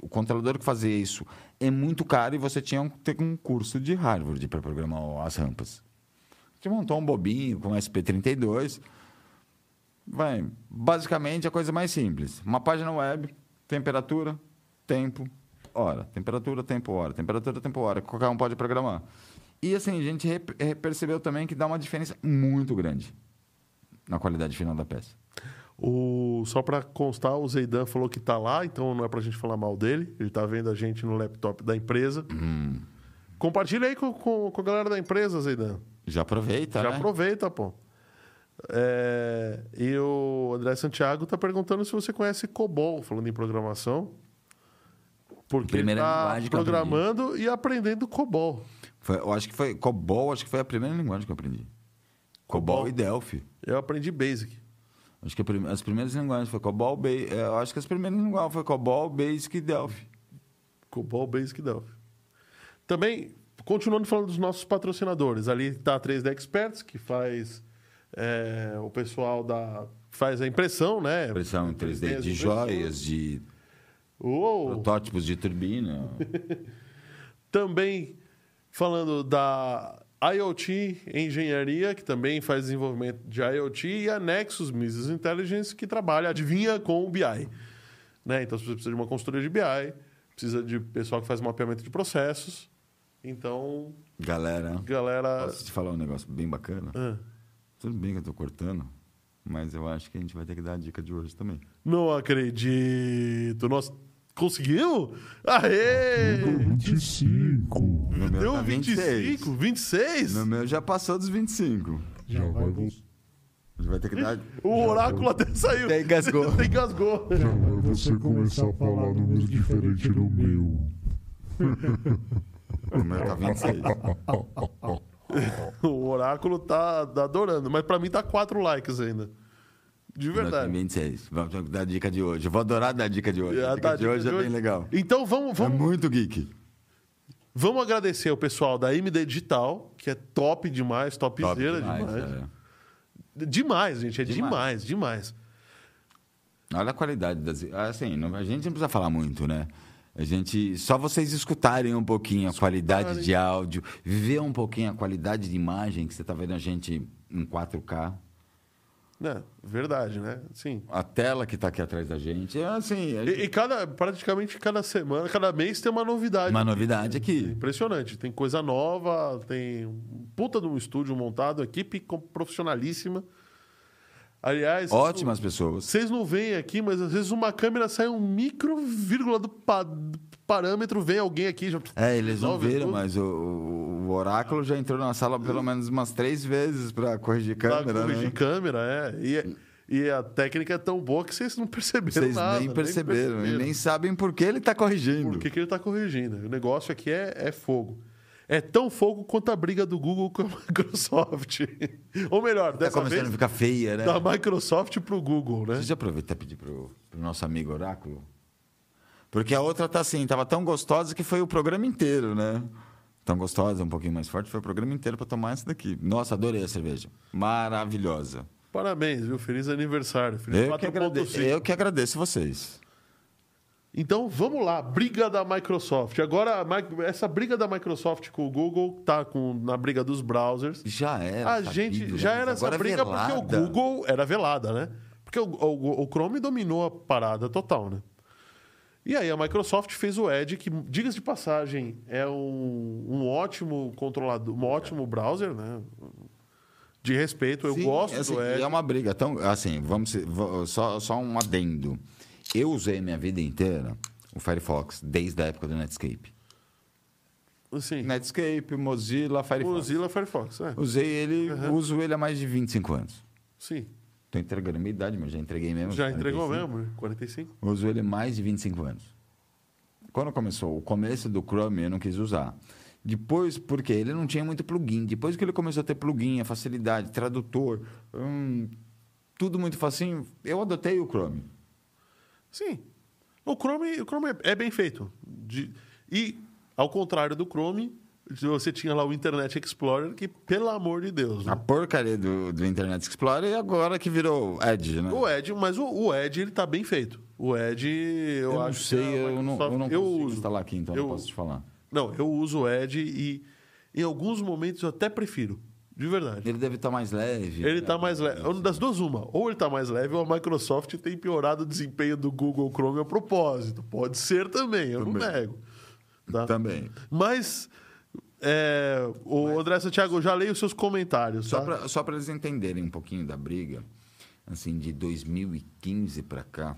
Speaker 2: o controlador que fazia isso é muito caro e você tinha que ter um curso de Harvard para programar as rampas. A gente montou um bobinho com SP32. Vai, basicamente a coisa mais simples. Uma página web, temperatura, tempo, hora. Temperatura, tempo, hora. Temperatura, tempo, hora. Qualquer um pode programar. E assim, a gente rep- eh, percebeu também que dá uma diferença muito grande na qualidade final da peça.
Speaker 1: O, só para constar, o Zeidan falou que tá lá, então não é pra gente falar mal dele. Ele tá vendo a gente no laptop da empresa.
Speaker 2: Uhum.
Speaker 1: Compartilha aí com, com, com a galera da empresa, Zeidan.
Speaker 2: Já aproveita,
Speaker 1: Já
Speaker 2: né?
Speaker 1: aproveita, pô. É, e o André Santiago tá perguntando se você conhece COBOL, falando em programação. Porque ele
Speaker 2: Primeira
Speaker 1: tá
Speaker 2: linguagem que eu aprendi.
Speaker 1: programando e aprendendo COBOL.
Speaker 2: Foi- eu acho que foi. COBOL, acho que foi a primeira linguagem que eu aprendi. COBOL,
Speaker 1: COBOL.
Speaker 2: e Delphi.
Speaker 1: Eu aprendi Basic.
Speaker 2: Acho que a prim- as primeiras linguagens foi COBOL, Basic. Eu acho que as primeiras linguagens foi COBOL, Basic e Delphi.
Speaker 1: Cobol Basic Delphi. Também, continuando falando dos nossos patrocinadores, ali está a 3D Experts, que faz é, o pessoal da. faz a impressão, né?
Speaker 2: Impressão em 3D de
Speaker 1: impressões.
Speaker 2: joias, de
Speaker 1: Uou!
Speaker 2: protótipos de turbina.
Speaker 1: Também falando da IoT Engenharia, que também faz desenvolvimento de IoT, e a Nexus Business Intelligence, que trabalha, adivinha, com o BI. Né? Então, se você precisa de uma consultoria de BI, precisa de pessoal que faz mapeamento de processos. Então,
Speaker 2: Galera,
Speaker 1: galera.
Speaker 2: posso te falar um negócio bem bacana?
Speaker 1: Ah,
Speaker 2: Tudo bem que eu tô cortando, mas eu acho que a gente vai ter que dar a dica de hoje também.
Speaker 1: Não acredito! Nós conseguiu? Aê!
Speaker 3: 25.
Speaker 2: No meu
Speaker 1: Deu um
Speaker 2: tá 26.
Speaker 1: 25, 26?
Speaker 2: No meu já passou dos 25.
Speaker 3: Já vai você.
Speaker 2: A gente vai ter que dar.
Speaker 1: O oráculo até saiu.
Speaker 2: Até engasgou.
Speaker 1: Até engasgou.
Speaker 3: Já vai É, você começar a falar números diferentes do meu.
Speaker 2: O meu tá 26.
Speaker 3: Ah,
Speaker 1: O oráculo tá, tá adorando, mas pra mim tá quatro likes ainda. De
Speaker 2: O meu tá
Speaker 1: verdade.
Speaker 2: 26. Vamos dar a dica de hoje. Eu vou adorar dar a dica de hoje.
Speaker 1: É,
Speaker 2: A dica
Speaker 1: tá,
Speaker 2: de hoje é bem legal.
Speaker 1: Então vamos,
Speaker 2: É
Speaker 1: vamos,
Speaker 2: muito geek.
Speaker 1: vamos agradecer o pessoal da MD Digital, que é top demais, topzera demais. Demais,
Speaker 2: é.
Speaker 1: gente, é demais,
Speaker 2: Demais.
Speaker 1: demais.
Speaker 2: Olha a qualidade das. Assim, não- a gente não precisa falar muito, né? A gente. Só vocês escutarem um pouquinho a qualidade de áudio, ver um pouquinho a qualidade de imagem, que você tá vendo a gente em 4K.
Speaker 1: Né? Verdade, né? Sim.
Speaker 2: A tela que tá aqui atrás da gente. É assim. a gente-
Speaker 1: E, e cada, praticamente cada semana, cada mês tem uma novidade.
Speaker 2: Uma novidade aqui.
Speaker 1: Impressionante. Tem coisa nova, tem um puta de um estúdio montado, equipe com- profissionalíssima. Aliás,
Speaker 2: Ótimas pessoas.
Speaker 1: vocês não veem aqui, mas às vezes uma câmera sai um micro vírgula do, pa- do parâmetro, vem alguém aqui já.
Speaker 2: É, eles não
Speaker 1: resolve
Speaker 2: viram,
Speaker 1: tudo. Hum.
Speaker 2: mas o, o- o oráculo já entrou na sala pelo menos umas três vezes para corrigir
Speaker 1: Pra
Speaker 2: câmera,
Speaker 1: corrigir
Speaker 2: né?
Speaker 1: câmera, é. E, e a técnica é tão boa que vocês não perceberam
Speaker 2: Vocês
Speaker 1: nada.
Speaker 2: nem perceberam, e nem sabem por que ele tá corrigindo.
Speaker 1: Por que, que ele tá corrigindo? O negócio aqui é, é fogo. É tão fogo quanto a briga do Google com a Microsoft. Ou melhor,
Speaker 2: Tá
Speaker 1: dessa
Speaker 2: começando
Speaker 1: vez, Tá
Speaker 2: a ficar feia, né?
Speaker 1: da Microsoft pro Google, né?
Speaker 2: Deixa eu aproveitar e pedir pro, pro nosso amigo Oráculo. Porque a outra tá assim, tava tão gostosa que foi o programa inteiro, né? Tão gostosa, um pouquinho mais forte, foi o programa inteiro para tomar essa daqui. Nossa, adorei a cerveja. Maravilhosa.
Speaker 1: Parabéns, viu? Feliz aniversário. Feliz
Speaker 2: Eu que, agradeço,
Speaker 1: 4.5.
Speaker 2: eu que agradeço vocês.
Speaker 1: Então vamos lá, briga da Microsoft. Agora, a Mi- essa briga da Microsoft com o Google tá com, na briga dos browsers.
Speaker 2: Já era.
Speaker 1: A gente
Speaker 2: sabido,
Speaker 1: já
Speaker 2: né?
Speaker 1: era essa
Speaker 2: Agora é
Speaker 1: briga porque
Speaker 2: velada.
Speaker 1: o Google era velada, né? Porque o, o- o Chrome dominou a parada total, né? E aí a Microsoft fez o Edge, que, diga-se de passagem, é um, um ótimo controlador, um ótimo browser, né? De respeito, eu
Speaker 2: Sim,
Speaker 1: gosto
Speaker 2: assim,
Speaker 1: do
Speaker 2: e
Speaker 1: Edge.
Speaker 2: É uma briga. Então, assim, vamos se- vo- só, só um adendo. Eu usei minha vida inteira o Firefox desde a época do Netscape.
Speaker 1: Assim,
Speaker 2: Netscape, Mozilla, Firefox.
Speaker 1: Mozilla Firefox, é.
Speaker 2: Usei ele,
Speaker 1: Uhum.
Speaker 2: uso ele há mais de 25 anos.
Speaker 1: Sim.
Speaker 2: Estou entregando a minha idade, mas já entreguei mesmo.
Speaker 1: Já
Speaker 2: 45.
Speaker 1: entregou mesmo, 45.
Speaker 2: Uso ele há mais de 25 anos. Quando começou, o começo do Chrome eu não quis usar. Depois, porque ele não tinha muito plugin. Depois que ele começou a ter plugin, a facilidade, tradutor, hum, tudo muito facinho, eu adotei o Chrome.
Speaker 1: Sim. O Chrome, o Chrome é, é bem feito. De- e, ao contrário do Chrome, você tinha lá o Internet Explorer, que, pelo amor de Deus.
Speaker 2: A
Speaker 1: Né?
Speaker 2: porcaria do, do Internet Explorer e agora que virou Edge, né?
Speaker 1: O Edge, mas o, o Edge, ele tá bem feito. O Edge, eu,
Speaker 2: eu não
Speaker 1: acho
Speaker 2: sei,
Speaker 1: que é tá a
Speaker 2: eu não, eu não
Speaker 1: Microsoft-
Speaker 2: consigo
Speaker 1: uso.
Speaker 2: instalar aqui, então eu
Speaker 1: Eu
Speaker 2: não posso te falar.
Speaker 1: Não, eu uso o Edge e, em alguns momentos, eu até prefiro. De verdade.
Speaker 2: Ele deve estar mais leve. né?
Speaker 1: Ele tá mais leve. Das duas, uma. Ou ele tá mais leve, ou a Microsoft tem piorado o desempenho do Google Chrome a propósito. Pode ser também, eu não
Speaker 2: Também. Então,
Speaker 1: nego. Tá?
Speaker 2: Também.
Speaker 1: Mas, é, o André Santiago, eu já leio os seus comentários,
Speaker 2: Só
Speaker 1: tá?
Speaker 2: pra- Só para eles entenderem um pouquinho da briga, assim, de 2015 para cá,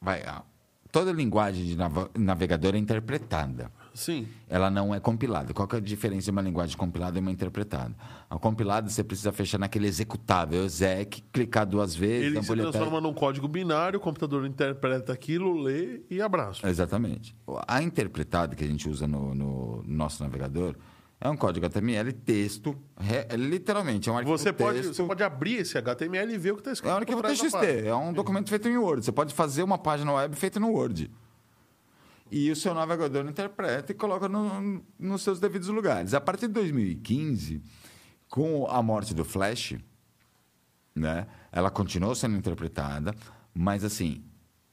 Speaker 2: vai, a- toda linguagem de nava- navegador é interpretada.
Speaker 1: Sim.
Speaker 2: Ela não é compilada. Qual que é a diferença de uma linguagem compilada e uma interpretada? A compilada você precisa fechar naquele executável, exec, clicar duas vezes, um
Speaker 1: Ele se
Speaker 2: ampulheta-
Speaker 1: transforma num código binário, o computador interpreta aquilo, lê e abraço.
Speaker 2: Exatamente. A interpretada que a gente usa no, no nosso navegador, É um código HTML, texto, re- é literalmente, é um arquivo
Speaker 1: Você pode,
Speaker 2: texto.
Speaker 1: você pode abrir esse HTML e ver o que está
Speaker 2: É
Speaker 1: escrito.
Speaker 2: um
Speaker 1: por
Speaker 2: arquivo
Speaker 1: trás da
Speaker 2: TXT,
Speaker 1: página.
Speaker 2: é um documento feito em Word. Você pode fazer uma página web feita no Word. E o seu navegador interpreta e coloca no- nos seus devidos lugares. A partir de 2015, com a morte do Flash, né, ela continuou sendo interpretada, mas assim,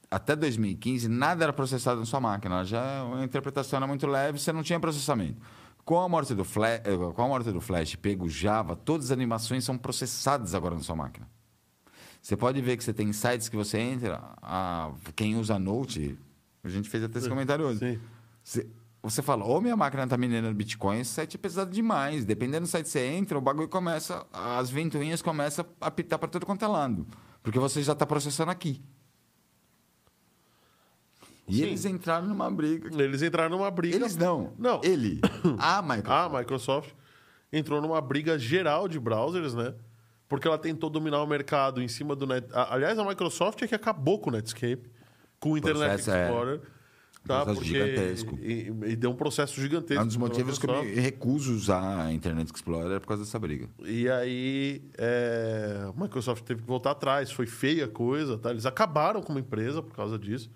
Speaker 2: até 2015, nada era processado na sua máquina. Ela já a interpretação era muito leve, você não tinha processamento. Com a morte do Flash, com a morte do Flash, pego Java, todas as animações são processadas agora na sua máquina. Você pode ver que você tem sites que você entra, a- quem usa Note, a gente fez até esse comentário hoje.
Speaker 1: Sim.
Speaker 2: Você, você fala, ou minha máquina está minerando Bitcoin, esse site é pesado demais. Dependendo do site que você entra, o bagulho começa, as ventoinhas começam a apitar para todo quanto é lado. Porque você já está processando aqui. E
Speaker 1: Sim.
Speaker 2: eles entraram numa briga.
Speaker 1: Eles entraram numa briga.
Speaker 2: Eles não.
Speaker 1: Não. Ah,
Speaker 2: Ele. Ah, A Microsoft.
Speaker 1: A Microsoft entrou numa briga geral de browsers, né? Porque ela tentou dominar o mercado em cima do Net. a- Aliás, a Microsoft é que acabou com o Netscape, com o Internet
Speaker 2: Processo é-
Speaker 1: Explorer. Tá?
Speaker 2: processo
Speaker 1: Porque
Speaker 2: gigantesco.
Speaker 1: E, e- e deu um processo
Speaker 2: É
Speaker 1: gigantesco.
Speaker 2: um dos
Speaker 1: pra
Speaker 2: motivos que eu
Speaker 1: Microsoft.
Speaker 2: me recuso usar a Internet Explorer é por causa dessa briga.
Speaker 1: E aí, é, a Microsoft teve que voltar atrás. Foi feia a coisa, tá? Eles acabaram com uma empresa por causa disso.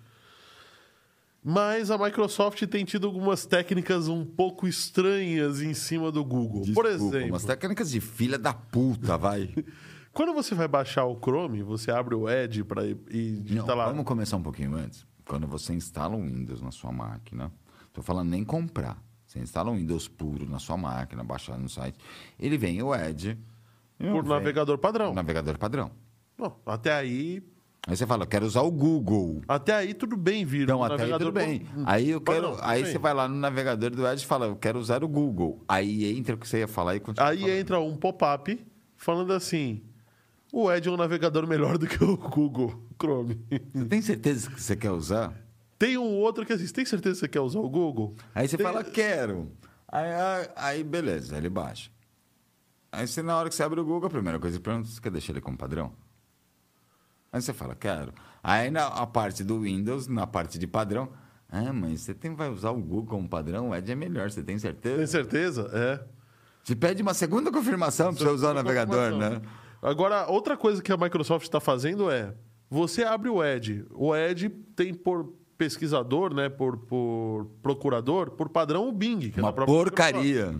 Speaker 1: Mas a Microsoft tem tido algumas técnicas um pouco estranhas em cima do Google. por
Speaker 2: Desculpa,
Speaker 1: exemplo,
Speaker 2: Umas técnicas de filha da puta, vai.
Speaker 1: quando você vai baixar o Chrome, você abre o Edge pra, e e
Speaker 2: Não,
Speaker 1: digita Tá lá.
Speaker 2: Vamos começar um pouquinho antes. Quando você instala um Windows na sua máquina, estou falando nem comprar. Você instala um Windows puro na sua máquina, baixar no site, ele vem o Edge.
Speaker 1: por navegador padrão.
Speaker 2: Navegador padrão.
Speaker 1: Não, até aí,
Speaker 2: Aí você fala, eu quero usar o Google.
Speaker 1: até aí tudo bem, vira
Speaker 2: Então,
Speaker 1: um
Speaker 2: até aí tudo
Speaker 1: navegador
Speaker 2: bem.
Speaker 1: por-
Speaker 2: Aí eu quero.
Speaker 1: padrão, tudo
Speaker 2: aí
Speaker 1: bem.
Speaker 2: você vai lá no navegador do Edge e fala, eu quero usar o Google. Aí entra o que você ia falar e continua.
Speaker 1: Aí
Speaker 2: falando.
Speaker 1: entra um pop-up falando assim: o Edge é um navegador melhor do que o Google Chrome.
Speaker 2: Você tem certeza que você quer usar?
Speaker 1: Tem um outro que assim, tem certeza que você quer usar o Google?
Speaker 2: Aí você
Speaker 1: Tem-
Speaker 2: fala, quero. Aí, aí- aí, beleza, ele baixa. Aí você, na hora que você abre o Google, a primeira coisa que pergunta, você quer deixar ele como padrão? Aí você fala, quero. Aí na a parte do Windows, na parte de padrão, ah, mas você tem, vai usar o Google como padrão? O Edge é melhor, você tem
Speaker 1: Tem
Speaker 2: certeza?
Speaker 1: certeza? É.
Speaker 2: Te pede uma segunda confirmação para você usar o navegador, né?
Speaker 1: Agora, outra coisa que a Microsoft está fazendo é: você abre o Edge. O Edge tem por pesquisador, né, por, por procurador, por padrão o Bing. Que é da
Speaker 2: Uma
Speaker 1: própria Microsoft.
Speaker 2: porcaria.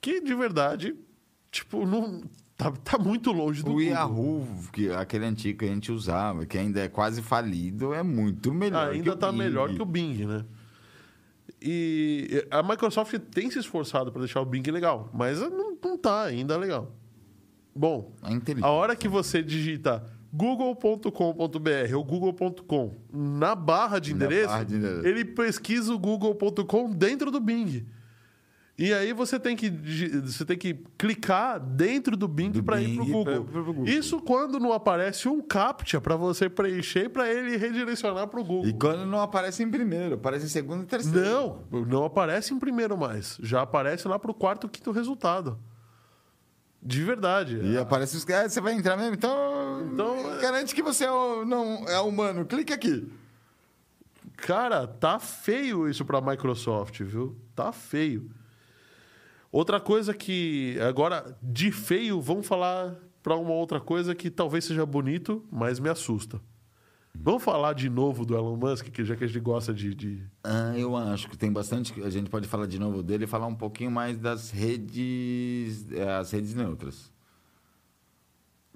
Speaker 1: Que de verdade, tipo, não tá, tá muito longe do
Speaker 2: O
Speaker 1: Google.
Speaker 2: Yahoo, que, aquele antigo que a gente usava, que ainda é quase falido, é muito melhor. que
Speaker 1: ainda
Speaker 2: o
Speaker 1: está
Speaker 2: Bing.
Speaker 1: melhor que o Bing, né? E a Microsoft tem se esforçado para deixar o Bing legal, mas não, não tá ainda legal. Bom,
Speaker 2: A inteligência.
Speaker 1: a hora que você digita google.com.br ou google.com na barra de
Speaker 2: Na
Speaker 1: endereço,
Speaker 2: barra de endereço.
Speaker 1: ele pesquisa o google.com dentro do Bing. E aí você tem que digi- você tem que clicar dentro do Bing
Speaker 2: Do
Speaker 1: para ir
Speaker 2: Bing
Speaker 1: pro
Speaker 2: pra-
Speaker 1: Google.
Speaker 2: pro Google.
Speaker 1: Isso quando não aparece um captcha para você preencher para ele redirecionar pro Google.
Speaker 2: E quando não aparece em primeiro, aparece em segundo e terceiro.
Speaker 1: Não, não aparece em primeiro mais. Já aparece lá pro quarto, quinto resultado. De verdade.
Speaker 2: E aparece os caras, você vai entrar mesmo. Então,
Speaker 1: Então, é-
Speaker 2: garante que você é, o- não, é humano. Clique aqui.
Speaker 1: Cara, tá feio isso pra Microsoft, viu? Tá feio. Outra coisa que agora de feio, vamos falar pra uma outra coisa que talvez seja bonito, mas me assusta. Vamos falar de novo do Elon Musk, que já que a gente gosta de, de-
Speaker 2: Ah, eu acho que tem bastante. A gente pode falar de novo dele e falar um pouquinho mais das redes. eh, As redes neutras.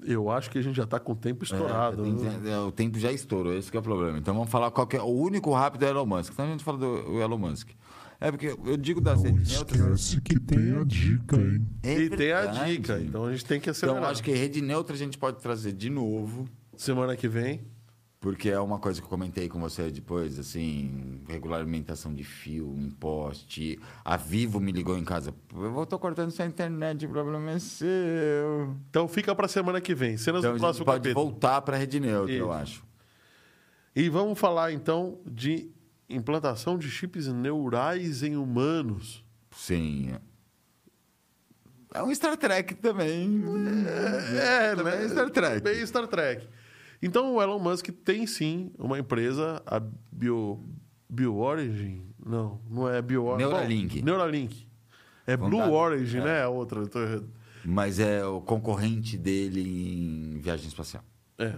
Speaker 1: eu acho que a gente já tá com o tempo estourado.
Speaker 2: É, tem-
Speaker 1: né?
Speaker 2: tem- é, o tempo já estourou, esse que é o problema. Então vamos falar qual que é o único rápido é Elon Musk. Então a gente fala do o Elon Musk. É porque eu digo das
Speaker 3: Não
Speaker 2: redes neutras.
Speaker 3: esquece Né, que tem a dica, hein?
Speaker 2: É
Speaker 1: e tem a
Speaker 2: verdade.
Speaker 1: dica, então a gente tem que acelerar.
Speaker 2: Então acho que rede neutra a gente pode trazer de novo.
Speaker 1: Semana que vem.
Speaker 2: Porque é uma coisa que eu comentei com você depois, assim, regulamentação de fio, imposte. A Vivo me ligou em casa. Eu vou, tô cortando sua internet, o problema é seu.
Speaker 1: Então fica pra semana que vem. Cenas
Speaker 2: Então
Speaker 1: do
Speaker 2: a gente
Speaker 1: próximo
Speaker 2: pode
Speaker 1: capítulo.
Speaker 2: voltar para a rede neutra,
Speaker 1: Isso.
Speaker 2: eu acho.
Speaker 1: E vamos falar então de implantação de chips neurais em humanos.
Speaker 2: Sim. É um Star Trek também.
Speaker 1: É,
Speaker 2: também é Star Trek.
Speaker 1: Bem Star Trek. Então o Elon Musk tem sim uma empresa, a Bio BioOrigin, não, não é BioOrigin.
Speaker 2: Neuralink.
Speaker 1: Bom, Neuralink. É Blue
Speaker 2: Vandado,
Speaker 1: Origin,
Speaker 2: é.
Speaker 1: né? A outra. eu tô errado.
Speaker 2: Mas é o concorrente dele em viagem espacial.
Speaker 1: É.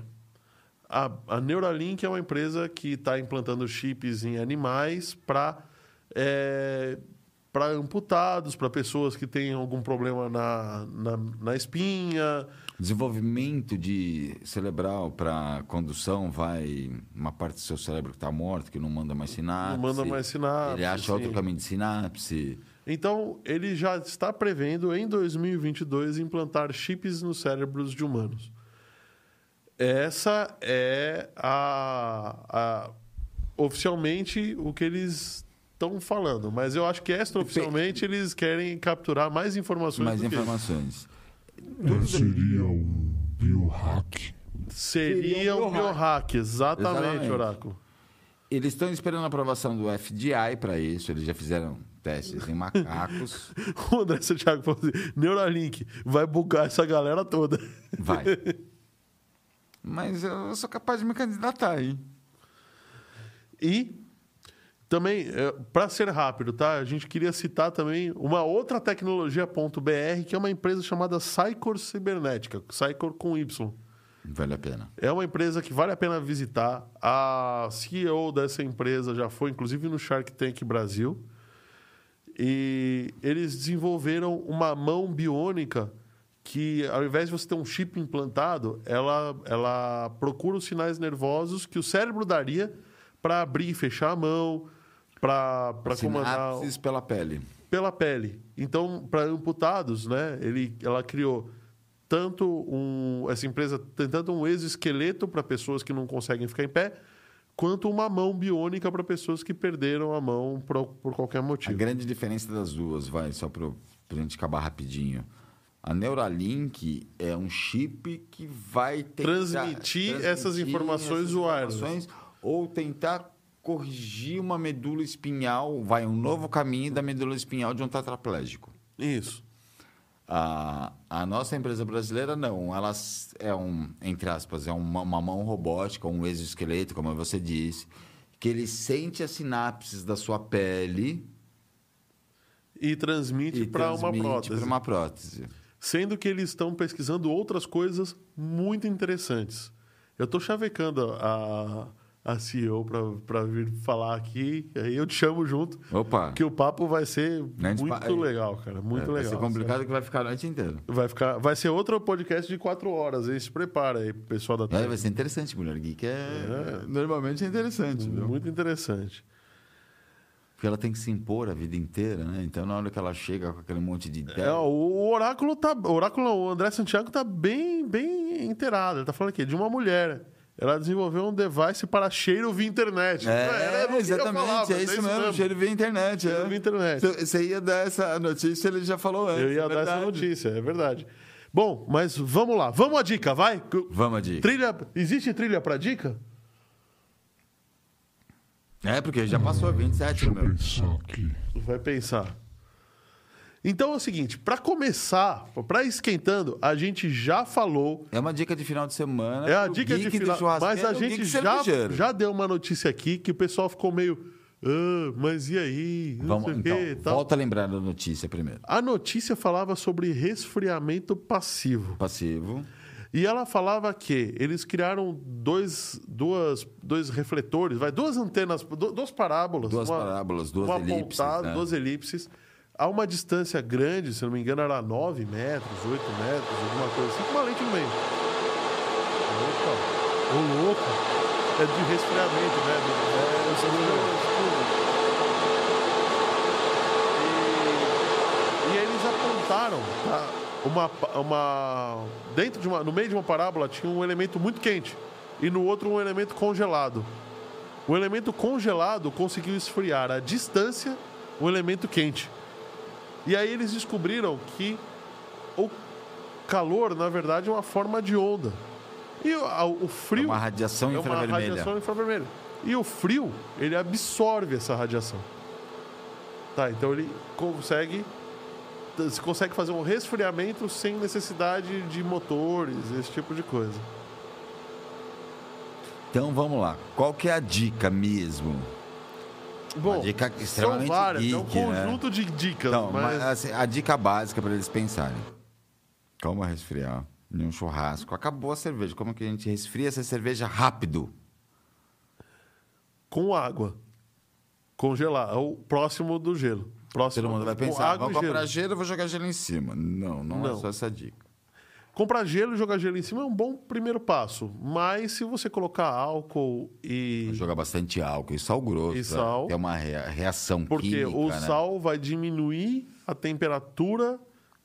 Speaker 1: A, a Neuralink é uma empresa que está implantando chips em animais para para amputados, para pessoas que têm algum problema na, na, na espinha.
Speaker 2: Desenvolvimento de cerebral para condução vai uma parte do seu cérebro que está morto, que não manda mais sinapse.
Speaker 1: Não manda mais sinapse,
Speaker 2: Ele acha outro
Speaker 1: sim.
Speaker 2: caminho de sinapse.
Speaker 1: Então, ele já está prevendo em 2022 implantar chips nos cérebros de humanos. Essa é a, a- oficialmente o que eles estão falando, mas eu acho que extraoficialmente eles querem capturar mais informações
Speaker 2: Mais
Speaker 1: do que
Speaker 2: informações.
Speaker 3: É, seria um biohack.
Speaker 1: seria um biohack, exatamente,
Speaker 2: Exatamente.
Speaker 1: oráculo.
Speaker 2: Eles estão esperando a aprovação do FDI para isso. Eles já fizeram testes em macacos.
Speaker 1: O André Santiago falou assim, Neuralink vai bugar essa galera toda.
Speaker 2: Vai. Mas eu sou capaz de me candidatar, hein?
Speaker 1: E também, para ser rápido, tá? A gente queria citar também uma outra tecnologia.br, que é uma empresa chamada Cycor Cibernética, Cycor com Y.
Speaker 2: Vale a pena.
Speaker 1: É uma empresa que vale a pena visitar. A CEO dessa empresa já foi, inclusive, no Shark Tank Brasil. E eles desenvolveram uma mão biônica que, ao invés de você ter um chip implantado, ela, ela procura os sinais nervosos que o cérebro daria para abrir e fechar a mão, para comandar
Speaker 2: Sinapses pela pele.
Speaker 1: pela pele. Então, para amputados, né, ele, ela criou tanto um, essa empresa tem tanto um exoesqueleto para pessoas que não conseguem ficar em pé, quanto uma mão biônica para pessoas que perderam a mão por, por qualquer
Speaker 2: A
Speaker 1: motivo.
Speaker 2: grande diferença das duas, vai, só para gente acabar rapidinho. A Neuralink é um chip que vai tentar...
Speaker 1: Transmitir essas informações wireless.
Speaker 2: ou tentar corrigir uma medula espinhal, vai um novo caminho da medula espinhal de um tetraplégico.
Speaker 1: Isso.
Speaker 2: A, a nossa empresa brasileira não, ela s- é um, entre aspas, é uma, uma mão robótica, um exoesqueleto, como você disse, que ele sente as sinapses da sua pele
Speaker 1: E transmite
Speaker 2: e
Speaker 1: para uma
Speaker 2: transmite
Speaker 1: prótese.
Speaker 2: pra uma prótese.
Speaker 1: Sendo que eles estão pesquisando outras coisas muito interessantes. Eu estou chavecando a, a CEO para vir falar aqui, aí eu te chamo junto.
Speaker 2: Opa.
Speaker 1: Que o papo vai ser
Speaker 2: Né, de
Speaker 1: muito
Speaker 2: pa-
Speaker 1: legal, cara. Muito
Speaker 2: É, Vai
Speaker 1: legal.
Speaker 2: ser complicado que vai ficar a noite inteira.
Speaker 1: sabe? Vai, ficar, vai ser outro podcast de quatro horas, aí se prepara aí, pessoal da
Speaker 2: É,
Speaker 1: TV.
Speaker 2: vai ser interessante, Mulher Geek. É, Normalmente é interessante, viu?
Speaker 1: Muito interessante.
Speaker 2: Porque ela tem que se impor a vida inteira, né? Então, na hora que ela chega com aquele monte de
Speaker 1: É,
Speaker 2: ideia...
Speaker 1: o o oráculo tá. O oráculo, não, o André Santiago tá bem, bem inteirado. Ele tá falando aqui de uma mulher. Ela desenvolveu um device para cheiro via internet. é, Era- era o que eu
Speaker 2: É, exatamente,
Speaker 1: falava,
Speaker 2: é isso mesmo. Cheiro via internet.
Speaker 1: Cheiro
Speaker 2: é.
Speaker 1: via internet.
Speaker 2: Você- Você ia dar essa notícia, ele já falou antes.
Speaker 1: Eu ia
Speaker 2: é
Speaker 1: dar essa
Speaker 2: verdade.
Speaker 1: notícia, é verdade. Bom, mas vamos lá. Vamos à dica, vai?
Speaker 2: Vamos, Adi.
Speaker 1: Trilha. Existe trilha para dica?
Speaker 2: É, porque já passou 27,
Speaker 3: Deixa eu
Speaker 2: né, meu.
Speaker 3: pensar aqui.
Speaker 1: Vai pensar. Então é o seguinte, para começar, para esquentando, a gente já falou.
Speaker 2: É uma dica de final de semana.
Speaker 1: É a
Speaker 2: pro
Speaker 1: dica de
Speaker 2: geek do
Speaker 1: final, mas
Speaker 2: churrasqueiro,
Speaker 1: a
Speaker 2: o geek
Speaker 1: gente já,
Speaker 2: cervejeiro.
Speaker 1: já deu uma notícia aqui que o pessoal ficou meio, "Ah, mas e aí? Não
Speaker 2: Vamos,
Speaker 1: sei o
Speaker 2: então,
Speaker 1: quê", e tal.
Speaker 2: volta a lembrar da notícia primeiro.
Speaker 1: A notícia falava sobre resfriamento passivo.
Speaker 2: Passivo.
Speaker 1: E ela falava que eles criaram dois, duas, dois refletores, vai, duas antenas, du- duas parábolas.
Speaker 2: Duas parábolas, duas
Speaker 1: uma
Speaker 2: elipses,
Speaker 1: apontada,
Speaker 2: né?
Speaker 1: duas elipses. A uma distância grande, se não me engano, era 9 metros, 8 metros, alguma coisa assim, com uma lente no meio. Opa! Ô louco! É de resfriamento, né? É, eu E eles apontaram tá? uma, uma dentro de uma, no meio de uma parábola tinha um elemento muito quente e no outro um elemento congelado. O elemento congelado conseguiu esfriar à distância o elemento quente. E aí eles descobriram que o calor, na verdade, é uma forma de onda. E o, a- o frio
Speaker 2: Uma radiação
Speaker 1: é uma
Speaker 2: infravermelha.
Speaker 1: radiação infravermelha. E o frio, ele absorve essa radiação. Tá, então ele consegue você consegue fazer um resfriamento sem necessidade de motores, esse tipo de coisa.
Speaker 2: Então vamos lá. Qual que é a dica mesmo?
Speaker 1: Bom,
Speaker 2: dica
Speaker 1: são
Speaker 2: extremamente
Speaker 1: várias, é um
Speaker 2: geek, né?
Speaker 1: conjunto de dicas,
Speaker 2: Então,
Speaker 1: mas...
Speaker 2: mas, assim, a dica básica para eles pensarem: como resfriar em um churrasco? Acabou a cerveja. Como é que a gente resfria essa cerveja rápido?
Speaker 1: com água. Congelar, é o próximo do gelo. Próximo.
Speaker 2: Todo mundo vai
Speaker 1: Com
Speaker 2: pensar:
Speaker 1: água
Speaker 2: vou
Speaker 1: e gelo.
Speaker 2: comprar gelo, vou jogar gelo em cima. Não, não, é
Speaker 1: Não.
Speaker 2: só essa dica.
Speaker 1: Comprar gelo e jogar gelo em cima é um bom primeiro passo. Mas se você colocar álcool e.
Speaker 2: Jogar bastante álcool e sal grosso.
Speaker 1: E sal.
Speaker 2: É uma rea- reação
Speaker 1: Porque
Speaker 2: química.
Speaker 1: o
Speaker 2: né?
Speaker 1: sal vai diminuir a temperatura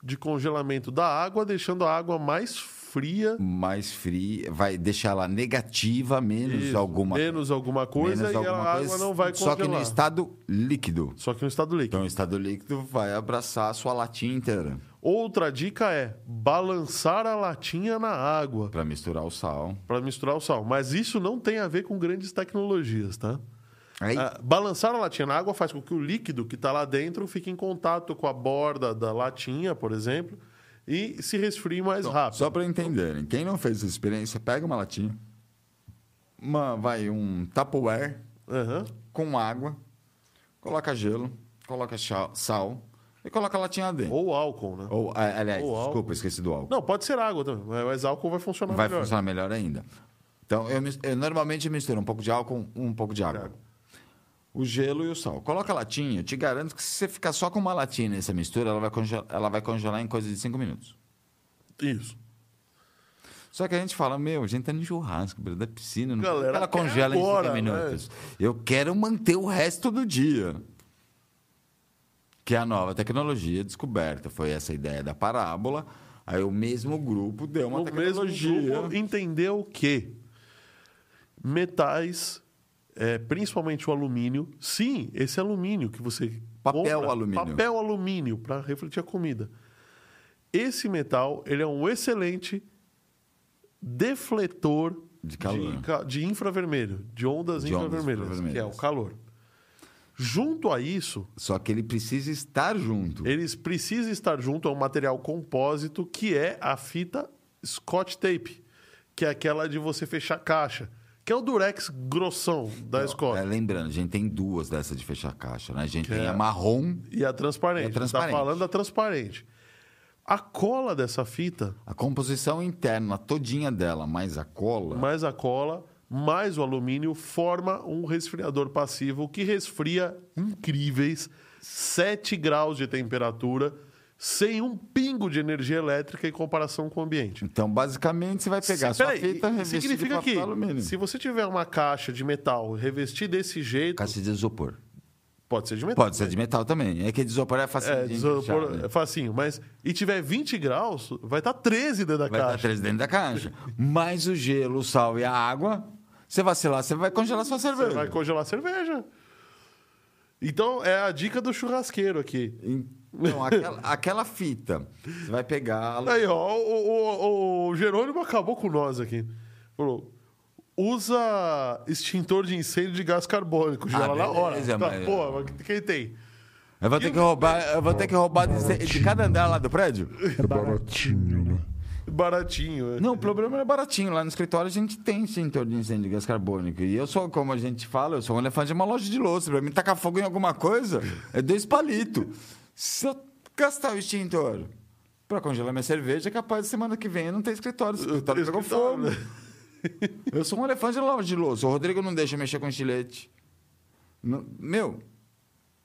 Speaker 1: de congelamento da água, deixando a água mais fria.
Speaker 2: mais fria, vai deixar ela negativa, menos
Speaker 1: Isso,
Speaker 2: alguma
Speaker 1: menos alguma coisa
Speaker 2: menos
Speaker 1: e
Speaker 2: alguma
Speaker 1: a
Speaker 2: coisa,
Speaker 1: água não vai
Speaker 2: Só
Speaker 1: congelar.
Speaker 2: que no estado líquido.
Speaker 1: Só que no estado líquido.
Speaker 2: Então, o estado líquido vai abraçar a sua latinha inteira
Speaker 1: Outra dica é balançar a latinha na água
Speaker 2: para misturar o sal.
Speaker 1: para misturar o sal. Mas isso não tem a ver com grandes tecnologias, tá?
Speaker 2: Aí,
Speaker 1: Ah, balançar a latinha na água faz com que o líquido que está lá dentro fique em contato com a borda da latinha, por exemplo, e se resfrie mais rápido.
Speaker 2: só para entenderem, quem não fez essa experiência, pega uma latinha, uma, vai um Tupperware
Speaker 1: Aham.
Speaker 2: com água, coloca gelo, coloca chá- sal e coloca a latinha dentro.
Speaker 1: Ou álcool, né?
Speaker 2: Ou, ah, aliás,
Speaker 1: Ou álcool.
Speaker 2: desculpa, esqueci do álcool.
Speaker 1: Não, pode ser água também, mas- mas álcool vai funcionar
Speaker 2: vai
Speaker 1: melhor.
Speaker 2: funcionar melhor ainda. Então, eu, mis- eu normalmente misturo um pouco de álcool, um pouco de
Speaker 1: Tá.
Speaker 2: água. O gelo e o sal. Coloca a latinha, eu te garanto que se você ficar só com uma latinha nessa mistura, ela vai, conge- ela vai congelar em coisa de cinco minutos.
Speaker 1: Isso.
Speaker 2: Só que a gente fala, meu, a gente tá no churrasco, beira da piscina, não
Speaker 1: Galera,
Speaker 2: ela
Speaker 1: quer
Speaker 2: congela
Speaker 1: agora, né?
Speaker 2: em cinco minutos. Eu quero manter o resto do dia. Que é a nova tecnologia descoberta. Foi essa ideia da parábola. Aí o mesmo grupo deu uma
Speaker 1: o
Speaker 2: tecnologia.
Speaker 1: mesmo grupo entendeu que metais, é, principalmente o alumínio, sim, esse alumínio que você
Speaker 2: Papel
Speaker 1: compra,
Speaker 2: alumínio.
Speaker 1: papel alumínio para refletir a comida. Esse metal, ele é um excelente defletor
Speaker 2: De calor.
Speaker 1: ca- de infravermelho, de ondas
Speaker 2: De ondas
Speaker 1: infravermelhas, que é o
Speaker 2: infravermelhas.
Speaker 1: calor. Junto a isso,
Speaker 2: Só que ele precisa estar junto.
Speaker 1: eles precisam estar junto a um material compósito que é a fita Scotch Tape, que é aquela de você fechar a caixa, que é o Durex grossão da Scotch.
Speaker 2: É, lembrando, a gente tem duas dessas de fechar a caixa, né? A gente
Speaker 1: Que
Speaker 2: tem
Speaker 1: é-
Speaker 2: a marrom,
Speaker 1: E a transparente.
Speaker 2: É transparente.
Speaker 1: Tá falando da transparente. A cola dessa fita,
Speaker 2: a composição interna todinha dela, mais a cola.
Speaker 1: mais a cola, mais o alumínio, forma um resfriador passivo que resfria incríveis 7 graus de temperatura sem um pingo de energia elétrica em comparação com o ambiente.
Speaker 2: Então, basicamente, você vai pegar
Speaker 1: Se-
Speaker 2: a sua
Speaker 1: peraí,
Speaker 2: fita revestida
Speaker 1: significa
Speaker 2: de papel
Speaker 1: que
Speaker 2: alumínio.
Speaker 1: se você tiver uma caixa de metal revestida desse jeito,
Speaker 2: Caixa de isopor.
Speaker 1: pode ser de metal.
Speaker 2: Pode ser de metal também. É que de isopor é fácil
Speaker 1: É,
Speaker 2: de
Speaker 1: isopor-
Speaker 2: fechar, né?
Speaker 1: é facinho, mas e tiver 20 graus, vai estar 13 dentro da
Speaker 2: Vai tá estar
Speaker 1: caixa.
Speaker 2: três dentro da caixa. Mais o gelo, o sal e a água. Você vacilar, você vai congelar sua cerveja.
Speaker 1: Você vai congelar a cerveja. Então é a dica do churrasqueiro aqui.
Speaker 2: Então, aquela, aquela fita, você vai pegar...
Speaker 1: Aí, ó, o, o- o- o Jerônimo acabou com nós aqui. Falou. Usa extintor de incêndio de gás carbônico, já lá na hora.
Speaker 2: Ah, beleza,
Speaker 1: Tá,
Speaker 2: mas-
Speaker 1: Pô, mas quem tem?
Speaker 2: Eu vou ter que roubar, eu vou ter que roubar de, de cada andar lá do prédio?
Speaker 3: É baratinho, né?
Speaker 1: Baratinho. é.
Speaker 2: Não, o problema é baratinho. Lá no escritório a gente tem extintor de incêndio de gás carbônico. E eu sou, como a gente fala, eu sou um elefante de uma loja de louça. Pra mim, tacar fogo em alguma coisa é dois palitos. Se eu gastar o extintor pra congelar minha cerveja, é capaz de semana que vem eu não ter escritório. O escritório né? pegou tá fogo.
Speaker 1: né?
Speaker 2: Eu sou um elefante de loja de louça. O Rodrigo não deixa eu mexer com estilete. Não- Meu,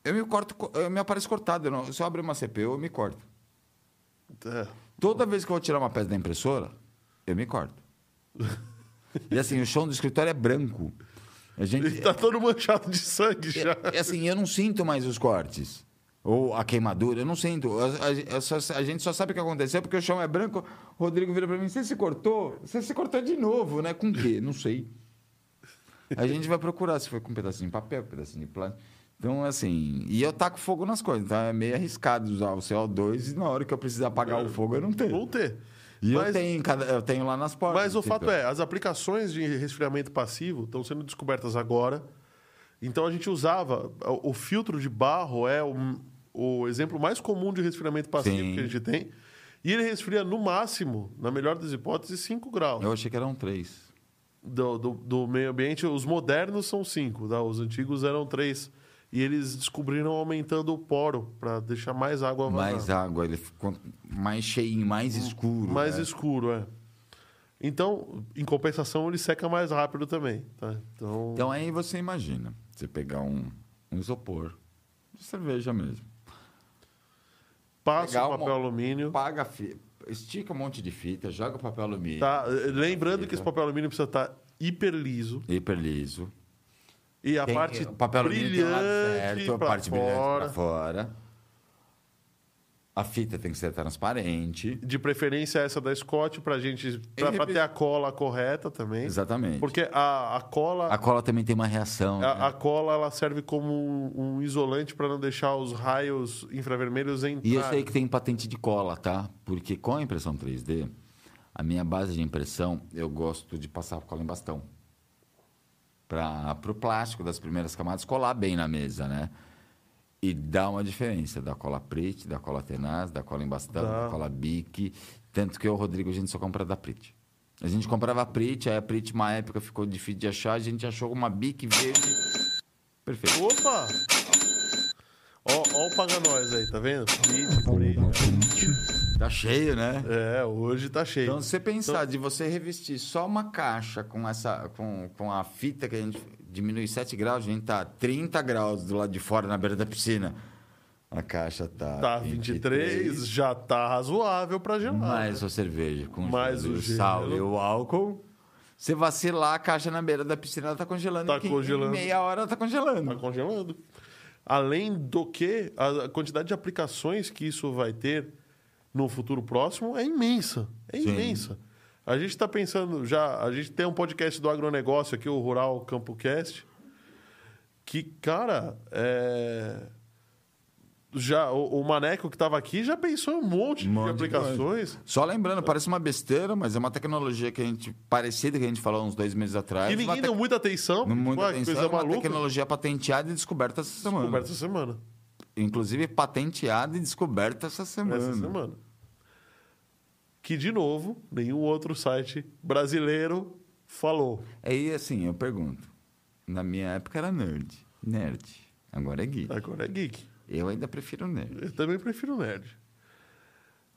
Speaker 2: eu me corto, co- eu me apareço cortado. Eu não- se eu abrir uma CPU, eu me corto.
Speaker 1: É.
Speaker 2: Toda vez que eu vou tirar uma peça da impressora, eu me corto. E assim, o chão do escritório é branco. A gente.
Speaker 1: Tá todo manchado de sangue já.
Speaker 2: É, é assim, eu não sinto mais os cortes. Ou a queimadura, eu não sinto. A, a- a- só- a gente só sabe o que aconteceu porque o chão é branco. O Rodrigo vira pra mim: você se cortou? Você se cortou de novo, né? Com o quê? Não sei. A gente vai procurar se foi com um pedacinho de papel, um pedacinho de plástico. Então, assim. E eu taco fogo nas coisas, então é meio arriscado usar o CO2 e na hora que eu precisar apagar o fogo, eu não tenho.
Speaker 1: Vão ter.
Speaker 2: E eu
Speaker 1: Mas-
Speaker 2: tenho, em cada- eu tenho lá nas portas.
Speaker 1: Mas o
Speaker 2: tipo,
Speaker 1: fato é, as aplicações de resfriamento passivo estão sendo descobertas agora. Então a gente usava o o filtro de barro é o, o exemplo mais comum de resfriamento passivo
Speaker 2: Sim.
Speaker 1: que a gente tem. E ele resfria no máximo, na melhor das hipóteses, 5 graus.
Speaker 2: Eu achei que eram três.
Speaker 1: Do, do- do meio ambiente, os modernos são 5, tá? os antigos eram 3. E eles descobriram aumentando o poro para deixar mais água vazar.
Speaker 2: Mais água, ele ficou mais cheinho, mais escuro.
Speaker 1: Hum, Mais
Speaker 2: né?
Speaker 1: escuro, é. Então, em compensação, ele seca mais rápido também. Tá? Então,
Speaker 2: Então aí você imagina, você pegar um, um isopor de cerveja mesmo.
Speaker 1: passa
Speaker 2: legal,
Speaker 1: o papel
Speaker 2: mo-
Speaker 1: alumínio.
Speaker 2: Paga, fi- estica um monte de fita, joga o papel alumínio,
Speaker 1: Tá? Lembrando que esse papel alumínio precisa estar hiper liso.
Speaker 2: hiper liso.
Speaker 1: E a
Speaker 2: Tem-
Speaker 1: parte
Speaker 2: o papel alumínio tem o lado
Speaker 1: brilhante
Speaker 2: certo, a
Speaker 1: pra
Speaker 2: parte brilhante
Speaker 1: fora.
Speaker 2: pra fora. A fita tem que ser transparente.
Speaker 1: De preferência essa da Scott pra gente pra,
Speaker 2: Ele
Speaker 1: pra
Speaker 2: repe-
Speaker 1: ter a cola correta também.
Speaker 2: Exatamente.
Speaker 1: Porque a, a cola
Speaker 2: A cola também tem uma reação. né?
Speaker 1: a, a cola ela serve como um, um isolante para não deixar os raios infravermelhos entrar.
Speaker 2: E eu sei que tem patente de cola, tá? Porque com a impressão 3D, a minha base de impressão, eu gosto de passar cola em bastão. Para o plástico das primeiras camadas colar bem na mesa, né? E dá uma diferença da cola preta, da cola tenaz, da cola em bastão,
Speaker 1: Dá.
Speaker 2: da cola bique. Tanto que eu e o Rodrigo, a gente só compra da preta. A gente comprava a preta, aí a preta, uma época, ficou difícil de achar. A gente achou uma bique verde. Perfeito.
Speaker 1: Opa! Ó, ó o paga nós aí, tá vendo? Print,
Speaker 3: Falou da
Speaker 1: print.
Speaker 3: frente,
Speaker 2: Tá cheio, né?
Speaker 1: É, hoje tá cheio.
Speaker 2: Então, se você pensar de você revestir só uma caixa com essa com, com a fita que a gente diminui 7 graus, a gente tá 30 graus do lado de fora na beira da piscina. A caixa tá
Speaker 1: tá 23, já tá razoável pra gelar.
Speaker 2: mais
Speaker 1: né?
Speaker 2: a cerveja com
Speaker 1: Mais
Speaker 2: gelo,
Speaker 1: o
Speaker 2: e o sal
Speaker 1: gelo.
Speaker 2: e o álcool. Você vacilar a caixa na beira da piscina, ela tá congelando.
Speaker 1: Tá
Speaker 2: em que-
Speaker 1: congelando.
Speaker 2: Em meia hora ela tá congelando.
Speaker 1: Tá congelando. Além do que, a a quantidade de aplicações que isso vai ter no futuro próximo é imensa. É
Speaker 2: Sim.
Speaker 1: imensa. A gente está pensando já. A gente tem um podcast do agronegócio aqui, o Rural CampoCast, que, cara, é. Já, o, o Maneco que estava aqui já pensou em um monte,
Speaker 2: Um monte
Speaker 1: de
Speaker 2: de
Speaker 1: aplicações.
Speaker 2: Só lembrando, parece uma besteira, mas é uma tecnologia que a gente parecida que a gente falou uns dois meses atrás.
Speaker 1: que
Speaker 2: uma
Speaker 1: ninguém
Speaker 2: tec-
Speaker 1: deu muita atenção.
Speaker 2: Não muita
Speaker 1: Ué, que
Speaker 2: atenção,
Speaker 1: coisa
Speaker 2: é uma
Speaker 1: maluca.
Speaker 2: tecnologia patenteada e descoberta essa semana.
Speaker 1: Descoberta essa semana.
Speaker 2: Inclusive patenteada e descoberta essa semana.
Speaker 1: Essa semana. Que, de novo, nenhum outro site brasileiro falou.
Speaker 2: Aí, assim, eu pergunto. Na minha época era nerd. Nerd. Agora é geek.
Speaker 1: Agora é geek.
Speaker 2: Eu ainda prefiro nerd.
Speaker 1: Eu também prefiro nerd.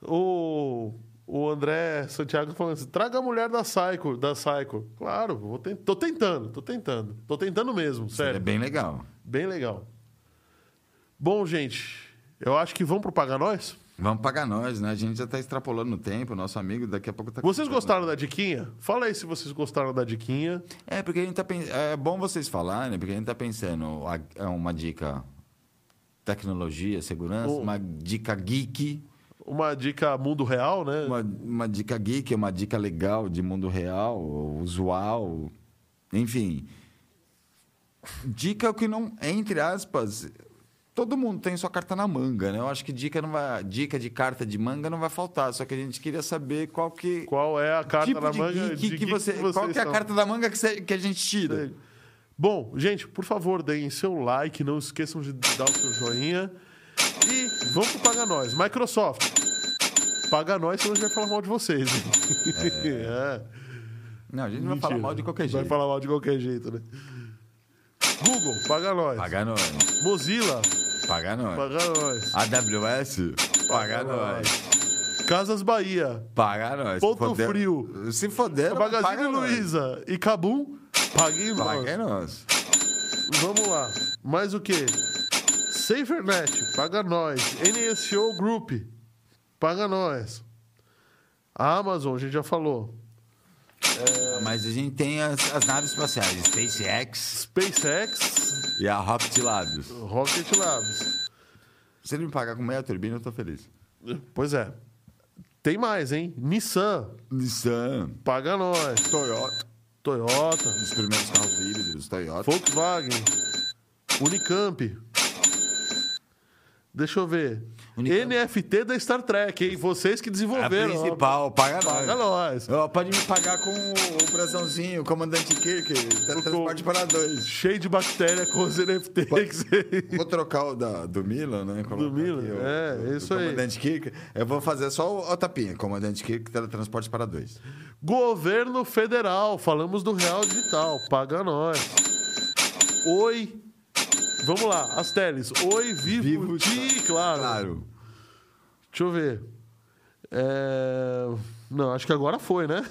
Speaker 1: O, o André Santiago falando assim, traga a mulher da Psycho. Da Psycho. Claro, vou ten- tô tentando, tô tentando. Tô tentando mesmo, sério.
Speaker 2: É bem legal.
Speaker 1: Bem legal. Bom, gente, eu acho que vão pro Paga Nós.
Speaker 2: Vamos pagar nós, né? A gente já tá extrapolando o tempo. Nosso amigo daqui a pouco tá...
Speaker 1: Vocês gostaram da diquinha? Fala aí se vocês gostaram da diquinha.
Speaker 2: É, porque a gente tá pensando... É bom vocês falarem, porque a gente tá pensando... a- É uma dica... Tecnologia, segurança.
Speaker 1: Oh.
Speaker 2: Uma dica geek.
Speaker 1: Uma dica mundo real, né?
Speaker 2: Uma, uma dica geek, uma dica legal de mundo real, usual, enfim. Dica que não, entre aspas, todo mundo tem sua carta na manga, né? Eu acho que dica não vai, dica de carta de manga não vai faltar, só que a gente queria saber qual que
Speaker 1: Qual é a carta
Speaker 2: tipo
Speaker 1: na
Speaker 2: de
Speaker 1: manga
Speaker 2: geek,
Speaker 1: de
Speaker 2: que você,
Speaker 1: vocês
Speaker 2: qual que é a
Speaker 1: são?
Speaker 2: carta da manga que, você- que a gente tira?
Speaker 1: Bom, gente, por favor, deem seu like, não esqueçam de dar o seu joinha. E vamos pro Paga Nós. Microsoft, paga nós, senão a gente vai falar mal de vocês. É.
Speaker 2: Não, a gente vai
Speaker 1: Mentira.
Speaker 2: falar mal de qualquer
Speaker 1: Vai
Speaker 2: jeito.
Speaker 1: falar mal de qualquer jeito, né? Google, paga nós.
Speaker 2: Paga nós,
Speaker 1: Mozilla,
Speaker 2: paga nós.
Speaker 1: paga nós.
Speaker 2: AWS, paga nós.
Speaker 1: Casas Bahia,
Speaker 2: Paga nós.
Speaker 1: Ponto
Speaker 2: Foder-
Speaker 1: frio.
Speaker 2: Se foder, paga
Speaker 1: Magazine
Speaker 2: nós.
Speaker 1: Luiza e Cabum, paguem nós.
Speaker 2: Paga nós.
Speaker 1: Vamos lá. Mais o quê? SaferNet, paga nós. NSO Group, paga nós. A Amazon, a gente já falou.
Speaker 2: Mas a gente tem as, as naves espaciais, SpaceX
Speaker 1: SpaceX,
Speaker 2: e a Rocket Labs.
Speaker 1: Rocket Labs.
Speaker 2: Se ele me pagar com meia turbina, eu tô feliz.
Speaker 1: Pois é. Tem mais, hein? Nissan,
Speaker 2: Nissan,
Speaker 1: paga nós.
Speaker 2: Toyota,
Speaker 1: Toyota,
Speaker 2: os primeiros carros híbridos, Toyota.
Speaker 1: Volkswagen, Unicamp. Deixa eu ver.
Speaker 2: Unicamp.
Speaker 1: NFT da Star Trek, hein? Vocês que
Speaker 2: a
Speaker 1: desenvolveram. ó.
Speaker 2: principal, paga,
Speaker 1: Paga
Speaker 2: nós.
Speaker 1: nós.
Speaker 2: Ó, pode me pagar com o o brasãozinho, o comandante Kirk, transporte para dois.
Speaker 1: cheio de bactéria com os NFTs.
Speaker 2: Vou trocar o da, do Milan, né? Colocar
Speaker 1: Do Milan,
Speaker 2: aqui
Speaker 1: é, isso aí.
Speaker 2: Comandante Kirk. Eu vou fazer só o, o tapinha. Comandante Kirk, teletransporte para dois.
Speaker 1: Governo federal, falamos do Real Digital, paga nós. Oi, Vamos lá, as teles. Oi, vivo,
Speaker 2: Vivo
Speaker 1: de Tipo claro.
Speaker 2: Claro.
Speaker 1: Deixa eu ver. É, Não, acho que agora foi, né?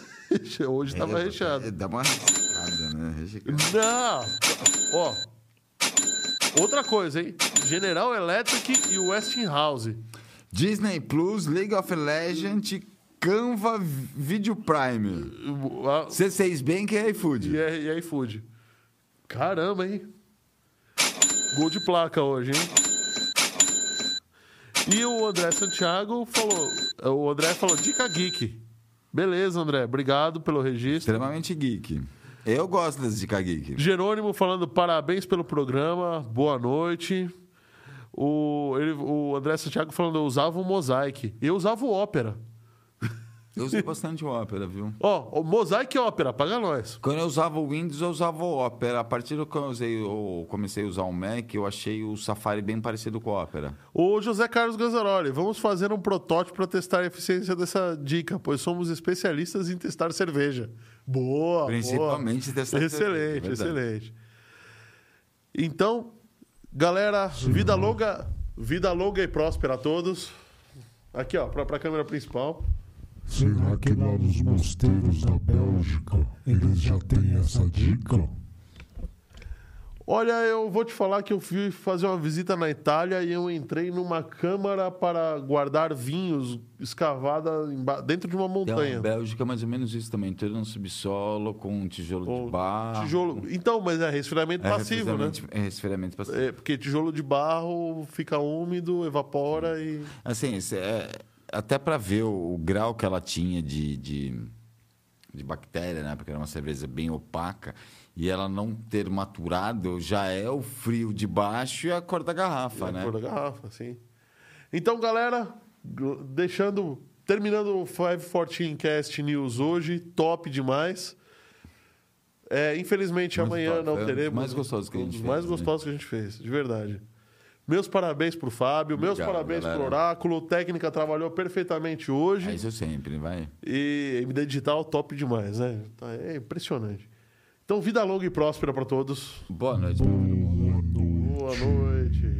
Speaker 1: Hoje tava
Speaker 2: É,
Speaker 1: recheado.
Speaker 2: é, dá uma rechada, né? Rechecada.
Speaker 1: Não! Ó. Outra coisa, hein? General Electric e Westinghouse.
Speaker 2: Disney Plus, League of Legends, Canva V- Video Prime.
Speaker 1: Ah,
Speaker 2: C6 Bank e
Speaker 1: E,
Speaker 2: iFood.
Speaker 1: é- e iFood. Caramba, hein? Gol de placa hoje, hein? E o André Santiago falou. O André falou, dica geek. Beleza, André. Obrigado pelo registro.
Speaker 2: Extremamente geek. Eu gosto das dicas geek.
Speaker 1: Jerônimo falando parabéns pelo programa, boa noite. O, ele- o André Santiago falando, eu usava o Mosaic. Eu usava o Ópera.
Speaker 2: Eu uso bastante ópera, viu?
Speaker 1: Ó, o Mosaic e Ópera, paga nós.
Speaker 2: Quando eu usava o Windows, eu usava o Opera. A partir do que eu, usei, eu comecei a usar o Mac, eu achei o Safari bem parecido com o Opera.
Speaker 1: O José Carlos Ganzaroli, vamos fazer um protótipo para testar a eficiência dessa dica, pois somos especialistas em testar cerveja. Boa!
Speaker 2: Principalmente
Speaker 1: boa.
Speaker 2: testar cerveja, é
Speaker 1: Excelente,
Speaker 2: verdade.
Speaker 1: excelente. Então, galera, vida longa, vida longa e próspera a todos. Aqui, ó, para a câmera principal.
Speaker 3: Será que lá nos mosteiros da Bélgica eles já têm essa dica?
Speaker 1: Olha, eu vou te falar que eu fui fazer uma visita na Itália e eu entrei numa câmara para guardar vinhos escavada emba- dentro de uma
Speaker 2: Então,
Speaker 1: montanha.
Speaker 2: Bélgica é mais ou menos isso também. Tudo no subsolo, com um tijolo
Speaker 1: Ou
Speaker 2: de barro.
Speaker 1: Tijolo. Então, mas é resfriamento
Speaker 2: É,
Speaker 1: passivo, né?
Speaker 2: resfriamento- É resfriamento passivo.
Speaker 1: É, porque tijolo de barro fica úmido, evapora e.
Speaker 2: Assim, isso é- até para ver o, o grau que ela tinha de, de, de bactéria, né? Porque era uma cerveja bem opaca. E ela não ter maturado já é o frio de baixo e a cor da garrafa, né?
Speaker 1: Cor da garrafa, assim. Então, galera, gl- deixando. Terminando o 514 Cast News hoje, top demais. É, infelizmente,
Speaker 2: Muito
Speaker 1: amanhã
Speaker 2: top,
Speaker 1: não
Speaker 2: é um dos
Speaker 1: teremos.
Speaker 2: mais gostosos que a
Speaker 1: um
Speaker 2: gente
Speaker 1: dos
Speaker 2: fez,
Speaker 1: mais
Speaker 2: né?
Speaker 1: gostosos que a gente fez, de verdade. Meus parabéns pro Fábio, meus
Speaker 2: Obrigado,
Speaker 1: parabéns
Speaker 2: galera.
Speaker 1: pro Oráculo. Técnica trabalhou perfeitamente hoje.
Speaker 2: É isso sempre, vai.
Speaker 1: E MD Digital, top demais, né? Tá, É impressionante. Então, vida longa e próspera para todos.
Speaker 2: Boa noite.
Speaker 3: Boa noite.
Speaker 1: Boa noite.